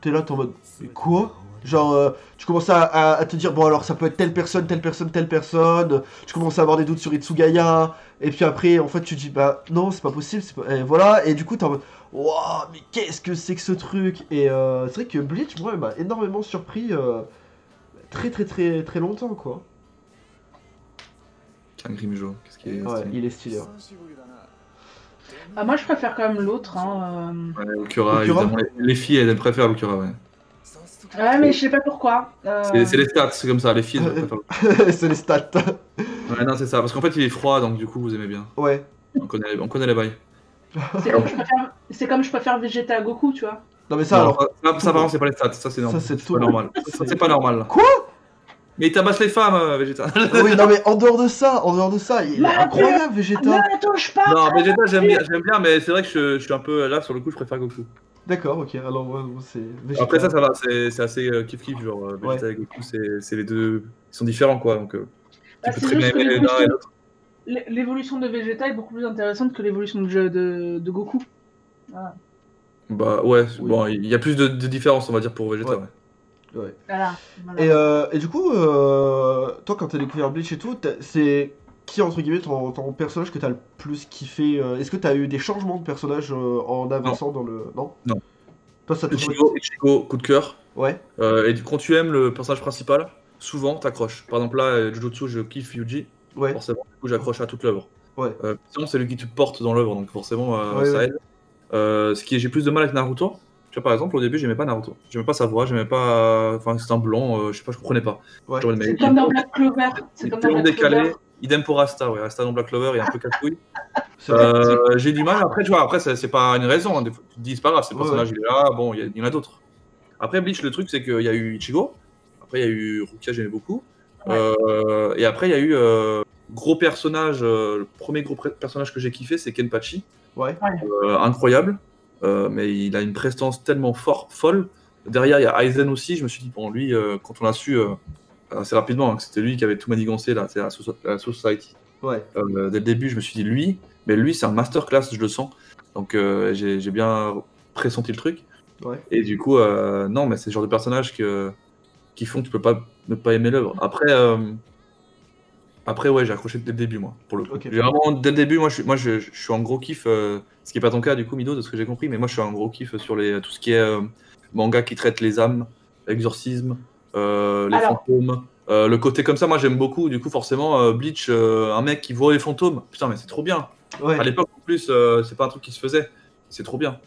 A: t'es là, t'es en mode mais quoi Genre, euh, tu commences à, à- à te dire bon alors ça peut être telle personne, telle personne, telle personne. Tu commences à avoir des doutes sur Itsugaya. Et puis après, en fait, tu dis bah non, c'est pas possible. c'est pas- Et voilà. Et du coup, t'es en mode waouh, mais qu'est-ce que c'est que ce truc Et euh, c'est vrai que Bleach, moi, elle m'a énormément surpris. euh, très très très très longtemps quoi.
C: Tiens, Grimjo, qu'est-ce qui est.
A: Ouais, il est stylé. hein.
B: Ah, moi, je préfère quand même l'autre. hein, euh.
C: Ouais, Okura,
A: Okura
C: évidemment. Les, les filles, elles, elles préfèrent Okura, ouais.
B: Ouais, mais je sais pas pourquoi. euh,
C: C'est c'est les stats, c'est comme ça, les filles,
A: Ah, euh.
C: elles préfèrent.
A: hein. c'est les stats.
C: Ouais, non, c'est ça, parce qu'en fait, il est froid, donc du coup, vous aimez bien.
A: Ouais.
C: On connaît, on connaît les bails.
B: c'est comme je préfère- C'est comme je préfère Vegeta à Goku, tu vois.
A: Non mais ça
C: Non,
A: alors.
C: ça, ça, par contre, c'est pas les stats, ça,
A: Ça
C: c'est normal.
A: c'est
C: pas
A: tout.
C: normal. Ça, c'est pas normal.
A: Quoi Ah,
C: Mais il tabasse les femmes, euh, Vegeta.
A: Oui, non mais en dehors de ça, en dehors de ça, il est
B: Bah,
A: incroyable
B: Ne
A: Vegeta.
B: la touche pas
C: Non, Vegeta, j'aime bien, j'aime bien, mais c'est vrai que je, je suis un peu là sur le coup, je préfère Goku.
A: D'accord, ok. Alors ouais, bon, c'est Vegeta.
C: Après ça, ça va, c'est c'est assez euh, kiff kiff, genre euh, Vegeta et Goku, c'est c'est les deux, ils sont différents quoi, donc euh, tu
B: Bah,
C: peux
B: c'est
C: très bien
B: juste que
C: aimer
B: les
C: les uns
B: deux
C: et l'autre.
B: L- L'évolution de Vegeta est beaucoup plus intéressante que l'évolution de, de, de Goku.
C: Bah ouais,
A: Oui.
C: bon, il y a plus de, de différences on va dire pour Vegeta.
A: Ouais.
C: ouais.
A: Ouais.
B: Voilà. voilà.
A: Et, euh, et du coup, euh, toi quand t'as découvert Bleach et tout, t'as- c'est qui entre guillemets ton, ton personnage que t'as le plus kiffé euh, Est-ce que t'as eu des changements de personnage euh, en avançant dans le non
C: Non.
A: Toi ça te
C: Ichigo, Ichigo, coup de cœur.
A: Ouais.
C: Euh, et quand tu aimes le personnage principal, souvent t'accroches. Par exemple là, euh, Jujutsu, je kiffe Yuji,
A: Ouais.
C: forcément, du coup j'accroche à toute l'œuvre.
A: Ouais.
C: Euh, sinon, c'est lui qui te porte dans l'œuvre, donc forcément euh,
A: Ouais,
C: ça
A: ouais.
C: aide. Euh, ce qui est- j'ai plus de mal avec Naruto. Tu vois, par exemple, au début, j'aimais pas Naruto. J'aimais pas sa voix, j'aimais pas. Enfin, c'était un blanc, euh, je sais pas, je comprenais pas.
A: Ouais.
C: Genre, mais
B: C'est
C: il-
B: comme dans Black Clover. C'est
C: il est
B: comme dans
C: tellement
B: Black
C: décalé.
B: Clover.
C: Idem pour Asta, ouais. Asta dans Black Clover, il est un peu cafouille.
A: C'est vrai.
C: Euh, j'ai du mal. Après, tu vois, après, c'est c'est pas une raison. hein. Des fois, Tu te dis, c'est pas grave, c'est le
A: Ouais,
C: personnage, il est là. Bon, il y a- il y, en a d'autres. Après, Bleach, le truc, c'est qu'il y a eu Ichigo. Après, il y a eu Rukia, j'aimais beaucoup.
B: Ouais.
C: Euh, et après, il y a eu euh, gros personnage. euh, le premier gros pr- personnage que j'ai kiffé, c'est Kenpachi.
A: Ouais.
C: Euh, incroyable. Euh, mais il a une prestance tellement fort, folle. Derrière, il y a Aizen aussi. Je me suis dit, bon, lui, euh, quand on a su euh, assez rapidement hein, que c'était lui qui avait tout manigancé, là, c'est la, So- la Society.
A: Ouais.
C: Euh, dès le début, je me suis dit lui, mais lui c'est un masterclass, je le sens. Donc euh, j'ai j'ai bien pressenti le truc.
A: Ouais.
C: Et du coup, euh, non, mais c'est le genre de personnages que, qui font que tu peux pas ne pas aimer l'œuvre. Après, euh, après ouais, j'ai accroché dès le début moi, pour le coup.
A: Ok.
C: J'ai Vraiment, dès le début, moi je, suis- moi je, je suis en gros kiff, euh, ce qui est pas ton cas du coup, Mido, de ce que j'ai compris, mais moi je suis en gros kiff sur les, tout ce qui est euh, manga qui traite les âmes, l'exorcisme, euh, les
B: Alors.
C: fantômes. Euh, le côté comme ça, moi j'aime beaucoup. Du coup, forcément, euh, Bleach, euh, un mec qui voit les fantômes, putain, mais c'est trop bien.
A: Ouais.
C: À l'époque, en plus, euh, c'est pas un truc qui se faisait. C'est trop bien.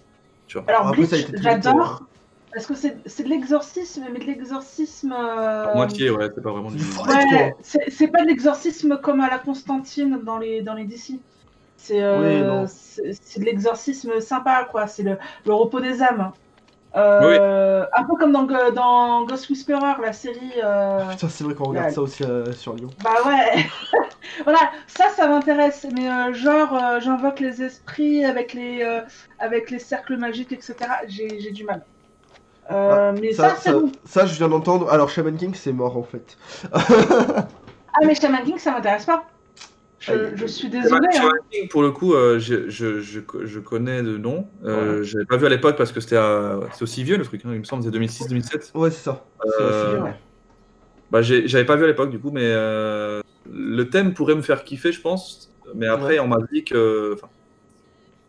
B: Alors,
A: Ah, Après, ça a
B: Bleach,
A: été très
B: j'adore.
A: vite, hein.
B: Parce que c'est c'est de l'exorcisme, mais de l'exorcisme. euh,
C: À moitié, ouais, c'est pas vraiment du.
A: Ouais.
B: Ouais, c'est c'est pas de l'exorcisme comme à la Constantine dans les, dans les DC. C'est
A: Oui,
B: euh,
A: non.
B: c'est- c'est de l'exorcisme sympa, quoi. C'est le, le repos des âmes. hein. Euh, Un peu comme dans, Go- dans Ghost Whisperer, la série. euh,
A: euh, Putain, c'est vrai qu'on regarde
B: Ouais.
A: ça aussi euh, sur Lyon.
B: Bah ouais. voilà, ça, ça m'intéresse. Mais euh, genre, euh, j'invoque les esprits avec les, euh, avec les cercles magiques, etc. J'ai j'ai du mal. Euh,
C: Ah,
B: mais ça, c'est bon.
A: ça, je viens d'entendre. Alors, Shaman King, c'est mort en fait.
B: Ah, mais Shaman King, ça m'intéresse pas.
C: Ah,
A: Aïe.
B: Je, je suis
C: Ouais,
B: désolée. hein.
C: Shaman King, Pour le coup, euh, je, je, je, je connais de nom. Euh, J'avais pas vu à l'époque parce que c'était à- c'est aussi vieux le truc, hein, il me semble, c'est 2006-2007.
A: Ouais, c'est ça. C'est
C: Euh,
A: c'est bien.
B: ouais.
C: Bah, j'ai- j'avais pas vu à l'époque du coup, mais euh, le thème pourrait me faire kiffer, je pense. Mais après, on m'a dit que. enfin,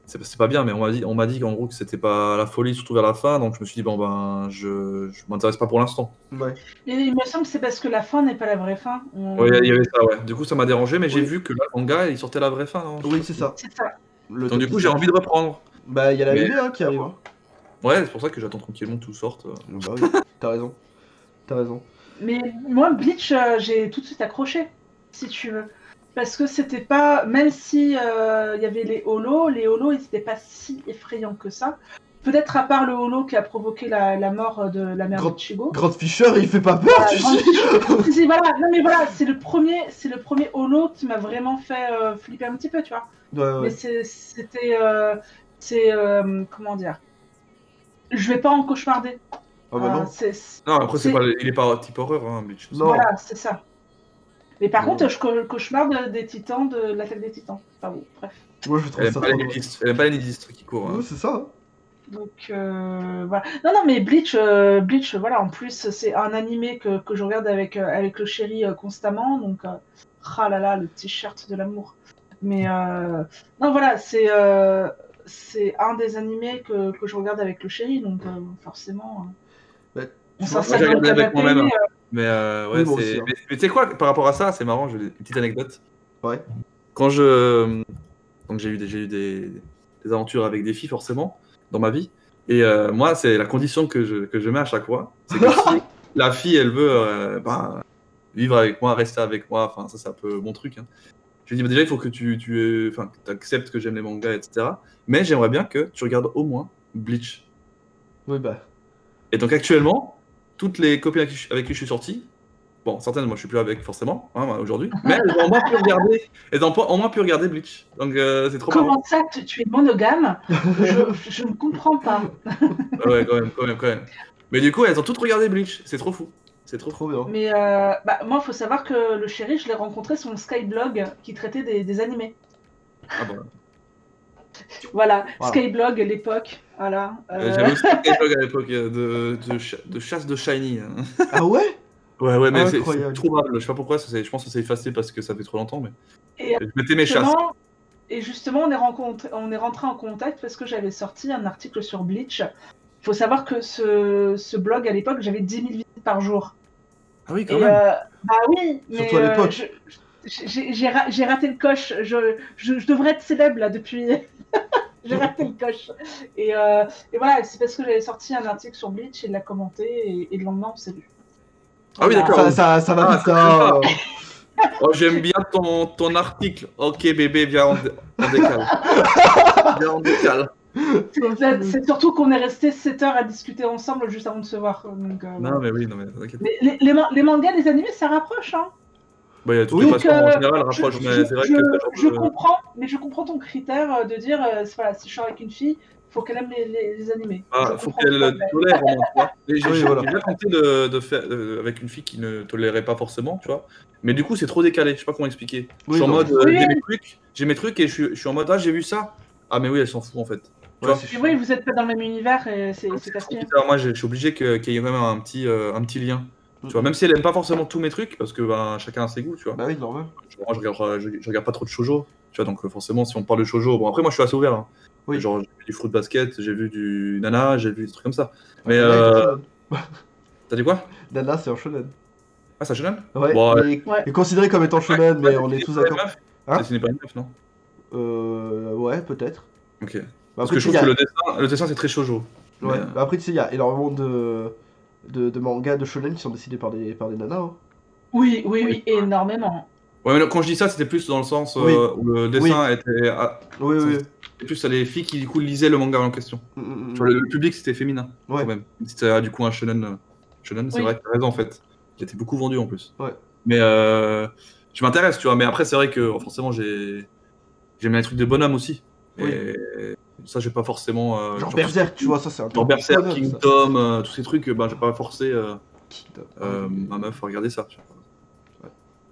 C: C'est c'est pas bien, mais on m'a dit, on m'a dit qu'en gros que c'était pas la folie, surtout vers la fin. Donc je me suis dit, bon, ben, je, je m'intéresse pas pour l'instant.
A: Ouais.
B: Et il me semble que c'est parce que la fin n'est pas la vraie fin. On-
C: Ouais, il y avait ça, ouais. Du coup, ça m'a dérangé, mais j'ai
A: Oui.
C: vu que là, le manga, il sortait la vraie fin. non
A: Oui, c'est ça.
B: C'est ça.
A: Le
C: Donc du coup, j'ai envie de reprendre.
A: Bah, il y a la
C: Mais-
A: BD hein, qui arrive. hein.
C: Ouais, c'est pour ça que j'attends tranquillement que tout sorte. euh.
A: Donc, Bah oui, t'as raison. T'as raison.
B: Mais moi, Bleach, euh, j'ai tout de suite accroché, si tu veux. Parce que c'était pas. Même si euh, il y avait les holos, les holos, ils n'étaient pas si effrayants que ça. Peut-être à part le holo qui a provoqué la, la mort de la mère
A: Grand-
B: de Chigo.
A: Grand Fisher, il fait pas peur,
B: Ah,
A: tu
B: Grand
A: sais.
B: Si, si, voilà, non mais voilà, c'est le premier, c'est le premier holo qui m'a vraiment fait euh, flipper un petit peu, tu vois.
A: ouais,
B: Mais
A: ouais.
B: c'est- c'était, euh, c'est euh, comment dire Je vais pas en cauchemarder.
A: Ah bah
B: Euh,
A: non.
B: c'est- c'est-
C: Non, après, c'est
B: C'est-
C: pas, il est pas type horreur, hein, Bleach.
A: Non.
B: Voilà, c'est ça. Mais par
A: Non.
B: contre, je co- cauchemarde des titans, de l'attaque des titans. Enfin bon, bref.
A: Moi, je
C: Elle
A: trouve
C: aime
A: ça
C: pas
A: trop
C: les
A: drôle.
C: nihilistes- elle aime pas les nihilistes qui courent. hein.
A: Ouais, C'est ça. hein.
B: Donc euh, voilà. Non, non, mais Bleach, euh, Bleach, voilà, en plus, c'est un animé que, que je regarde avec, euh, avec le chéri euh, constamment. Donc, euh, ah là là, le t-shirt de l'amour. Mais euh, non, voilà, c'est euh, c'est un des animés que, que je regarde avec le chéri. Donc, euh, forcément, euh,
A: Ouais.
B: on
A: Tu vois, moi,
B: s'installe
C: j'ai
B: dans le
C: regardé avec
B: canapé.
C: moi-même.
B: euh,
C: Mais euh, ouais,
A: Oui, moi
C: c'est-
A: aussi, hein.
C: mais- mais tu sais quoi, par rapport à ça, c'est marrant, j'ai une petite anecdote.
A: Ouais.
C: Quand je. Donc j'ai eu des, j'ai eu des, des aventures avec des filles, forcément, dans ma vie. Et euh, moi, c'est la condition que je, que je mets à chaque fois. C'est que si la fille, elle veut euh, bah, vivre avec moi, rester avec moi, enfin, ça, c'est un peu mon truc. hein. Je lui dis, bah, déjà, il faut que tu, tu aies- enfin, que acceptes que j'aime les mangas, etc. Mais j'aimerais bien que tu regardes au moins Bleach.
A: Oui, bah.
C: Et donc actuellement, toutes les copines avec qui je, avec qui je suis sorti, bon, certaines, moi je suis plus avec forcément hein, moi, aujourd'hui, mais elles ont au moins pu regarder, elles ont pas- au moins pu regarder Bleach. Donc euh, c'est trop marrant.
B: Comment ça, tu, tu es monogame je, je ne comprends pas.
C: Ah Ouais, quand même, quand même, quand même. Mais du coup, elles ont toutes regardé Bleach. C'est trop fou. C'est trop
A: Trop
C: fou.
A: bien.
B: Mais euh, bah, moi, faut savoir que le chéri, je l'ai rencontré sur le Skyblog qui traitait des, des animés.
C: Ah bah,
B: Voilà,
A: Wow.
B: Skyblog, l'époque. Voilà.
C: euh,
B: Euh,
C: J'avais aussi un catalogue à l'époque euh, de, de, cha- de chasse de Shiny. hein.
A: Ah ouais
C: Ouais, ouais, mais c'est- c'est
A: Incroyable.
C: trouvable. Je sais pas pourquoi. ça s'est- je pense que ça s'est effacé parce que ça fait trop longtemps. Mais
B: Et
C: je mettais mes chasses.
B: justement, et justement, on est, rencontré, on est rentré en contact parce que j'avais sorti un article sur Bleach. faut savoir que ce, ce blog, à l'époque, j'avais 10 000 visites par jour.
C: Ah oui,
B: Et,
C: quand même.
B: euh, bah oui, mais
A: Surtout à
B: euh,
A: l'époque.
B: je- je- j'ai- J'ai ra- j'ai raté le coche. Je, je, je devrais être célèbre là depuis. j'ai raté le coche. Et, euh, et voilà, c'est parce que j'avais sorti un article sur Bleach et de l'a commenté et, et le lendemain on s'est vu.
C: Ah oui,
B: Voilà.
C: d'accord.
A: ça, ça, ça va
C: Ah,
A: vite, hein. ça.
C: Oh, j'aime bien ton, ton article. Ok, bébé, viens, on, dé- on décale. viens, on décale.
B: C'est c'est surtout qu'on est resté 7 heures à discuter ensemble juste avant de se voir. donc, euh,
C: Non, mais oui, non, mais t'inquiète.
B: mais les, les man- les mangas, les animés, ça rapproche. Hein.
C: Bah, il y a toutes
A: Oui,
C: les passions
B: que-
C: en général, rapproche,
B: euh, je,
C: mais
B: je-
C: c'est vrai
B: je-
C: que. ça change
B: je
C: euh, de-
B: comprends, mais je comprends ton critère euh, de dire euh, c'est- voilà, si je suis avec une fille, faut qu'elle aime les, les- les animés.
C: Ah,
B: Je
C: faut
B: comprends
C: qu'elle
B: tout à
C: le
B: fait.
C: tolère au moins, tu vois. Et J'ai
A: Oui,
C: j'ai-
A: voilà.
C: j'ai déjà tenté de, de faire euh, avec une fille qui ne tolérait pas forcément, tu vois. Mais du coup, c'est trop décalé, je sais pas comment expliquer. je
A: Oui,
C: suis en
A: non,
C: mode, euh,
B: Oui.
C: j'ai mes trucs, j'ai mes trucs et je suis, je suis en mode, ah, j'ai vu ça. Ah, mais oui, elle s'en fout en fait.
A: mais- ouais,
C: tu
A: c'est
B: Mais
A: chiant.
B: oui, vous n'êtes pas dans le même univers et c'est c'est
C: C'est trop
B: casse-pied.
C: bizarre. Moi, je je suis obligé que- qu'il y ait quand même un petit, euh, un petit lien. Tu
A: Mm-hmm.
C: vois, même si elle aime pas forcément tous mes trucs, parce que ben, chacun a ses goûts, tu vois.
A: Bah oui, normal.
C: Genre, moi, je regarde, euh, je, je regarde pas trop de shoujo, tu vois, donc euh, forcément, si on parle de shoujo, bon, après, moi, je suis assez ouvert. hein.
A: Oui.
C: Genre, j'ai vu du fruit basket, j'ai vu du nana, j'ai vu des trucs comme ça. Mais
A: Nana, c'est un
C: euh,
A: shonen.
C: t'as dit quoi
A: Nana, c'est un shonen.
C: Ah, ça shonen
A: Ouais,
C: Bon,
A: mais
B: Ouais.
A: il est considéré comme étant shonen, mais on est tous d'accord. Hein
C: Hein Ce n'est pas une meuf, non
A: Euh, ouais, peut-être.
C: Ok.
A: Bah,
C: Parce
A: après,
C: que je
A: tu sais,
C: trouve que
A: il y
C: le dessin, le dessin c'est très shoujo.
A: a- ouais,
C: Mais, euh,
A: bah, après, tu sais, il y a énormément de... De, de mangas de shonen qui sont décidés par des, par des nanas. hein.
B: Oui, oui, oui, énormément.
C: Ouais, mais non, quand je dis ça, c'était plus dans le sens euh,
A: Oui.
C: où le dessin était. ah,
A: Oui, oui.
C: c'était plus à les filles qui, du coup, lisaient le manga en question.
A: Mm, mm, mm.
C: Tu vois, le, le public, c'était féminin,
A: Ouais.
C: quand même. C'était euh, du coup un shonen. euh, Shonen, c'est
B: Oui.
C: vrai, t'as raison, en fait. Il était beaucoup vendu en plus.
A: Ouais.
C: Mais euh, je m'intéresse, tu vois. Mais après, c'est vrai que oh, forcément, j'ai. J'aime les trucs de bonhomme aussi. Et ça, j'ai pas forcément. euh,
A: Genre Berserk, tu vois, ça c'est un
C: Genre Berserk,
A: shonen, ça.
C: Kingdom, euh, tous ces trucs, ben, j'ai pas forcé euh,
A: Kingdom.
C: euh, ma meuf à regarder ça. tu vois.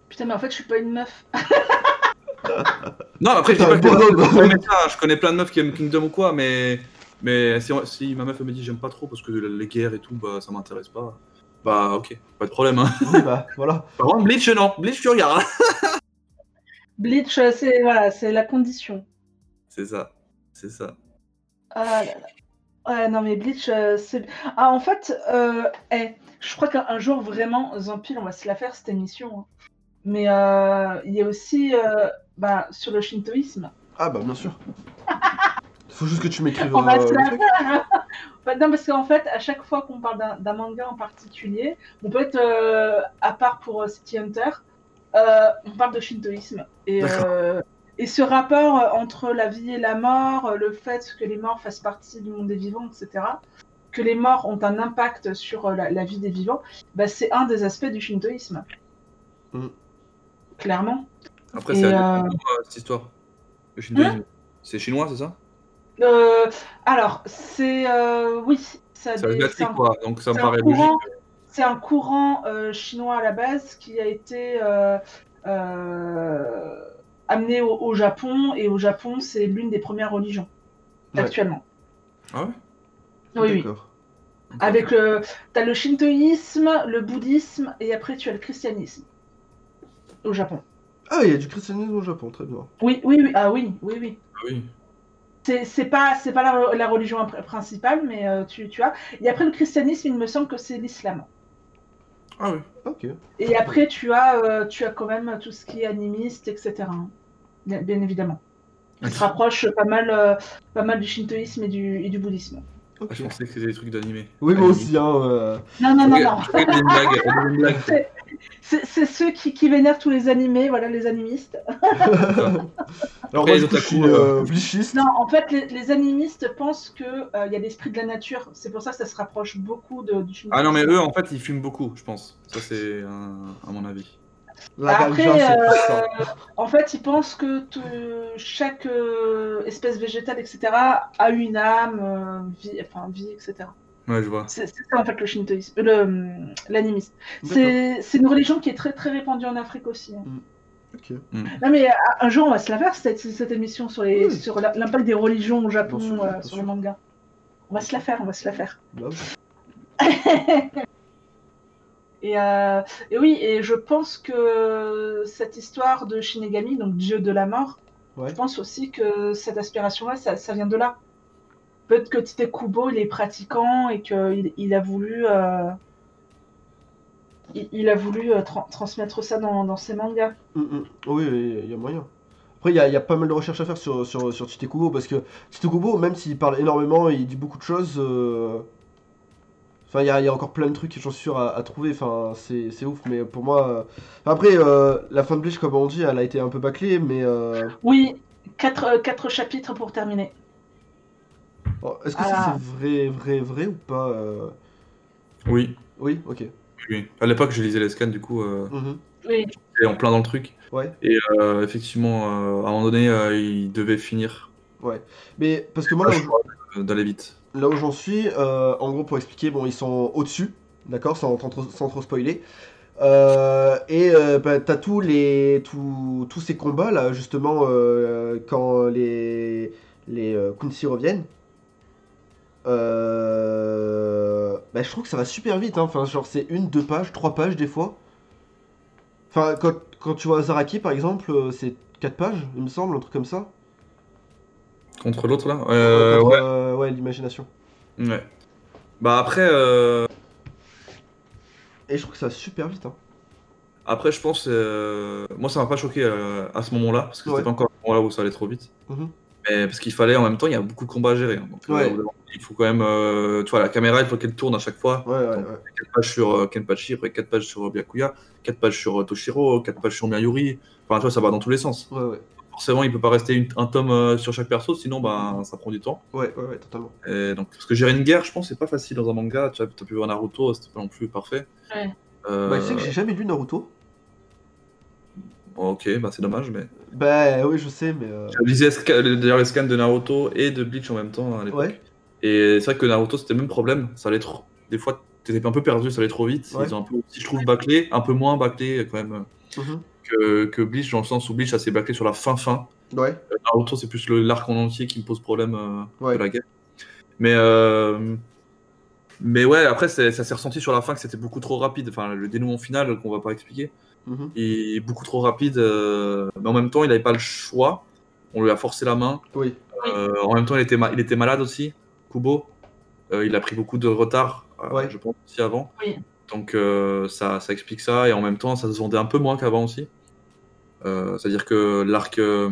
B: Putain, mais en fait, je suis pas une meuf.
C: Non, mais après, je dis
A: T'es
C: pas
A: un
C: que les
A: bonhomme.
C: meufs aiment pas ça, Je connais plein de meufs qui aiment Kingdom ou quoi, mais, mais si, si ma meuf elle me dit j'aime pas trop parce que les guerres et tout, bah ça m'intéresse pas. Bah ok, pas de problème. Hein.
A: Oui, bah voilà.
C: Par contre, Bleach, non. Bleach, tu regardes. hein.
B: Bleach, euh, c'est voilà, c'est la condition.
C: C'est ça. C'est ça.
B: Ah là là. Ouais, non, mais Bleach, euh, c'est. Ah, en fait, euh, eh, je crois qu'un un jour, vraiment, Zampil, on va se la faire cette émission. hein. Mais euh, il y a aussi euh, bah, sur le shintoïsme.
A: Ah bah bien sûr. Faut juste que tu m'écrives.
B: On va
A: euh,
B: se
A: le
B: la
A: truc.
B: faire. Bah, non, parce qu'en fait, à chaque fois qu'on parle d'un- d'un manga en particulier, on peut être, euh, à part pour euh, City Hunter, euh, on parle de shintoïsme. Et,
A: D'accord.
B: euh, et ce rapport euh, entre la vie et la mort, euh, le fait que les morts fassent partie du monde des vivants, etc., que les morts ont un impact sur euh, la, la vie des vivants, bah, c'est un des aspects du shintoïsme.
A: Mm.
B: Clairement.
C: Après,
B: Et,
C: c'est
B: euh, Hein
C: euh, cette histoire. Le shintoïsme. c'est chinois, c'est ça
B: Euh, alors, c'est. euh, oui, ça a
C: C'est
B: des- c'est
C: asiatique,
B: un-
C: quoi. Donc ça me
B: c'est un
C: paraît
B: courant,
C: logique.
B: c'est un courant euh, chinois à la base qui a été euh, euh, amené au, au Japon et au Japon c'est l'une des premières religions
A: Ouais.
B: actuellement.
C: Ah ouais
B: Oui, oui.
A: D'accord.
C: Ah,
B: Avec le, t'as le shintoïsme, le bouddhisme et après tu as le christianisme au Japon.
A: Ah il y a du christianisme au Japon, très bien.
B: Oui, oui, oui, ah oui, oui, oui.
C: Ah oui.
B: C'est c'est pas, c'est pas la, la religion impr- principale, mais euh, tu, tu as. Et après le christianisme, il me semble que c'est l'islam.
C: Ah oui.
A: Ok.
B: Et après, tu as, euh, tu as quand même tout ce qui est animiste, etc. hein. Bien bien évidemment. qui se rapproche pas mal, euh, pas mal du shintoïsme et du, et du bouddhisme.
A: Ok.
C: Ah, je pensais que c'était des trucs d'animé.
A: Oui, moi
C: Anime.
A: aussi, hein. euh,
B: Non, non, non,
C: Ok,
B: non.
C: je croyais que c'était une blague, c'était une blague.
B: C'est- C'est c'est ceux qui, qui vénèrent tous les animés, voilà, les animistes.
A: Alors,
C: Après,
A: moi,
C: les
A: je
C: otaku,
A: suis
C: euh,
A: euh, blichiste.
B: Non, en fait, les, les animistes pensent qu'il y a l'esprit de la nature. C'est pour ça que ça se rapproche beaucoup de, du shintoïsme.
C: Ah non, mais eux, en fait, ils fument beaucoup, je pense. Ça, c'est un- à mon avis.
A: La
B: Après,
A: ganja, c'est
B: euh,
A: pas ça.
B: En fait, ils pensent que tout- chaque euh, espèce végétale, etc., a une âme, euh, vie, enfin, vie, etc.
C: Ouais, je vois.
B: C'est c'est ça, en fait, le shintoïsme, euh, le- l'animisme. C'est c'est une religion qui est très très répandue en Afrique aussi.
A: Mm. Ok.
C: Mm.
B: Non mais euh, un jour on va se la faire cette, cette émission sur les
A: Oui.
B: sur la- l'impact des religions au Japon
A: Bien sûr,
B: euh,
A: bien
B: sur
A: sûr.
B: le manga. On va se la faire, on va se la faire.
A: Blab.
B: Et, euh, et oui, et je pense que cette histoire de Shinigami, donc dieu de la mort,
A: Ouais.
B: je pense aussi que cette aspiration-là, ça, ça vient de là. Peut-être que Tite Kubo, il est pratiquant et qu'il il a voulu, euh, il, il a voulu euh, tran- transmettre ça dans, dans ses mangas.
A: Mm, mm. Oui, il y a moyen. Après, il y, a- il y a pas mal de recherches à faire sur, sur, sur Chitekubo, parce que Chitekubo, même s'il parle énormément, il dit beaucoup de choses. euh, Enfin, il y, a- il y a encore plein de trucs, j'en suis sûr, à, à trouver. Enfin, c'est c'est ouf, mais pour moi. euh, Après, euh, la fin de Bleach, comme on dit, elle a été un peu bâclée, mais. euh,
B: Oui, quatre, euh, quatre chapitres pour terminer.
A: bon, oh, Est-ce que ça,
B: Ah.
A: c'est vrai, vrai, vrai ou pas euh,
C: Oui,
A: Oui, ok.
C: oui. À l'époque, je lisais les scans, du coup, euh,
A: Mhm.
B: Oui,
C: j'étais en plein dans le truc.
A: Ouais.
C: Et euh, effectivement, euh, à un moment donné, euh, il devait finir.
A: Mais parce que moi,
C: Ah,
A: là,
C: je crois, euh, D'aller vite.
A: là où j'en suis, euh, en gros pour expliquer, bon ils sont au-dessus, d'accord, sans, sans trop- sans trop spoiler. Euh, et euh, bah, t'as tous les tous tous ces combats là justement euh, quand les les euh, Kunsi reviennent. Euh, bah, je trouve que ça va super vite, hein. enfin genre c'est une, deux pages, trois pages des fois. Enfin quand, quand tu vois Zaraki par exemple, euh, c'est quatre pages, il me semble, un truc comme ça.
C: Contre l'autre, là Euh,
A: Contre,
C: ouais.
A: euh, ouais l'imagination.
C: ouais. Bah, après, euh,
A: Et je trouve que ça va super vite. Hein.
C: après je pense. euh, Moi, ça m'a pas choqué euh, à ce moment-là, parce que
A: Ouais.
C: c'était pas encore à ce moment-là où ça allait trop vite.
A: Mhm.
C: Mais parce qu'il fallait en même temps, il y a beaucoup de combats à gérer. hein. Donc, euh,
A: Ouais.
C: au bout d'un moment, il faut quand même. euh, tu vois, la caméra, il faut qu'elle tourne à chaque fois.
A: Ouais, ouais, ouais.
C: 4 pages sur euh, Kenpachi, après 4 pages sur euh, Byakuya, 4 pages sur euh, Toshiro, 4 pages sur Miyayuri. Enfin, tu vois, ça va dans tous les sens.
A: Ouais, ouais,
C: Forcément, il peut pas rester une- un tome euh, sur chaque perso, sinon bah, ça prend du temps.
A: ouais, ouais, ouais, totalement.
C: Et donc, parce que gérer une guerre, je pense, c'est pas facile dans un manga. Tu as, pu voir Naruto, c'était pas non plus parfait.
B: Ouais.
C: Euh,
A: Bah, tu sais que j'ai jamais lu Naruto.
C: bon, ok, bah, c'est dommage, mais.
A: Bah, oui, je sais, mais. euh,
C: Je lisais sca- d'ailleurs les scans de Naruto et de Bleach en même temps hein, à l'époque.
A: Ouais.
C: Et c'est vrai que Naruto, c'était le même problème. Ça allait trop. Des fois, t'étais un peu perdu, ça allait trop vite.
A: Ouais.
C: Ils ont un peu, si je trouve, bâclé, un peu moins bâclé quand même
A: mhm.
C: que, que Bleach, dans le sens où Bleach, ça s'est bâclé sur la fin-fin.
A: Ouais,
C: Euh, Naruto, c'est plus le- l'arc en entier qui me pose problème euh,
A: ouais.
C: de la guerre. Mais, euh, mais ouais, après, c'est- ça s'est ressenti sur la fin que c'était beaucoup trop rapide. Enfin, le dénouement final qu'on va pas expliquer
A: mhm.
C: est beaucoup trop rapide. euh, Mais en même temps, il n'avait pas le choix. On lui a forcé la main.
A: Oui,
C: Euh, en même temps, il était, ma- il était malade aussi, Kubo. Euh, il a pris beaucoup de retard, euh,
A: Ouais.
C: je pense, aussi avant.
B: Oui.
C: Donc euh, ça, ça explique ça. Et en même temps, ça se vendait un peu moins qu'avant aussi. Euh, C'est-à-dire que l'arc euh,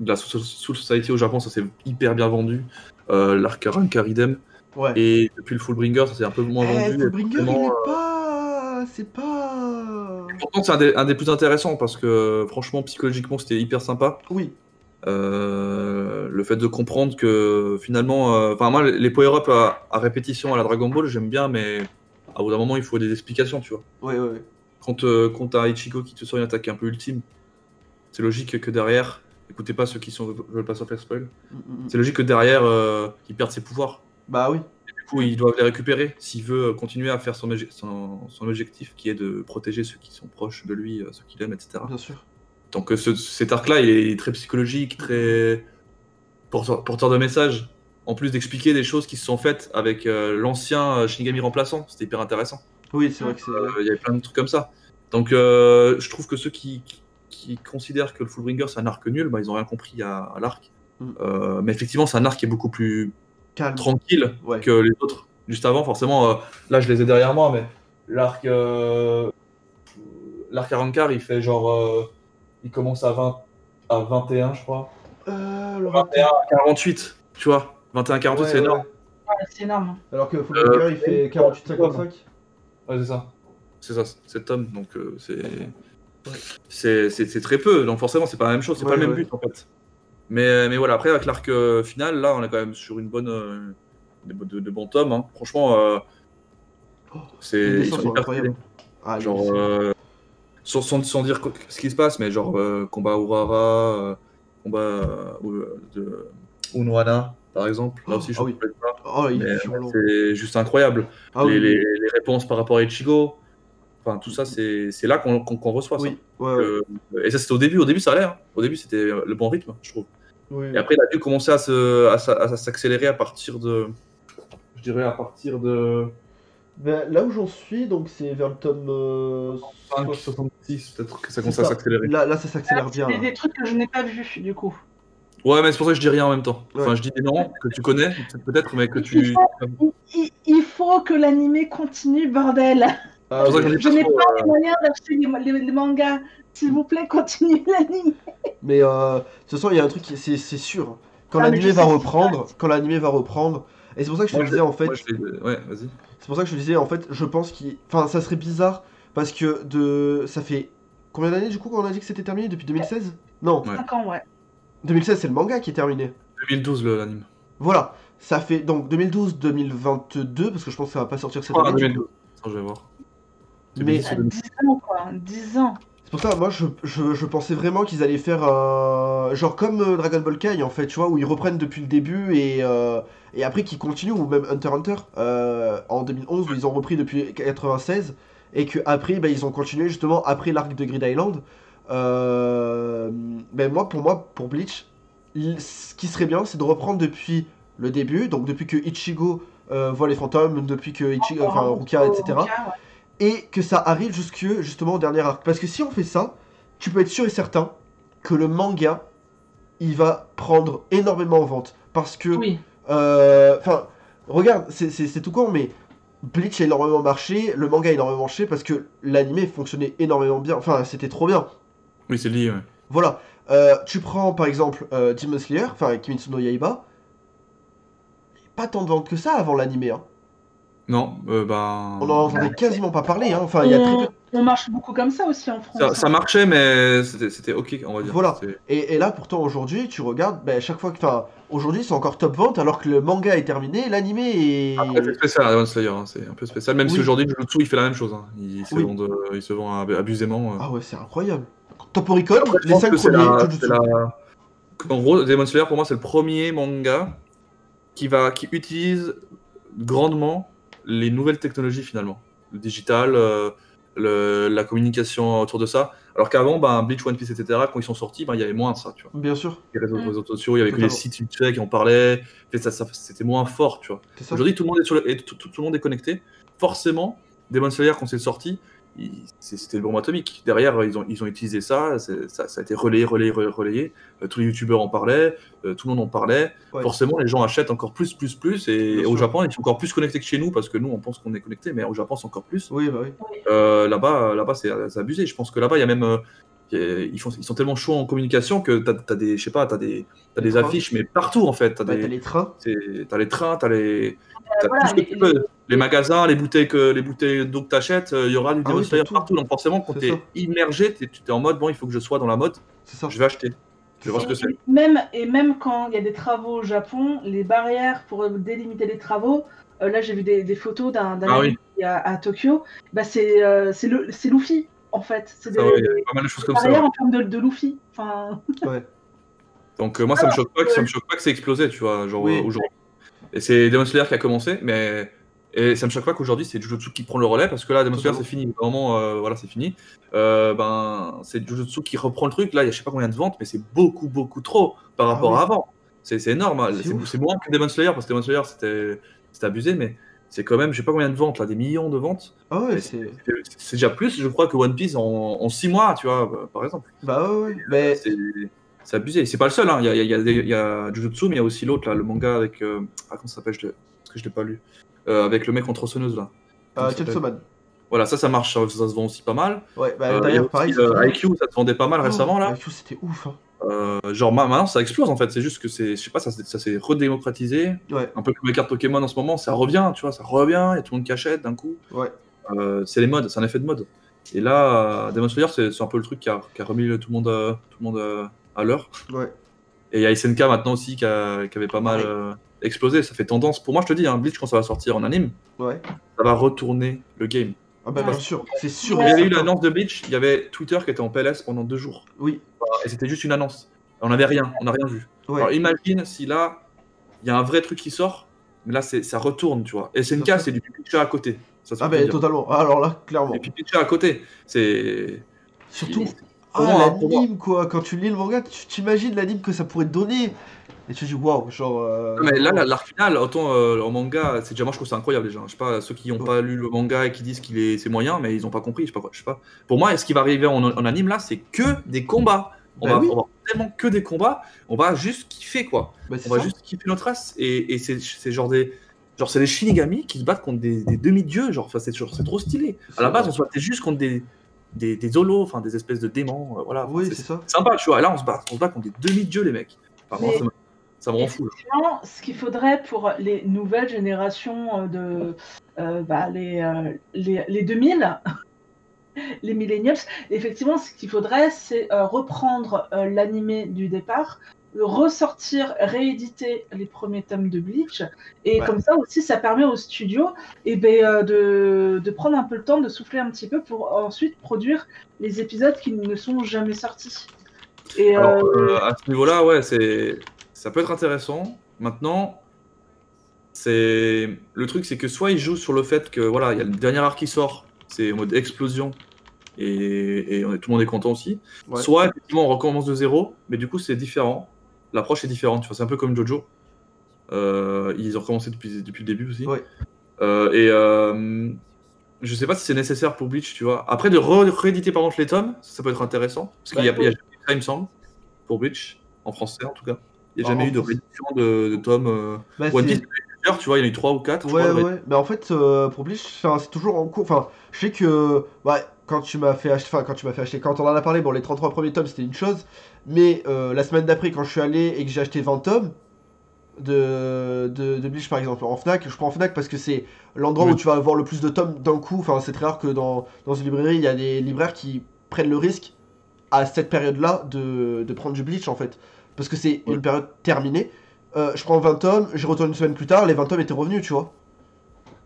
C: de la Soul Soul Society au Japon, ça s'est hyper bien vendu. Euh, l'arc Rankar idem.
A: ouais.
C: Et depuis le Fullbringer, ça s'est un peu moins
A: Eh,
C: vendu. Et
A: Fullbringer, il
C: forcément,
A: est
C: euh,
A: pas. C'est pas.
C: pourtant, c'est un, des- un des plus intéressants parce que franchement, psychologiquement, c'était hyper sympa.
A: Oui,
C: Euh, le fait de comprendre que finalement, euh, enfin moi les power-up à, à répétition à la Dragon Ball j'aime bien, mais à bout d'un moment il faut des explications, tu vois.
A: ouais, ouais, ouais.
C: Quand, euh, quand t'as Ichigo qui te sort une attaque un peu ultime, c'est logique que derrière, écoutez pas ceux qui sont, veulent pas se faire spoil,
A: Mm, mm, mm.
C: c'est logique que derrière euh, il perde ses pouvoirs.
A: Bah, oui.
C: Du coup il doit les récupérer s'il veut continuer à faire son, obje- son- son objectif qui est de protéger ceux qui sont proches de lui, euh, ceux qu'il aime, etc.
A: Bien sûr.
C: Donc euh, ce- cet arc-là, il est très psychologique, très porteur, porteur de message. En plus d'expliquer des choses qui se sont faites avec euh, l'ancien euh, Shinigami remplaçant, c'était hyper intéressant.
A: Oui, c'est vrai que c'est.
C: Euh, Il y avait plein de trucs comme ça. Donc euh, je trouve que ceux qui, qui- qui considèrent que le Fullbringer c'est un arc nul, bah, ils ont rien compris à, à l'arc.
A: Mm.
C: Euh, mais effectivement, c'est un arc qui est beaucoup plus
A: Calme.
C: tranquille
A: Ouais.
C: que les autres. Juste avant, forcément, euh, là je les ai derrière moi, mais l'arc euh, l'arc à Rancard, il fait genre euh, il commence à 20 à 21, je crois.
A: Euh, le rappel.
C: 21, 48, tu vois. 21, 48,
A: Ouais,
C: c'est
A: ouais.
C: énorme.
B: Ouais, c'est énorme.
A: Alors que Fallen
C: Euh,
A: Guy, il fait 48-55.
C: Ouais, c'est ça. C'est ça, c'est le tome, donc euh, c'est. c'est- C'est c'est très peu, donc forcément, c'est pas la même chose, c'est
A: Ouais,
C: pas le même
A: ouais.
C: but en fait. Mais, mais voilà, après, avec l'arc euh, final, là, on est quand même sur une bonne. euh, de, de- de bons tomes, hein. franchement. euh,
A: Oh, les
C: c'est.
A: dessins
C: Ils sont
A: sont
C: hyper
A: incroyables.
C: stylés.
A: Ah, il est
C: Genre.
A: obsédé.
C: euh, sans, sans, sans dire co- ce qui se passe, mais genre euh, combat Urara, euh, combat euh, de Unohana, par exemple. Là aussi, je
A: Ah
C: me
A: oui.
C: rappelle pas.
A: Oh, il
C: mais,
A: est violent.
C: C'est juste incroyable
A: Ah
C: les,
A: oui,
C: les- les réponses par rapport à Ichigo. Enfin, tout ça, c'est c'est là qu'on qu'on- qu'on reçoit ça.
A: oui, ouais, ouais.
C: Euh, et ça, c'était au début. Au début, ça allait. hein. Au début, c'était euh, le bon rythme, je trouve.
A: oui.
C: Et après, il a dû commencer à se- à sa- à s'accélérer à, partir de. Je dirais à partir de.
A: Ben, là où j'en suis, donc c'est vers le tome. euh,
C: 5,
A: soix-
C: 66, peut-être que ça
A: C'est
C: commence à
A: ça.
C: s'accélérer.
A: Là, là, ça s'accélère bien.
B: C'est
A: là.
B: des trucs que je n'ai pas vus, du coup.
C: Ouais, mais c'est pour ça que je dis rien en même temps. Enfin,
A: Ouais.
C: je dis des noms que tu connais, peut-être, mais que
B: Il
C: tu.
B: faut- Il, il- il faut que l'animé continue, bordel.
A: Ah,
C: C'est pour ça
A: oui.
C: que j'en ai
B: Je
C: pas
B: n'ai
C: trop,
B: pas
C: euh,
B: les moyens d'acheter les, les- les mangas. S'il vous plaît, continuez l'anime.
A: Mais euh, ce soir, il y a un truc, qui- c'est c'est sûr. Quand
B: Ah, mais
A: l'animé
B: je
A: va
B: sais.
A: reprendre, quand l'animé va reprendre, et c'est pour ça que je te
C: Moi,
A: disais en fait,
C: Moi, je les- Ouais, vas-y.
A: c'est pour ça que je te disais en fait, je pense qu'il, enfin, ça serait bizarre parce que de, ça fait combien d'années du coup qu'on a dit que c'était terminé depuis 2016 Non,
C: Ouais.
B: 5 ans, ouais.
A: 2016 c'est le manga qui est terminé.
C: 2012, le- l'anime.
A: Voilà, ça fait donc 2012-2022 parce que je pense que ça va pas sortir cette
C: Ah,
A: année.
C: 2012. Attends, je vais voir.
A: Mais
C: 2012.
B: 10 ans, quoi. 10 ans.
A: c'est pour ça, moi je, je, je pensais vraiment qu'ils allaient faire euh, genre comme euh, Dragon Ball Kai en fait, tu vois, où ils reprennent depuis le début et, euh, et après qu'ils continuent, ou même Hunter x Hunter euh, en 2011 où ils ont repris depuis 96 et que après bah, ils ont continué justement après l'arc de Grid Island. Euh, mais moi pour moi, pour Bleach, il- ce qui serait bien c'est de reprendre depuis le début, donc depuis que Ichigo euh, voit les fantômes, depuis que Ichigo, enfin Ruka, etc
B: Ruka, ouais.
A: et que ça arrive jusque justement au dernier arc. Parce que si on fait ça, tu peux être sûr et certain que le manga, il va prendre énormément en vente. Parce que,
B: Oui.
A: euh, enfin, regarde, c'est- c'est c'est tout con, mais Bleach a énormément marché, le manga a énormément marché parce que l'anime fonctionnait énormément bien. Enfin, c'était trop bien.
C: Oui, c'est lié, ouais.
A: Voilà. Euh, tu prends par exemple euh, Demon Slayer, enfin Kimetsu no Yaiba, pas tant de ventes que ça avant l'anime. Hein.
C: Non, euh, ben.
A: On en entendait quasiment pas parler. Hein. Enfin, il y a très peu-
B: on, on marche beaucoup comme ça aussi en France.
C: Ça,
B: hein.
C: ça marchait, mais c'était c'était ok, on va dire.
A: Voilà.
C: C'est-
A: Et, et là, pourtant, aujourd'hui, tu regardes, ben, chaque fois que. Enfin, aujourd'hui, c'est encore top vente alors que le manga est terminé, l'anime est.
C: Après, Ah, c'est spécial, Dragon Slayer, hein, c'est un peu spécial. Même
A: Oui.
C: si aujourd'hui, Jujutsu, il fait la même chose. hein. Il, se
A: Oui.
C: vend, euh, il se vend ab- abusément. euh.
A: Ah ouais, c'est incroyable. Toporicon,
C: Après, Ah, je
A: les
C: pense
A: 5
C: que c'est
A: premiers,
C: la-
A: Jujutsu.
C: c'est la- En gros, Demon Slayer, pour moi, c'est le premier manga qui, va, qui utilise grandement les nouvelles technologies, finalement. Le digital, euh, le- la communication autour de ça. Alors qu'avant, ben, Bleach, One Piece, etc., quand ils sont sortis, ben, il y avait moins de ça, tu vois.
A: Bien sûr,
C: Les réseaux,
B: Mm.
C: réseaux sociaux, il y avait que les
A: Totalement. sites
C: sites qui en parlaient. c'était moins fort, tu vois.
A: c'est ça.
C: Aujourd'hui, tout le monde est sur le- et tout, tout- tout le monde est connecté. Forcément, Demon Slayer, quand c'est sorti, il- c'est- c'était le bombe atomique. Derrière, ils ont, ils ont utilisé ça, c'est- ça, ça a été relayé, relayé, relayé. relayé. Euh, tous les youtubeurs en parlaient, euh, tout le monde en parlait.
A: Ouais.
C: Forcément, les gens achètent encore plus, plus, plus.
A: Bien
C: Et
A: sûr.
C: au Japon, ils sont encore plus connectés que chez nous parce que nous, on pense qu'on est connectés, mais au Japon, c'est encore plus.
A: Oui, bah oui.
C: Euh, là-bas, là-bas, c'est c'est abusé. Je pense que là-bas, il y a même, euh, il y a- ils, font, ils sont tellement chauds en communication que t'as, t'as des, je sais pas, t'as des, t'as
A: Des
C: des
A: trains.
C: affiches, mais partout en fait. T'as
A: Bah, t'as
C: des,
A: les trains.
C: c'est- t'as les trains, t'as les, t'as
B: Euh, voilà,
C: tout ce que
B: les-
C: tu veux. Les... magasins, les bouteilles que, les bouteilles d'eau que t'achètes, euh, il y aura du
A: Ah
C: Demon
A: oui,
C: Slayer
A: c'est tout.
C: partout. Donc forcément, quand
A: C'est
C: t'es
A: ça.
C: immergé, t'es, tu t'es en mode, bon, il faut que je sois dans la mode,
A: C'est ça.
C: je vais acheter. Je vais voir ce que
B: Et,
C: c'est.
B: et même, et même quand il y a des travaux au Japon, les barrières pour délimiter les travaux, euh, là j'ai vu des, des photos d'un d'un
C: Ah oui.
B: ami qui est à, à Tokyo, bah, c'est euh, c'est le- c'est Luffy en fait. C'est des,
C: Ça, Ah ouais, il
B: des
C: y a pas mal de choses comme ça.
B: barrières
C: ouais.
B: en forme de, de Luffy. Enfin,
C: Donc euh, moi, ça me choque pas, que, ça me choque pas que c'est explosé, tu vois, genre
A: Ah, Oui.
C: euh, aujourd'hui. Et c'est Demon Slayer qui a commencé, mais et ça me choque pas qu'aujourd'hui c'est Jujutsu qui prend le relais parce que là Demon Slayer
A: Totalement.
C: c'est fini, vraiment euh, voilà c'est fini. Euh, ben c'est Jujutsu qui reprend le truc. Là il y a je sais pas combien de ventes, mais c'est beaucoup beaucoup trop par
A: Ah
C: rapport
A: oui.
C: à avant. C'est c'est énorme. hein.
A: C'est
C: C'est
A: ouf.
C: c'est moins que Demon Slayer parce que Demon Slayer c'était c'était abusé, mais c'est quand même je sais pas combien de ventes là, des millions de ventes.
A: Ah ouais,
C: Mais
A: c'est.
C: C'est- C'est déjà plus je crois que One Piece en, en six mois, tu vois bah, par exemple.
A: Bah ouais, ouais. Mais
C: C'est c'est abusé. C'est pas le seul. hein. Il y, a, il y a des- il y a Jujutsu, mais il y a aussi l'autre, là, le manga avec. euh, Ah, comment ça s'appelle je l'ai- Parce que je l'ai pas lu. Euh, avec le mec en tronçonneuse, là. Comment
A: euh,
C: ça s'appelle
A: Chainsaw Man.
C: Voilà, ça, ça marche. Ça, ça se vend aussi pas mal.
A: Ouais, bah
C: Euh, il y a
A: d'ailleurs,
C: aussi,
A: pareil.
C: euh,
A: c'était-
C: IQ, ça se vendait pas mal récemment,
A: Oh,
C: là.
A: IQ, c'était ouf. Hein.
C: Euh, genre ma- maintenant ça explose en fait, c'est juste que c'est, je sais pas, ça, s'est- ça s'est redémocratisé,
A: Ouais,
C: un peu comme les cartes Pokémon en ce moment, ça revient, tu vois, ça revient, il y a tout le monde qui achète d'un coup.
A: ouais.
C: Euh, c'est les modes, c'est un effet de mode. Et là, euh, Demon Slayer, c'est c'est un peu le truc qui a, qui a remis le- tout le monde, euh, tout le monde euh, à l'heure.
A: Ouais.
C: Et il y a SNK maintenant aussi qui, a- qui avait pas mal
A: Ouais.
C: euh, explosé, ça fait tendance. Pour moi, je te dis, hein, Bleach, quand ça va sortir en anime,
A: Ouais.
C: ça va retourner le game.
A: Ah bah
B: Ouais.
A: bien sûr, c'est sûr.
C: Il y
A: et
C: avait eu
A: certain.
C: l'annonce de Bleach, il y avait Twitter qui était en PLS pendant deux jours.
A: Oui,
C: Et c'était juste une annonce. On n'avait rien, on n'a rien vu.
A: ouais.
C: Alors imagine si là, il y a un vrai truc qui sort, mais là, c'est- ça retourne, tu vois. SNK,
A: sûr.
C: c'est du pitcha à côté. Ça,
A: ah bah
C: c'est
A: totalement. Ah, Alors là, clairement.
C: du pitcha à côté. C'est.
A: Surtout,
C: Pour
A: ah,
C: moi, hein, pour moi.
A: l'anime quoi, quand tu lis le manga, tu t'imagines l'anime que ça pourrait te donner. Et tu te dis waouh, genre. euh,
C: Non, Ah, mais là, la- l'arc final, autant euh, en manga, c'est déjà moi je trouve que c'est incroyable déjà. Je sais pas, ceux qui n'ont
A: Ouais.
C: pas lu le manga et qui disent qu'il est c'est moyen, mais ils n'ont pas compris. Je sais pas, quoi, je sais pas. Pour moi, ce qui va arriver en, en anime là, c'est que des combats. On,
A: Bah
C: va,
A: oui.
C: on va tellement que des combats, on va juste kiffer quoi.
A: bah, c'est
C: On va
A: ça.
C: juste kiffer notre race et, et c'est c'est genre des genre c'est des Shinigami qui se battent contre des, des demi-dieux. Genre, enfin, c'est genre, c'est trop stylé. À la base, on se battait juste contre des des, des holos, enfin des espèces de démons. euh, voilà. Enfin,
A: Oui,
C: c'est-
A: c'est ça.
C: c'est sympa, tu vois. Et là, on se bat, on se bat contre des demi-dieux les mecs. Enfin,
B: Mais-
C: vraiment, ça me- ça me rend fou. là.
B: Effectivement, ce qu'il faudrait pour les nouvelles générations euh, de euh, bah, les, euh, les, les 2000, les millennials, effectivement, ce qu'il faudrait, c'est euh, reprendre euh, l'animé du départ, ressortir, rééditer les premiers tomes de Bleach, et
A: Ouais.
B: comme ça aussi, ça permet au studio eh ben, euh, de, de prendre un peu le temps, de souffler un petit peu pour ensuite produire les épisodes qui ne sont jamais sortis. Et,
C: Alors,
B: euh,
C: euh, à ce niveau-là, ouais, c'est ça peut être intéressant. Maintenant, c'est le truc, c'est que soit ils jouent sur le fait que voilà, il y a le dernier arc qui sort, c'est en mode explosion et, et on est- tout le monde est content aussi.
A: Ouais.
C: Soit effectivement on recommence de zéro, mais du coup c'est différent. L'approche est différente. Tu vois, c'est un peu comme JoJo. Euh, ils ont recommencé depuis depuis le début aussi.
A: Ouais.
C: Euh, et euh, je sais pas si c'est nécessaire pour Bleach, tu vois. Après de re- rééditer par contre les tomes, ça peut être intéressant parce qu'il y a,
A: Ouais.
C: il y a jamais eu ça, il me semble pour Bleach, en français en tout cas. Il n'y a
A: Bah,
C: jamais
A: en
C: eu de
A: France.
C: réédition de, de tomes. euh,
A: Bah,
C: One
A: c'est-
C: Piece, d'ailleurs, tu vois, il y en a eu 3 ou 4.
A: Ouais, ouais, mais en fait, euh, pour Bleach, enfin, c'est toujours en cours. Enfin, je sais que ouais, quand tu m'as fait acheter, enfin, quand tu m'as fait acheter, quand on en a parlé, bon, les 33 premiers tomes c'était une chose, mais euh, la semaine d'après, quand je suis allé et que j'ai acheté 20 tomes de, de, de Bleach par exemple en Fnac, je prends Fnac parce que c'est l'endroit
C: Oui.
A: où tu vas avoir le plus de tomes d'un coup. Enfin, c'est très rare que dans, dans une librairie, il y a des libraires qui prennent le risque à cette période-là de, de prendre du Bleach en fait, parce que c'est
C: Ouais.
A: une période terminée. Euh, je prends 20 tomes, je retourne une semaine plus tard, les 20 tomes étaient revenus, tu vois.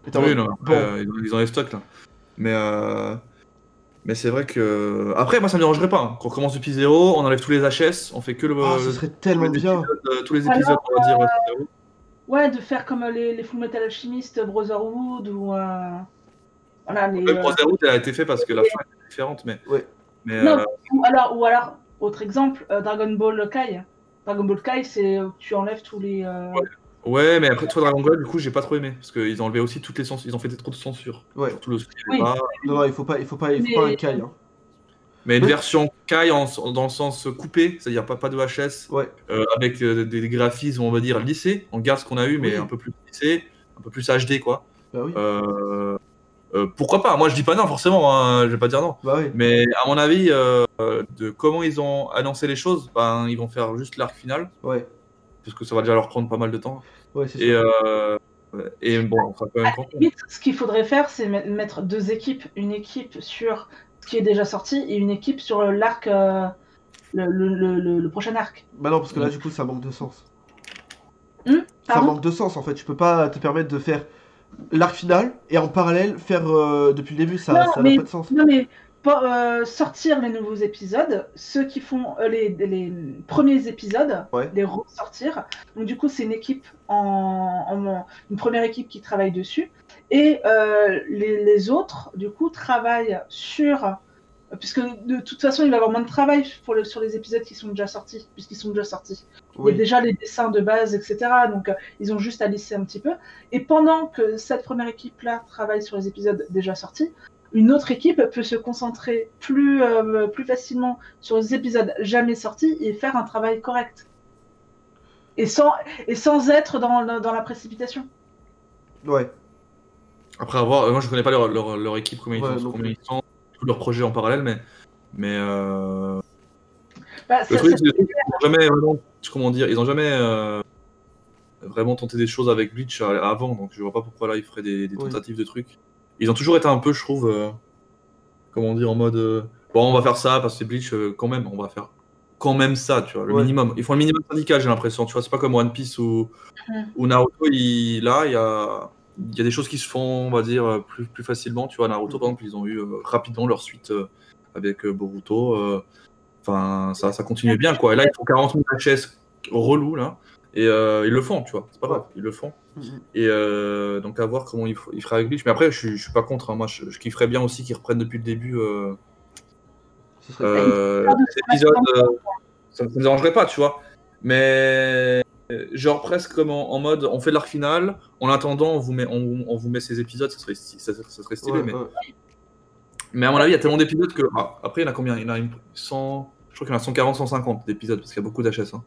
A: Et t'es en
C: Oui,
A: mode,
C: non,
A: bon,
C: euh, ils, ont, ils ont les stocks là. Mais, euh, mais c'est vrai que. Après, moi ça me dérangerait pas. hein. Qu'on commence depuis zéro, on enlève tous les HS, on fait que le.
A: ah,
C: le-
A: ce serait
C: tous,
A: tellement
C: les
A: bien.
C: épisodes, euh, tous les
B: Alors,
C: épisodes, on va dire. euh, zéro.
B: Ouais, de faire comme euh, les, les Full Metal Alchemist, Brotherhood ou. euh, Voilà, les,
C: Même
B: euh,
C: pour zéro, elle a été fait parce que la fin est différente, mais.
A: Ouais.
C: Mais,
B: Non,
C: euh,
B: ou, alors, ou alors, autre exemple, euh, Dragon Ball Kai. Dragon Ball Kai, c'est euh, tu enlèves tous les. euh,
C: ouais, mais après, toi, Dragon Ball, du coup, j'ai pas trop aimé. Parce qu'ils ont enlevé aussi toutes les censures. Ils ont fait des trop de censure.
A: Ouais.
C: Tout le
B: Oui.
C: Ah,
A: Non, non, il faut pas, il faut pas, il faut pas
B: Mais-
A: un caille. hein.
C: Mais une
A: Oui.
C: version Kai en- dans le sens coupé, c'est-à-dire pas, pas de HS,
A: Ouais.
C: euh, avec euh, des, des graphismes, on va dire, lissés. On garde ce qu'on a eu, mais
A: Oui.
C: un peu plus lissé, un peu plus HD, quoi.
A: Bah oui,
C: Euh, euh, pourquoi pas Moi, je dis pas non, forcément, hein, je vais pas dire non.
A: bah oui.
C: Mais à mon avis, euh, euh, de comment ils ont annoncé les choses, ben, ils vont faire juste l'arc final,
A: Ouais,
C: parce que ça va déjà leur prendre pas mal de temps.
A: ouais, c'est
C: Et,
A: sûr.
C: euh, et bon, on sera quand même content.
B: limite, ce qu'il faudrait faire, c'est met- mettre deux équipes. Une équipe sur ce qui est déjà sorti et une équipe sur euh, l'arc. euh, le, le- le- le- le prochain arc.
A: Bah non, parce que là, du coup, ça manque de sens.
B: Hum,
A: ça
B: pardon
A: manque de sens en fait. Tu peux pas te permettre de faire l'arc final et en parallèle faire euh, depuis le début, ça
B: Non,
A: ça n'a
B: mais-
A: pas de sens.
B: Non mais pas, euh, sortir les nouveaux épisodes, ceux qui font euh, les, les premiers épisodes,
A: Ouais.
B: les ressortir. Donc du coup c'est une équipe en, en- une première équipe qui travaille dessus et euh, les, les autres du coup travaillent sur puisque de toute façon il va y avoir moins de travail pour le- sur les épisodes qui sont déjà sortis puisqu'ils sont déjà sortis. Il y
A: Oui,
B: a déjà les dessins de base, etc. Donc, euh, ils ont juste à lisser un petit peu. Et pendant que cette première équipe-là travaille sur les épisodes déjà sortis, une autre équipe peut se concentrer plus, euh, plus facilement sur les épisodes jamais sortis et faire un travail correct. Et sans, et sans être dans, le- dans la précipitation.
A: ouais,
C: Après avoir, euh, moi je connais pas leur, leur, leur équipe, combien,
A: Ouais,
C: ils, sont,
A: non
C: combien ils sont, tous leurs projets en parallèle, mais, mais euh,
B: Bah, ça-
C: Le truc,
B: ça-
C: c'est qu'ils n'ont jamais vraiment, comment dire, ils n'ont jamais euh, vraiment tenté des choses avec Bleach à- avant, donc je vois pas pourquoi là ils feraient des, des
A: Oui.
C: tentatives de trucs. Ils ont toujours été un peu, je trouve, euh, comment dire, en mode euh, bon, on va faire ça parce que c'est Bleach euh, quand même, on va faire quand même ça, tu vois, le
A: Ouais.
C: minimum. Ils font le minimum syndical, j'ai l'impression, tu vois, c'est pas comme One Piece ou,
B: Mhm.
C: ou Naruto, il- là, il y a. Il y a des choses qui se font, on va dire, euh, plus, plus facilement. Tu vois, Naruto, par exemple, ils ont eu euh, rapidement leur suite euh, avec euh, Boruto. euh, Enfin, ça, ça continue bien, quoi. Et là, ils font 40 000 HS relou, là. Et euh, ils le font, tu vois. C'est pas grave, ils le font. Et euh, donc, à voir comment ils, f- ils feraient avec Glitch. Mais après, je, suis- je suis pas contre. hein. Moi, je, je kifferais bien aussi qu'ils reprennent depuis le début euh,
A: Ce serait-
C: euh,
B: Ils font
C: cet épisode. euh, ça ne me dérangerait pas, tu vois. Mais, euh, genre, presque comme en, en mode, on fait l'arc final. En attendant, on vous met, on, on vous met ces épisodes. Ça serait, sty- ça, ça serait stylé,
A: ouais,
C: mais.
A: ouais.
C: Mais à mon avis, il y a tellement d'épisodes que. ah, après, il y en a combien Il y en a une... 100... Je crois qu'il y en a 140, 150 d'épisodes, parce qu'il y a beaucoup d'HS. hein.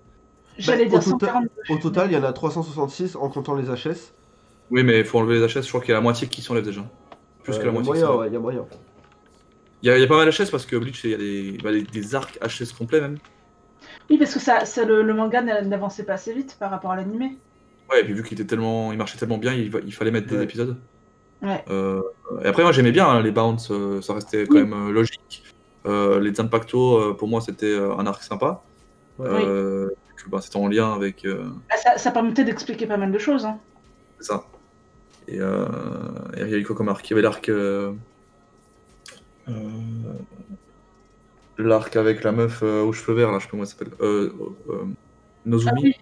B: J'allais
A: Bah,
B: dire
A: au total-
B: 142.
A: Au total, il y en a 366 en comptant les HS.
C: Oui, mais il faut enlever les HS. Je crois qu'il y a la moitié qui s'enlève déjà. hein. Plus
A: Euh, y
C: que
A: a
C: la moitié. qui
A: moyen,
C: s'enlève.
A: ouais, y a moyen.
C: Il y, a- il y a pas mal HS parce que Bleach, il y a des, bah, des- des arcs HS complets même.
B: Oui, parce que ça, ça, le, le manga n'a- n'avançait pas assez vite par rapport à l'animé.
C: Ouais, et puis vu qu'il était tellement, il marchait tellement bien, il, va- il fallait mettre des
A: Ouais.
C: épisodes.
B: Ouais.
C: Euh, et après, moi, j'aimais bien hein, les bounce. euh, ça restait quand
B: Oui.
C: même euh, logique. Euh, les impactos, euh, pour moi, c'était euh, un arc sympa.
A: Ouais.
C: Euh, que, bah, c'était en lien avec. euh,
B: Ah, Ça, ça permettait d'expliquer pas mal de choses. hein.
C: C'est ça. Et, euh, et il y a eu quoi comme arc Il y avait l'arc. euh, euh, l'arc avec la meuf euh, aux cheveux verts, là, je sais pas comment elle s'appelle. Euh, euh, Nozumi,
B: Ah oui,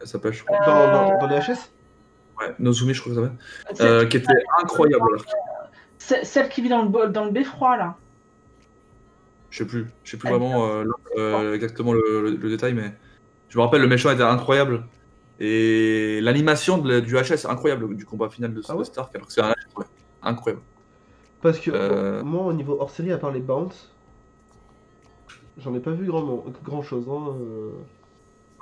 C: elle s'appelle, je crois.
A: Dans, dans- dans les HS
C: Ouais, Nozumi, je crois que ça s'appelle.
B: c'est-
C: Euh, qui était incroyable, l'arc.
B: c'est- celle qui vit dans le, bo- dans le beffroi, là.
C: Je sais plus, je sais plus
A: Ah,
B: Elle-
C: vraiment euh, euh, exactement le, le- le détail, mais je me rappelle, le méchant était incroyable. Et l'animation de la- du HS, incroyable, du combat final de,
A: Ah ouais
C: de Stark, alors que c'est un HS, ouais. Incroyable.
A: Parce que
C: Euh.
A: moi, au niveau hors série, à part les bounce, j'en ai pas vu grand, grand chose. Hein, euh.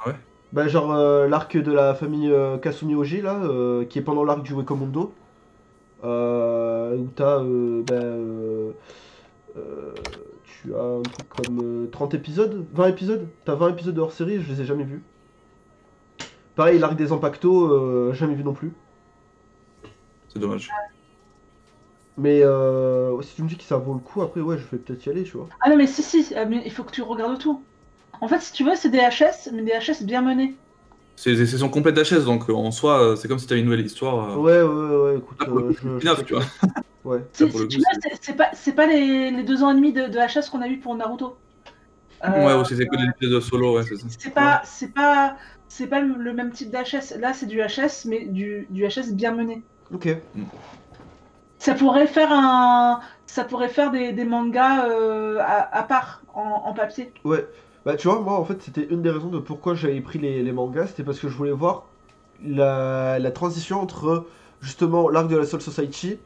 C: Ah ouais
A: Bah, genre euh, l'arc de la famille euh, Kasumi Oji, là, euh, qui est pendant l'arc du Wekomundo. Euh, où t'as. euh, bah, euh, euh, tu as un truc comme euh, 30 épisodes 20 épisodes T'as 20 épisodes de hors série, je les ai jamais vus. Pareil, l'arc des Impactos, euh, jamais vu non plus.
C: C'est dommage.
A: Ah. Mais euh, si tu me dis que ça vaut le coup, après, ouais, je vais peut-être y aller, tu vois.
B: Ah non, mais si, si, euh, mais il faut que tu regardes tout. En fait, si tu veux, c'est des HS, mais des HS bien menés.
C: C'est des saisons complètes d'HS, donc euh, en soi, euh, c'est comme si t'avais une nouvelle histoire. euh,
A: Ouais, ouais, ouais, écoute,
C: là, pour le
A: euh,
C: coup,
A: je- je.
C: c'est neuf, tu vois.
A: Ouais.
B: Si,
C: pour
B: si
C: le
B: tu
C: coup,
B: veux, c'est- c'est pas, c'est pas les, les deux ans et demi de, de HS qu'on a eu pour Naruto. Euh,
C: Ouais, ou c'était que des épisodes de solo, ouais, c'est ça.
B: C'est pas, c'est pas, c'est pas le le même type d'HS. Là, c'est du HS, mais du, du HS bien mené.
A: Ok.
B: Ça pourrait faire un, ça pourrait faire des, des mangas euh, à, à part en, en papier.
A: Bah, tu vois, moi, en fait, c'était une des raisons de pourquoi j'avais pris les, les mangas, c'était parce que je voulais voir la, la transition entre justement l'arc de la Soul Society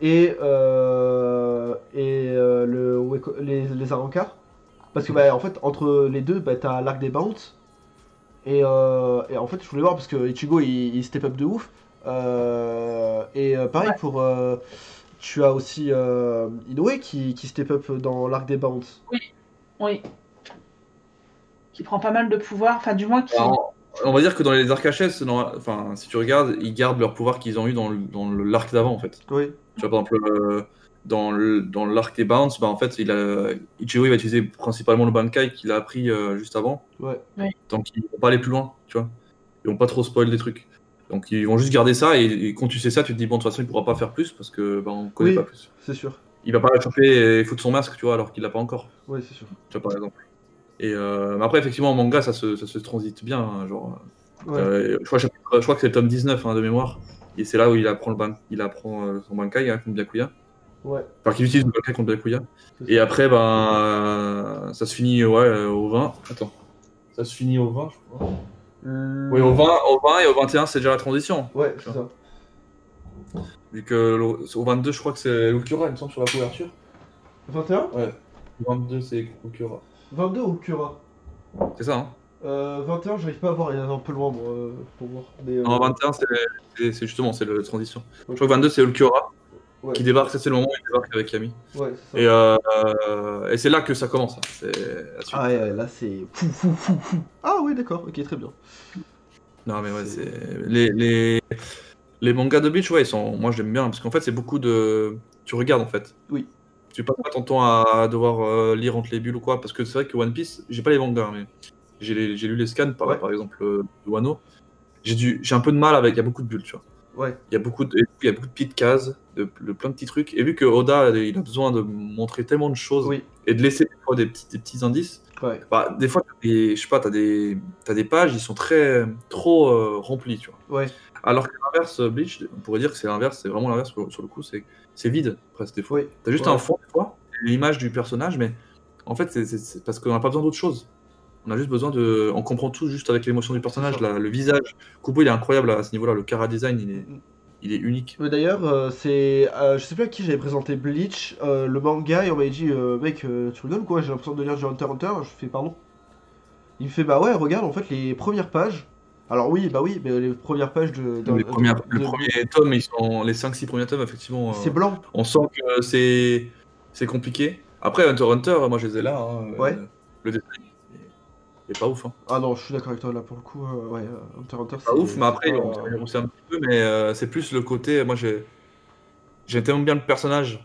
A: et, euh, et euh, le, Weko- les, les Arrancars. Parce que, bah, en fait, entre les deux, bah, t'as l'arc des Bounce. Et, euh, et en fait, je voulais voir parce que Ichigo il, il step up de ouf. Euh, et euh, pareil pour. euh, tu as aussi euh, Inoue qui, qui step up dans l'arc des Bounce.
B: Oui. Qui prend pas mal de pouvoir, enfin du moins qui.
C: Alors, Bah, on va dire que dans les arcs HS, non, enfin, si tu regardes, ils gardent leur pouvoir qu'ils ont eu dans le- dans le- l'arc d'avant, en fait.
A: Oui.
C: Tu vois, par exemple, euh, dans le- dans l'arc des Bounce, bah, en fait, il a, Ichigo il va utiliser principalement le Bankai qu'il a appris euh, juste avant.
A: Ouais.
B: Ouais.
C: Donc, ils vont pas aller plus loin, tu vois. Ils vont pas trop spoil des trucs. Donc, ils vont juste garder ça, et, et quand tu sais ça, tu te dis, bon, de toute façon, il pourra pas faire plus, parce que, bah, on connaît
A: Oui.
C: pas plus.
A: C'est sûr.
C: Il va pas la choper et foutre son masque, tu vois, alors qu'il l'a pas encore.
A: Ouais, c'est sûr.
C: tu vois, par exemple. Et euh, mais après, effectivement, en manga, ça se, ça se transite bien. hein, genre,
A: Ouais.
C: euh, je, crois, je crois que c'est le tome 19 hein, de mémoire. Et c'est là où il apprend, le ban- il apprend euh, son bankai hein, contre Byakuya.
A: Ouais.
C: Enfin, qu'il utilise le bankai contre Byakuya.
A: c'est
C: Et
A: ça.
C: après, ben, euh, ça se finit ouais, euh, au 20. Attends. Ça se finit au 20, je crois.
A: Le-
C: Oui, au 20, au 20 et au 21, c'est déjà la transition.
A: Euh, Ouais, c'est ça.
C: Vu que le- au 22, je crois que c'est Ukura, il me semble, sur la couverture.
A: 21
C: Au 22, c'est Ukura.
A: 22 ou Cura
C: C'est ça, hein
A: euh, 21, j'arrive pas à voir, il est un peu loin, moi, euh, pour voir. Mais, euh,
C: Non, 21, c'est c'est- c'est justement, c'est la transition.
A: ok.
C: Je crois que 22, c'est Ulquiorra.
A: Ouais,
C: qui débarque, ça c'est le moment où il débarque avec Camille.
A: ouais, c'est ça.
C: Et, euh, euh, et c'est là que ça commence. hein. C'est la suite.
A: Ah ouais, ouais, là c'est fou, fou, fou, fou. Ah ouais, d'accord, ok, très bien.
C: Non mais ouais,
A: C'est-
C: c'est les, les les mangas de beach, ouais, ils sont. Moi, j'aime bien parce qu'en fait, c'est beaucoup de. Tu regardes en fait.
A: Oui.
C: Tu passes pas ton temps à devoir euh, lire entre les bulles ou quoi, parce que c'est vrai que One Piece, j'ai pas les mangas, hein, mais j'ai les- j'ai lu les scans par,
A: Ouais.
C: par exemple euh, de Wano. J'ai du, j'ai un peu de mal avec. Il y a beaucoup de bulles, tu vois.
A: Ouais,
C: Il y a beaucoup de, il y a beaucoup de petites cases, de, de plein de petits trucs. Et vu que Oda, il a besoin de montrer tellement de choses
A: oui,
C: et de laisser des fois des petits, des petits indices.
A: ouais,
C: Bah, des fois, t'as des, je sais pas, t'as des, t'as des pages, ils sont très trop euh, remplis, tu vois.
A: ouais,
C: Alors que l'inverse, euh, Bleach, on pourrait dire que c'est l'inverse, c'est vraiment l'inverse sur, sur le coup, c'est c'est vide presque des fois.
A: ouais.
C: T'as juste
A: Ouais.
C: un fond des fois, et l'image du personnage, mais en fait c'est- c'est c'est parce qu'on n'a pas besoin d'autre chose. On a juste besoin de, on comprend tout juste avec l'émotion du personnage,
A: C'est ça.
C: la- le visage. Kubo il est incroyable à ce niveau-là, le chara design il est,
A: Mm.
C: il est unique.
A: Mais d'ailleurs, euh, c'est. euh, je sais plus à qui j'avais présenté Bleach, euh, le manga, et on m'avait dit, euh, mec, euh, tu rigoles ou quoi J'ai l'impression de lire du Hunter x Hunter. Je fais, pardon. Il me fait, bah ouais, regarde en fait les premières pages. Alors oui, bah oui, mais les premières pages de. de-
C: Les
A: de-
C: premières- le
A: de-
C: premier tome, ils sont les 5-6 premiers tomes effectivement. euh,
A: C'est blanc.
C: On sent que c'est c'est compliqué. Après Hunter x Hunter, moi je les ai là. hein,
A: Ouais.
C: euh, Le design il est pas ouf. Hein.
A: Ah non, je suis d'accord avec toi là pour le coup. euh, ouais, euh, Hunter x Hunter, c'est.
C: pas ouf, mais après,
A: c'est pas,
C: on
A: euh,
C: s'est rehaussé un petit peu, mais euh, c'est plus le côté. Moi, j'ai j'ai tellement bien le personnage,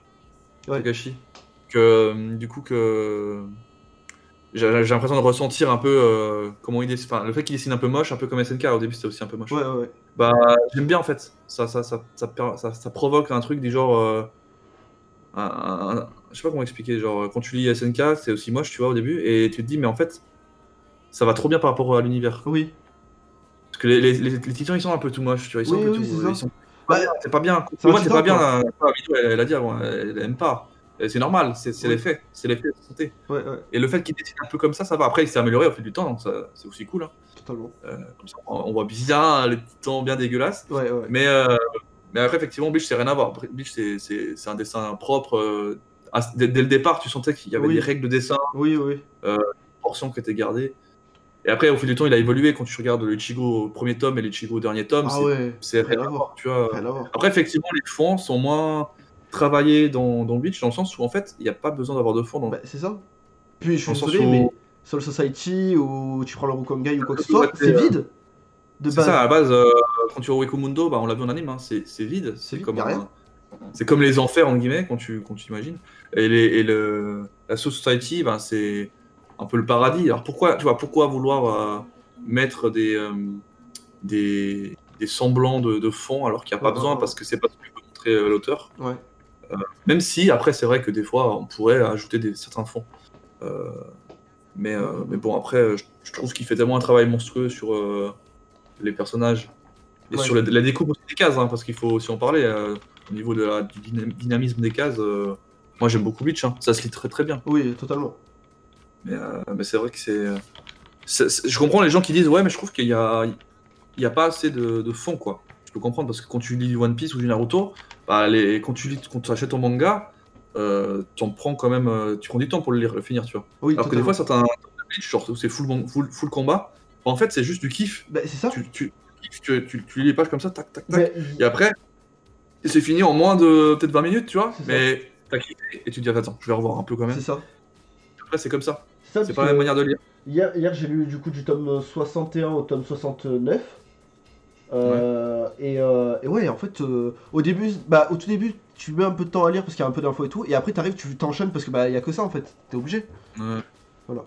A: Ouais.
C: Takashi, que euh, du coup, que j'ai j'ai l'impression de ressentir un peu euh, comment il dessine. Enfin, le fait qu'il dessine un peu moche, un peu comme SNK, au début, c'était aussi un peu moche.
A: Ouais, ouais, ouais.
C: Bah, j'aime bien en fait. Ça, ça, ça, ça, per- ça- ça provoque un truc du genre. euh, un- un- un- je sais pas comment expliquer. Genre, quand tu lis SNK, c'est aussi moche, tu vois, au début, et tu te dis, mais en fait, ça va trop bien par rapport à l'univers.
A: Oui.
C: Parce que les, les, les- les titans ils sont un peu tout moches, tu vois, ils sont
A: Oui,
C: un
A: oui,
C: peu tout- euh,
A: c'est ça.
C: ils sont-
A: Bah,
C: Ouais, c'est pas bien.
A: c'est
C: Pour
A: un
C: moi, c'est
A: titan,
C: pas bien.
A: quoi.
C: euh, enfin, Mido, elle, elle a dit avant, elle, elle aime pas. Et C'est normal, c'est c'est
A: Oui.
C: les faits, c'est les faits de santé.
A: Ouais, ouais,
C: Et le fait qu'il dessine un peu comme ça, ça va. Après, il s'est amélioré au fil du temps, donc ça- c'est aussi cool. hein.
A: totalement.
C: Comme ça, on on voit bien les titans bien dégueulasses.
A: Ouais, ouais.
C: Mais, euh, mais après, effectivement, Bleach, c'est rien à voir. Après, Bleach, c'est- c'est c'est un dessin propre. euh, à- dès, dès le départ, tu sentais qu'il y avait
A: Oui.
C: des règles de dessin,
A: Oui, oui.
C: des portions qui étaient gardées. Et après, au fil du temps, il a évolué. Quand tu regardes le Ichigo au premier tome et le Ichigo au dernier tome,
A: Ah
C: c'est-
A: ouais.
C: c'est
A: rien
C: rien
A: à
C: à
A: voir.
C: voir, tu vois. euh,
A: Rien à voir.
C: Après, effectivement, les fonds sont moins travaillés dans, dans Bleach, dans le sens où, en fait, il n'y a pas besoin d'avoir de fonds. Dans...
A: Bah, c'est ça. Puis je suis
C: Dans le sens
A: désolé,
C: où-
A: mais Soul Society ou tu prends le Rukongai ou quoi que ce
C: Ouais,
A: soit, c'est
C: euh,
A: vide. De
C: c'est
A: base.
C: ça, à la base, euh, quand tu vois Wekumundo, bah, on l'a vu en anime, hein, c'est c'est vide. C'est
A: vide,
C: comme,
A: y a rien.
C: un- c'est comme les enfers, en guillemets, quand tu, quand tu imagines. Et, les, et le, la Soul Society, bah, c'est un peu le paradis. Alors, pourquoi, tu vois, pourquoi vouloir euh, mettre des, euh, des, des semblants de, de fonds alors qu'il n'y a pas
A: Ouais,
C: besoin,
A: ouais.
C: parce que c'est pas ce que peut montrer euh, l'auteur Euh,
A: Ouais.
C: Même si, après, c'est vrai que des fois, on pourrait ajouter des, certains fonds. Euh, mais, euh, mais bon, après, euh, je, je trouve qu'il fait tellement un travail monstrueux sur euh, les personnages et
A: Ouais.
C: sur la, la découpe aussi des cases, hein, parce qu'il faut aussi en parler. euh, au niveau de la, du dynam- dynamisme des cases, euh, moi j'aime beaucoup Bleach, hein, ça se lit très très bien.
A: Oui, totalement.
C: Mais, euh, mais c'est vrai que c'est. euh, c'est- c'est- Je comprends les gens qui disent, ouais, mais je trouve qu'il y a, il y a pas assez de, de fond, quoi. Je peux comprendre parce que quand tu lis du One Piece ou du Naruto, bah, les, quand tu lis, quand tu achètes ton manga, euh, t'en prends quand même, euh, tu prends du temps pour le lire, le finir, tu vois.
A: Oui,
C: Alors que
A: totalement.
C: des fois, certains Bleach, genre où c'est full, man- full, full combat, en fait, c'est juste du kiff.
A: Bah, c'est ça.
C: Tu, tu, tu, tu- tu- tu lis les pages comme ça, tac, tac, tac.
A: Mais-
C: Et après, c'est fini en moins de peut-être 20 minutes, tu vois.
A: C'est ça.
C: Mais t'as kiffé et tu te dis, attends, je vais revoir un peu quand même.
A: C'est ça.
C: Après, c'est comme ça.
A: C'est ça,
C: C'est
A: parce
C: pas la
A: que
C: même manière de lire.
A: Hier, hier j'ai lu du coup du tome 61 au tome 69. Euh, et, euh, et ouais, en fait, euh, au début, bah, au tout début, tu mets un peu de temps à lire parce qu'il y a un peu d'infos et tout, et après t'arrives, tu t'enchaînes parce que bah y a que ça en fait, t'es obligé.
C: Ouais.
A: Voilà.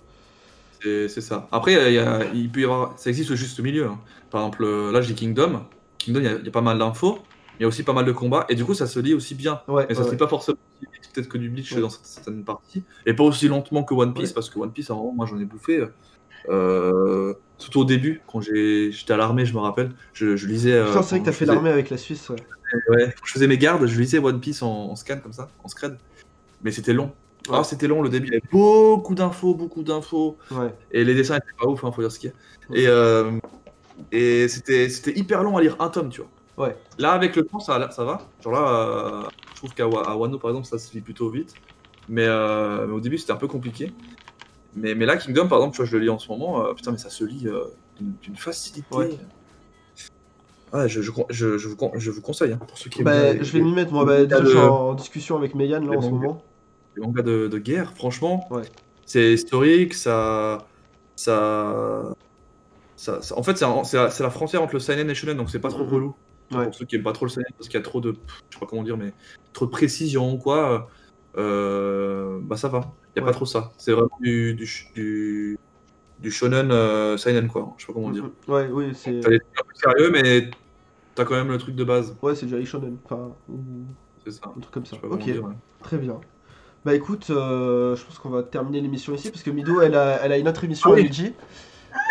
C: C'est c'est ça. Après, il, y a- il peut y avoir, ça existe au juste milieu. hein. Par exemple, euh, là, j'ai Kingdom. Kingdom, il y a- il y, a pas mal d'infos. Il y a aussi pas mal de combats. Et du coup, ça se lit aussi bien.
A: Ouais.
C: Mais ça
A: ouais,
C: se lit pas forcément aussi vite, peut-être que du Bleach
A: Ouais.
C: dans cette- certaines parties. Et pas aussi lentement que One Piece,
A: Ouais.
C: parce que One Piece, à un moment, moi, j'en ai bouffé. euh, surtout au début, quand j'ai- j'étais à l'armée, je me rappelle. Je, je lisais. euh,
A: Putain, c'est vrai que t'as
C: je
A: fait
C: faisais-
A: l'armée avec la Suisse. Ouais.
C: Ouais, quand je faisais mes gardes, je lisais One Piece en, en scan comme ça, en scred. Mais c'était long.
A: Ouais.
C: Ah, c'était long le début. Il y avait beaucoup d'infos, beaucoup d'infos.
A: ouais.
C: Et les dessins étaient pas ouf, hein, faut dire ce qu'il y a.
A: Ouais.
C: Et, euh, et c'était, c'était hyper long à lire un tome, tu vois.
A: Ouais.
C: Là, avec le temps, ça, là, ça va. Genre là, euh, je trouve qu'à Wa- à Wano, par exemple, ça se lit plutôt vite. Mais, euh, mais au début, c'était un peu compliqué. Mais, mais là, Kingdom, par exemple, tu vois, je le lis en ce moment. euh, putain, mais ça se lit euh, d'une d'une facilité.
A: Ouais.
C: Ah, je, je, je, je vous, con- je vous conseille, hein, pour ceux qui
A: Bah,
C: aiment les,
A: je vais m'y mettre, moi. Bah,
C: les-
A: déjà,
C: le-
A: je suis en discussion avec Megan là
C: les
A: en ce
C: mangas.
A: moment.
C: les mangas de, de guerre, franchement,
A: Ouais.
C: c'est historique, ça, ça, ça- ça- En fait, c'est un- c'est la, c'est la frontière entre le seinen et le shonen, donc c'est pas trop
A: Mhm.
C: relou.
A: Ouais.
C: Pour ceux qui aiment pas trop le seinen, parce qu'il y a trop de... Je sais pas comment dire, mais... Trop de précision, quoi. euh, bah, ça va. Il y a
A: Ouais.
C: pas trop ça. C'est vraiment du... du, sh- du, du shonen euh, seinen, quoi. Je sais pas comment dire.
A: Ouais, oui, c'est
C: T'as des trucs un peu sérieux, mais t'as quand même le truc de base.
A: ouais, c'est déjà shonen, enfin, ou
C: C'est ça.
A: un truc comme
C: Je
A: ça.
C: sais pas comment
A: Ok,
C: dire, ouais.
A: très bien. Bah écoute, euh, je pense qu'on va terminer l'émission ici parce que Mido, elle a, elle a une autre émission
C: Ah
A: à
C: oui.
A: midi.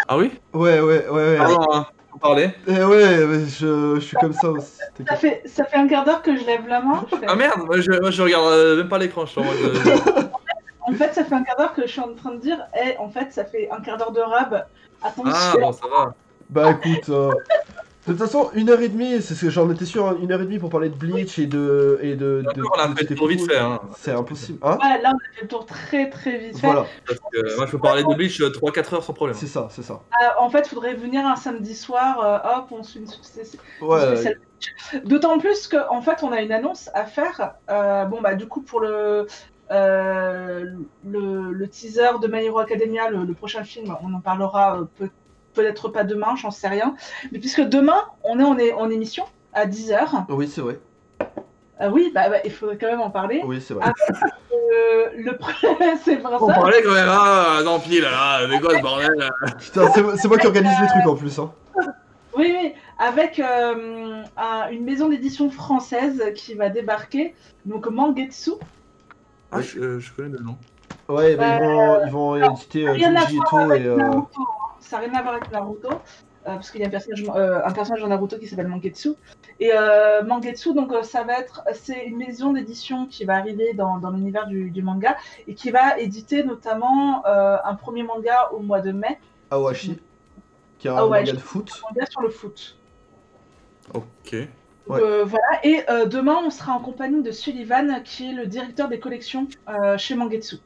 C: Ah oui
A: Ouais, ouais, ouais, ouais.
C: Pardon, hein, on parlait.
A: Eh ouais, mais je, je suis comme ça aussi.
B: Ça
A: t'inquiète.
B: fait, ça fait un quart d'heure que je lève la main. je fais-
C: Ah merde, moi, je, moi, je regarde euh, même pas l'écran, je suis en mode... euh,
B: En fait, ça fait un quart d'heure que je suis en train de dire, eh, en fait, ça fait un quart d'heure de rab. Attention.
C: Ah bon, ça va.
A: Bah écoute, euh, de toute façon, une heure et demie, c'est ce que j'en étais sûr, hein, une heure et demie pour parler de Bleach et de. Et de, de,
C: on l'a
A: de
C: fait
A: cet
C: trop vite
A: épisode.
C: fait. Hein,
A: C'est impossible. Hein
B: Ouais, Ah, là, on a fait le tour très très vite fait.
A: Voilà,
C: parce que moi, je peux parler de Bleach 3-4 heures sans problème.
A: c'est ça, c'est ça.
B: Euh, en fait, faudrait venir un samedi soir, euh, hop, on suit une succession.
A: Ouais,
B: spécial. D'autant plus que en fait, on a une annonce à faire. Euh, bon bah du coup pour le euh, le, le teaser de My Hero Academia, le, le prochain film, on en parlera euh, peut- peut-être pas demain, j'en sais rien. Mais puisque demain, on est en, é- en émission à 10h.
A: oui, c'est vrai.
B: oui, bah, bah, il faudrait quand même en parler.
A: Oui, c'est vrai.
B: Ah, Euh, le pre- c'est
C: On
B: pour ça.
C: parlait quand même, ah, non, pile, là, mais quoi ce bordel
A: Putain, c'est c'est moi qui organise les trucs en plus, hein.
B: Oui, oui, avec euh, un- une maison d'édition française qui va débarquer, donc Mangetsu.
C: Ah, je, euh, je connais le nom.
A: Ouais, bah, ils vont, ils vont éditer euh,
B: Rien à
A: Junji
B: voir
A: Ito
B: avec
A: et. euh,
B: Naruto. hein. Ça n'a rien à voir avec Naruto. euh, parce qu'il y a un personnage, euh, un personnage dans Naruto qui s'appelle Mangetsu. Et euh, Mangetsu, donc, euh, ça va être, c'est une maison d'édition qui va arriver dans, dans l'univers du, du manga et qui va éditer notamment euh, un premier manga au mois de mai,
A: Awashi, qui a un
B: Awashi.
A: manga de foot.
B: un manga sur le foot.
C: Ok.
B: Donc,
A: Ouais.
B: euh, voilà. Et euh, demain, on sera en compagnie de Sullivan, qui est le directeur des collections euh, chez Mangetsu.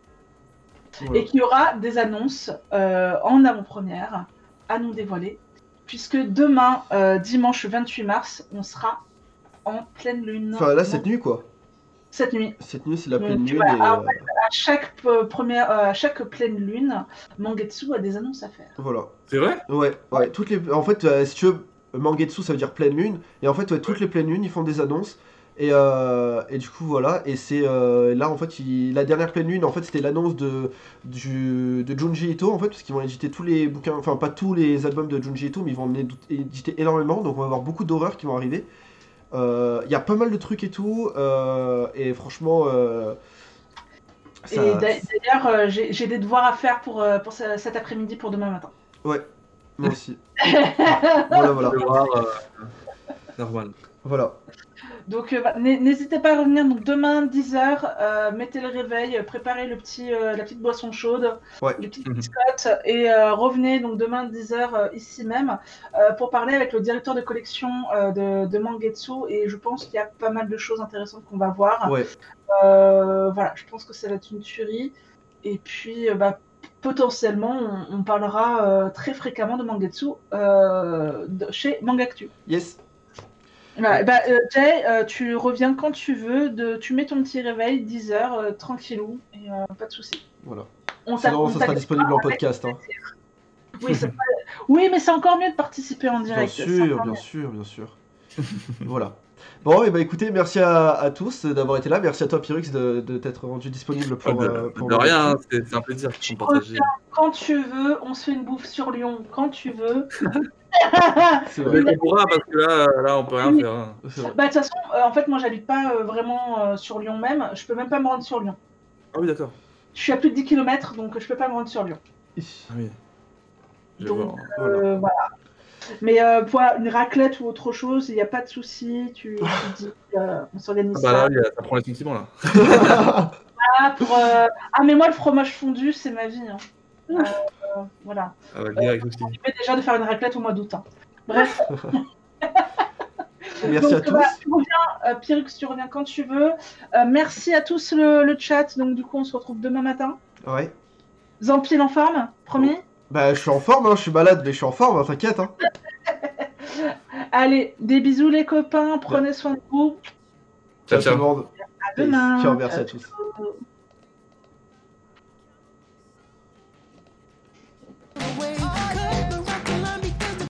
A: Voilà.
B: et qu'il y aura des annonces euh, en avant-première à nous dévoiler, puisque demain, euh, dimanche 28 mars, on sera en pleine lune.
A: Enfin, là,
B: Non,
A: cette nuit, quoi.
B: cette nuit.
A: Cette nuit, c'est la
B: Donc,
A: pleine
B: tu
A: lune.
B: vois,
A: Et,
B: ah
A: euh,
B: À chaque, euh, première, euh, à chaque pleine lune, Mangetsu a des annonces à faire.
A: voilà.
C: C'est vrai
A: Ouais, ouais. Toutes les... En fait, euh, si tu veux, Mangetsu, ça veut dire pleine lune. Et en fait, ouais, toutes les pleines lunes, ils font des annonces. Et, euh, et du coup, voilà. Et c'est euh, là, en fait, il- la dernière pleine lune, en fait, c'était l'annonce de, du... de Junji Ito, en fait, parce qu'ils vont éditer tous les bouquins, enfin, pas tous les albums de Junji Ito, mais ils vont en éd- éditer énormément. Donc, on va avoir beaucoup d'horreurs qui vont arriver. Euh, Il y a pas mal de trucs et tout. euh, et franchement, euh, Ah, ça-
B: Et d'a- d'ailleurs, euh, j'ai j'ai des devoirs à faire pour, euh, pour ce- cet après-midi, pour demain matin.
A: moi aussi. Ah, voilà, voilà.
C: Je vais voir, euh, Normal.
A: Voilà.
B: Donc euh, voilà, n'hé- n'hésitez pas à revenir donc, demain 10h, mettez le réveil, euh, préparez le petit, euh, la petite boisson chaude,
A: Ouais.
B: le petit
C: Mhm.
B: biscotte et euh, revenez donc demain 10h ici même euh, pour parler avec le directeur de collection euh, de, de Mangetsu et je pense qu'il y a pas mal de choses intéressantes qu'on va voir.
A: Ouais.
B: Euh, voilà, je pense que ça va être une tuerie et puis euh, bah, potentiellement on, on parlera euh, très fréquemment de Mangetsu euh, de- chez Mangactu.
A: Yes.
B: Voilà, bah, euh, Jay, euh, tu reviens quand tu veux, de, tu mets ton petit réveil, 10h, tranquillou, et euh, pas de souci.
A: Voilà.
B: On t'a-
A: Sinon,
B: on
A: ça sera
B: t'a-
A: disponible en podcast. Hein.
B: Oui, ça sera- oui, mais c'est encore mieux de participer en
A: Bien
B: direct. c'est
A: sûr,
B: encore
A: bien
B: mieux.
A: sûr, bien sûr. voilà. Bon, et bah écoutez, merci à, à tous d'avoir été là. Merci à toi, Pyrux, de, de t'être rendu disponible
C: Pas
A: pour. euh,
C: Ah, de,
A: pour
C: de
A: le-
C: rien, hein, c'est c'est un plaisir de partager.
B: Quand tu veux, on se fait une bouffe sur Lyon, quand tu veux.
A: C'est
C: Mais
A: vrai.
C: on pourra, parce que là, là on peut rien faire. hein.
A: c'est vrai.
B: Bah, de toute façon, euh, en fait, moi, j'habite pas euh, vraiment euh, sur Lyon même, je peux même pas me rendre sur Lyon.
C: Ah oui, d'accord.
B: Je suis à plus de 10 km, donc je peux pas me rendre sur Lyon.
C: Ah oui. Je vais
B: Donc,
C: voir.
A: Voilà.
B: Euh, voilà. Mais euh, pour une raclette ou autre chose, il n'y a pas de souci. Tu, tu dis, euh, on s'organise
C: Ah bah là,
B: ça.
C: il y a- ça prend les sentiments, là.
B: Ah, pour, euh, ah, mais moi, le fromage fondu, c'est ma vie. hein. Euh, euh, voilà.
C: Avec Guerre et Christie.
B: Je vais déjà de faire une raclette au mois d'août. hein. Bref,
A: Merci à
B: donc,
A: tous.
B: bah, tu reviens, euh, Pyrrhus, tu reviens quand tu veux. Euh, merci à tous le, le chat. Donc, du coup, on se retrouve demain matin.
A: Ouais.
B: Zampil en forme, promis.
A: Bah, je suis en forme, hein. je suis malade, mais je suis en forme, hein, t'inquiète. Hein.
B: Allez, des bisous les copains, prenez soin de vous.
C: Ciao, ciao.
A: tout le monde.
B: À demain.
A: Ciao, merci à tous.
B: bientôt.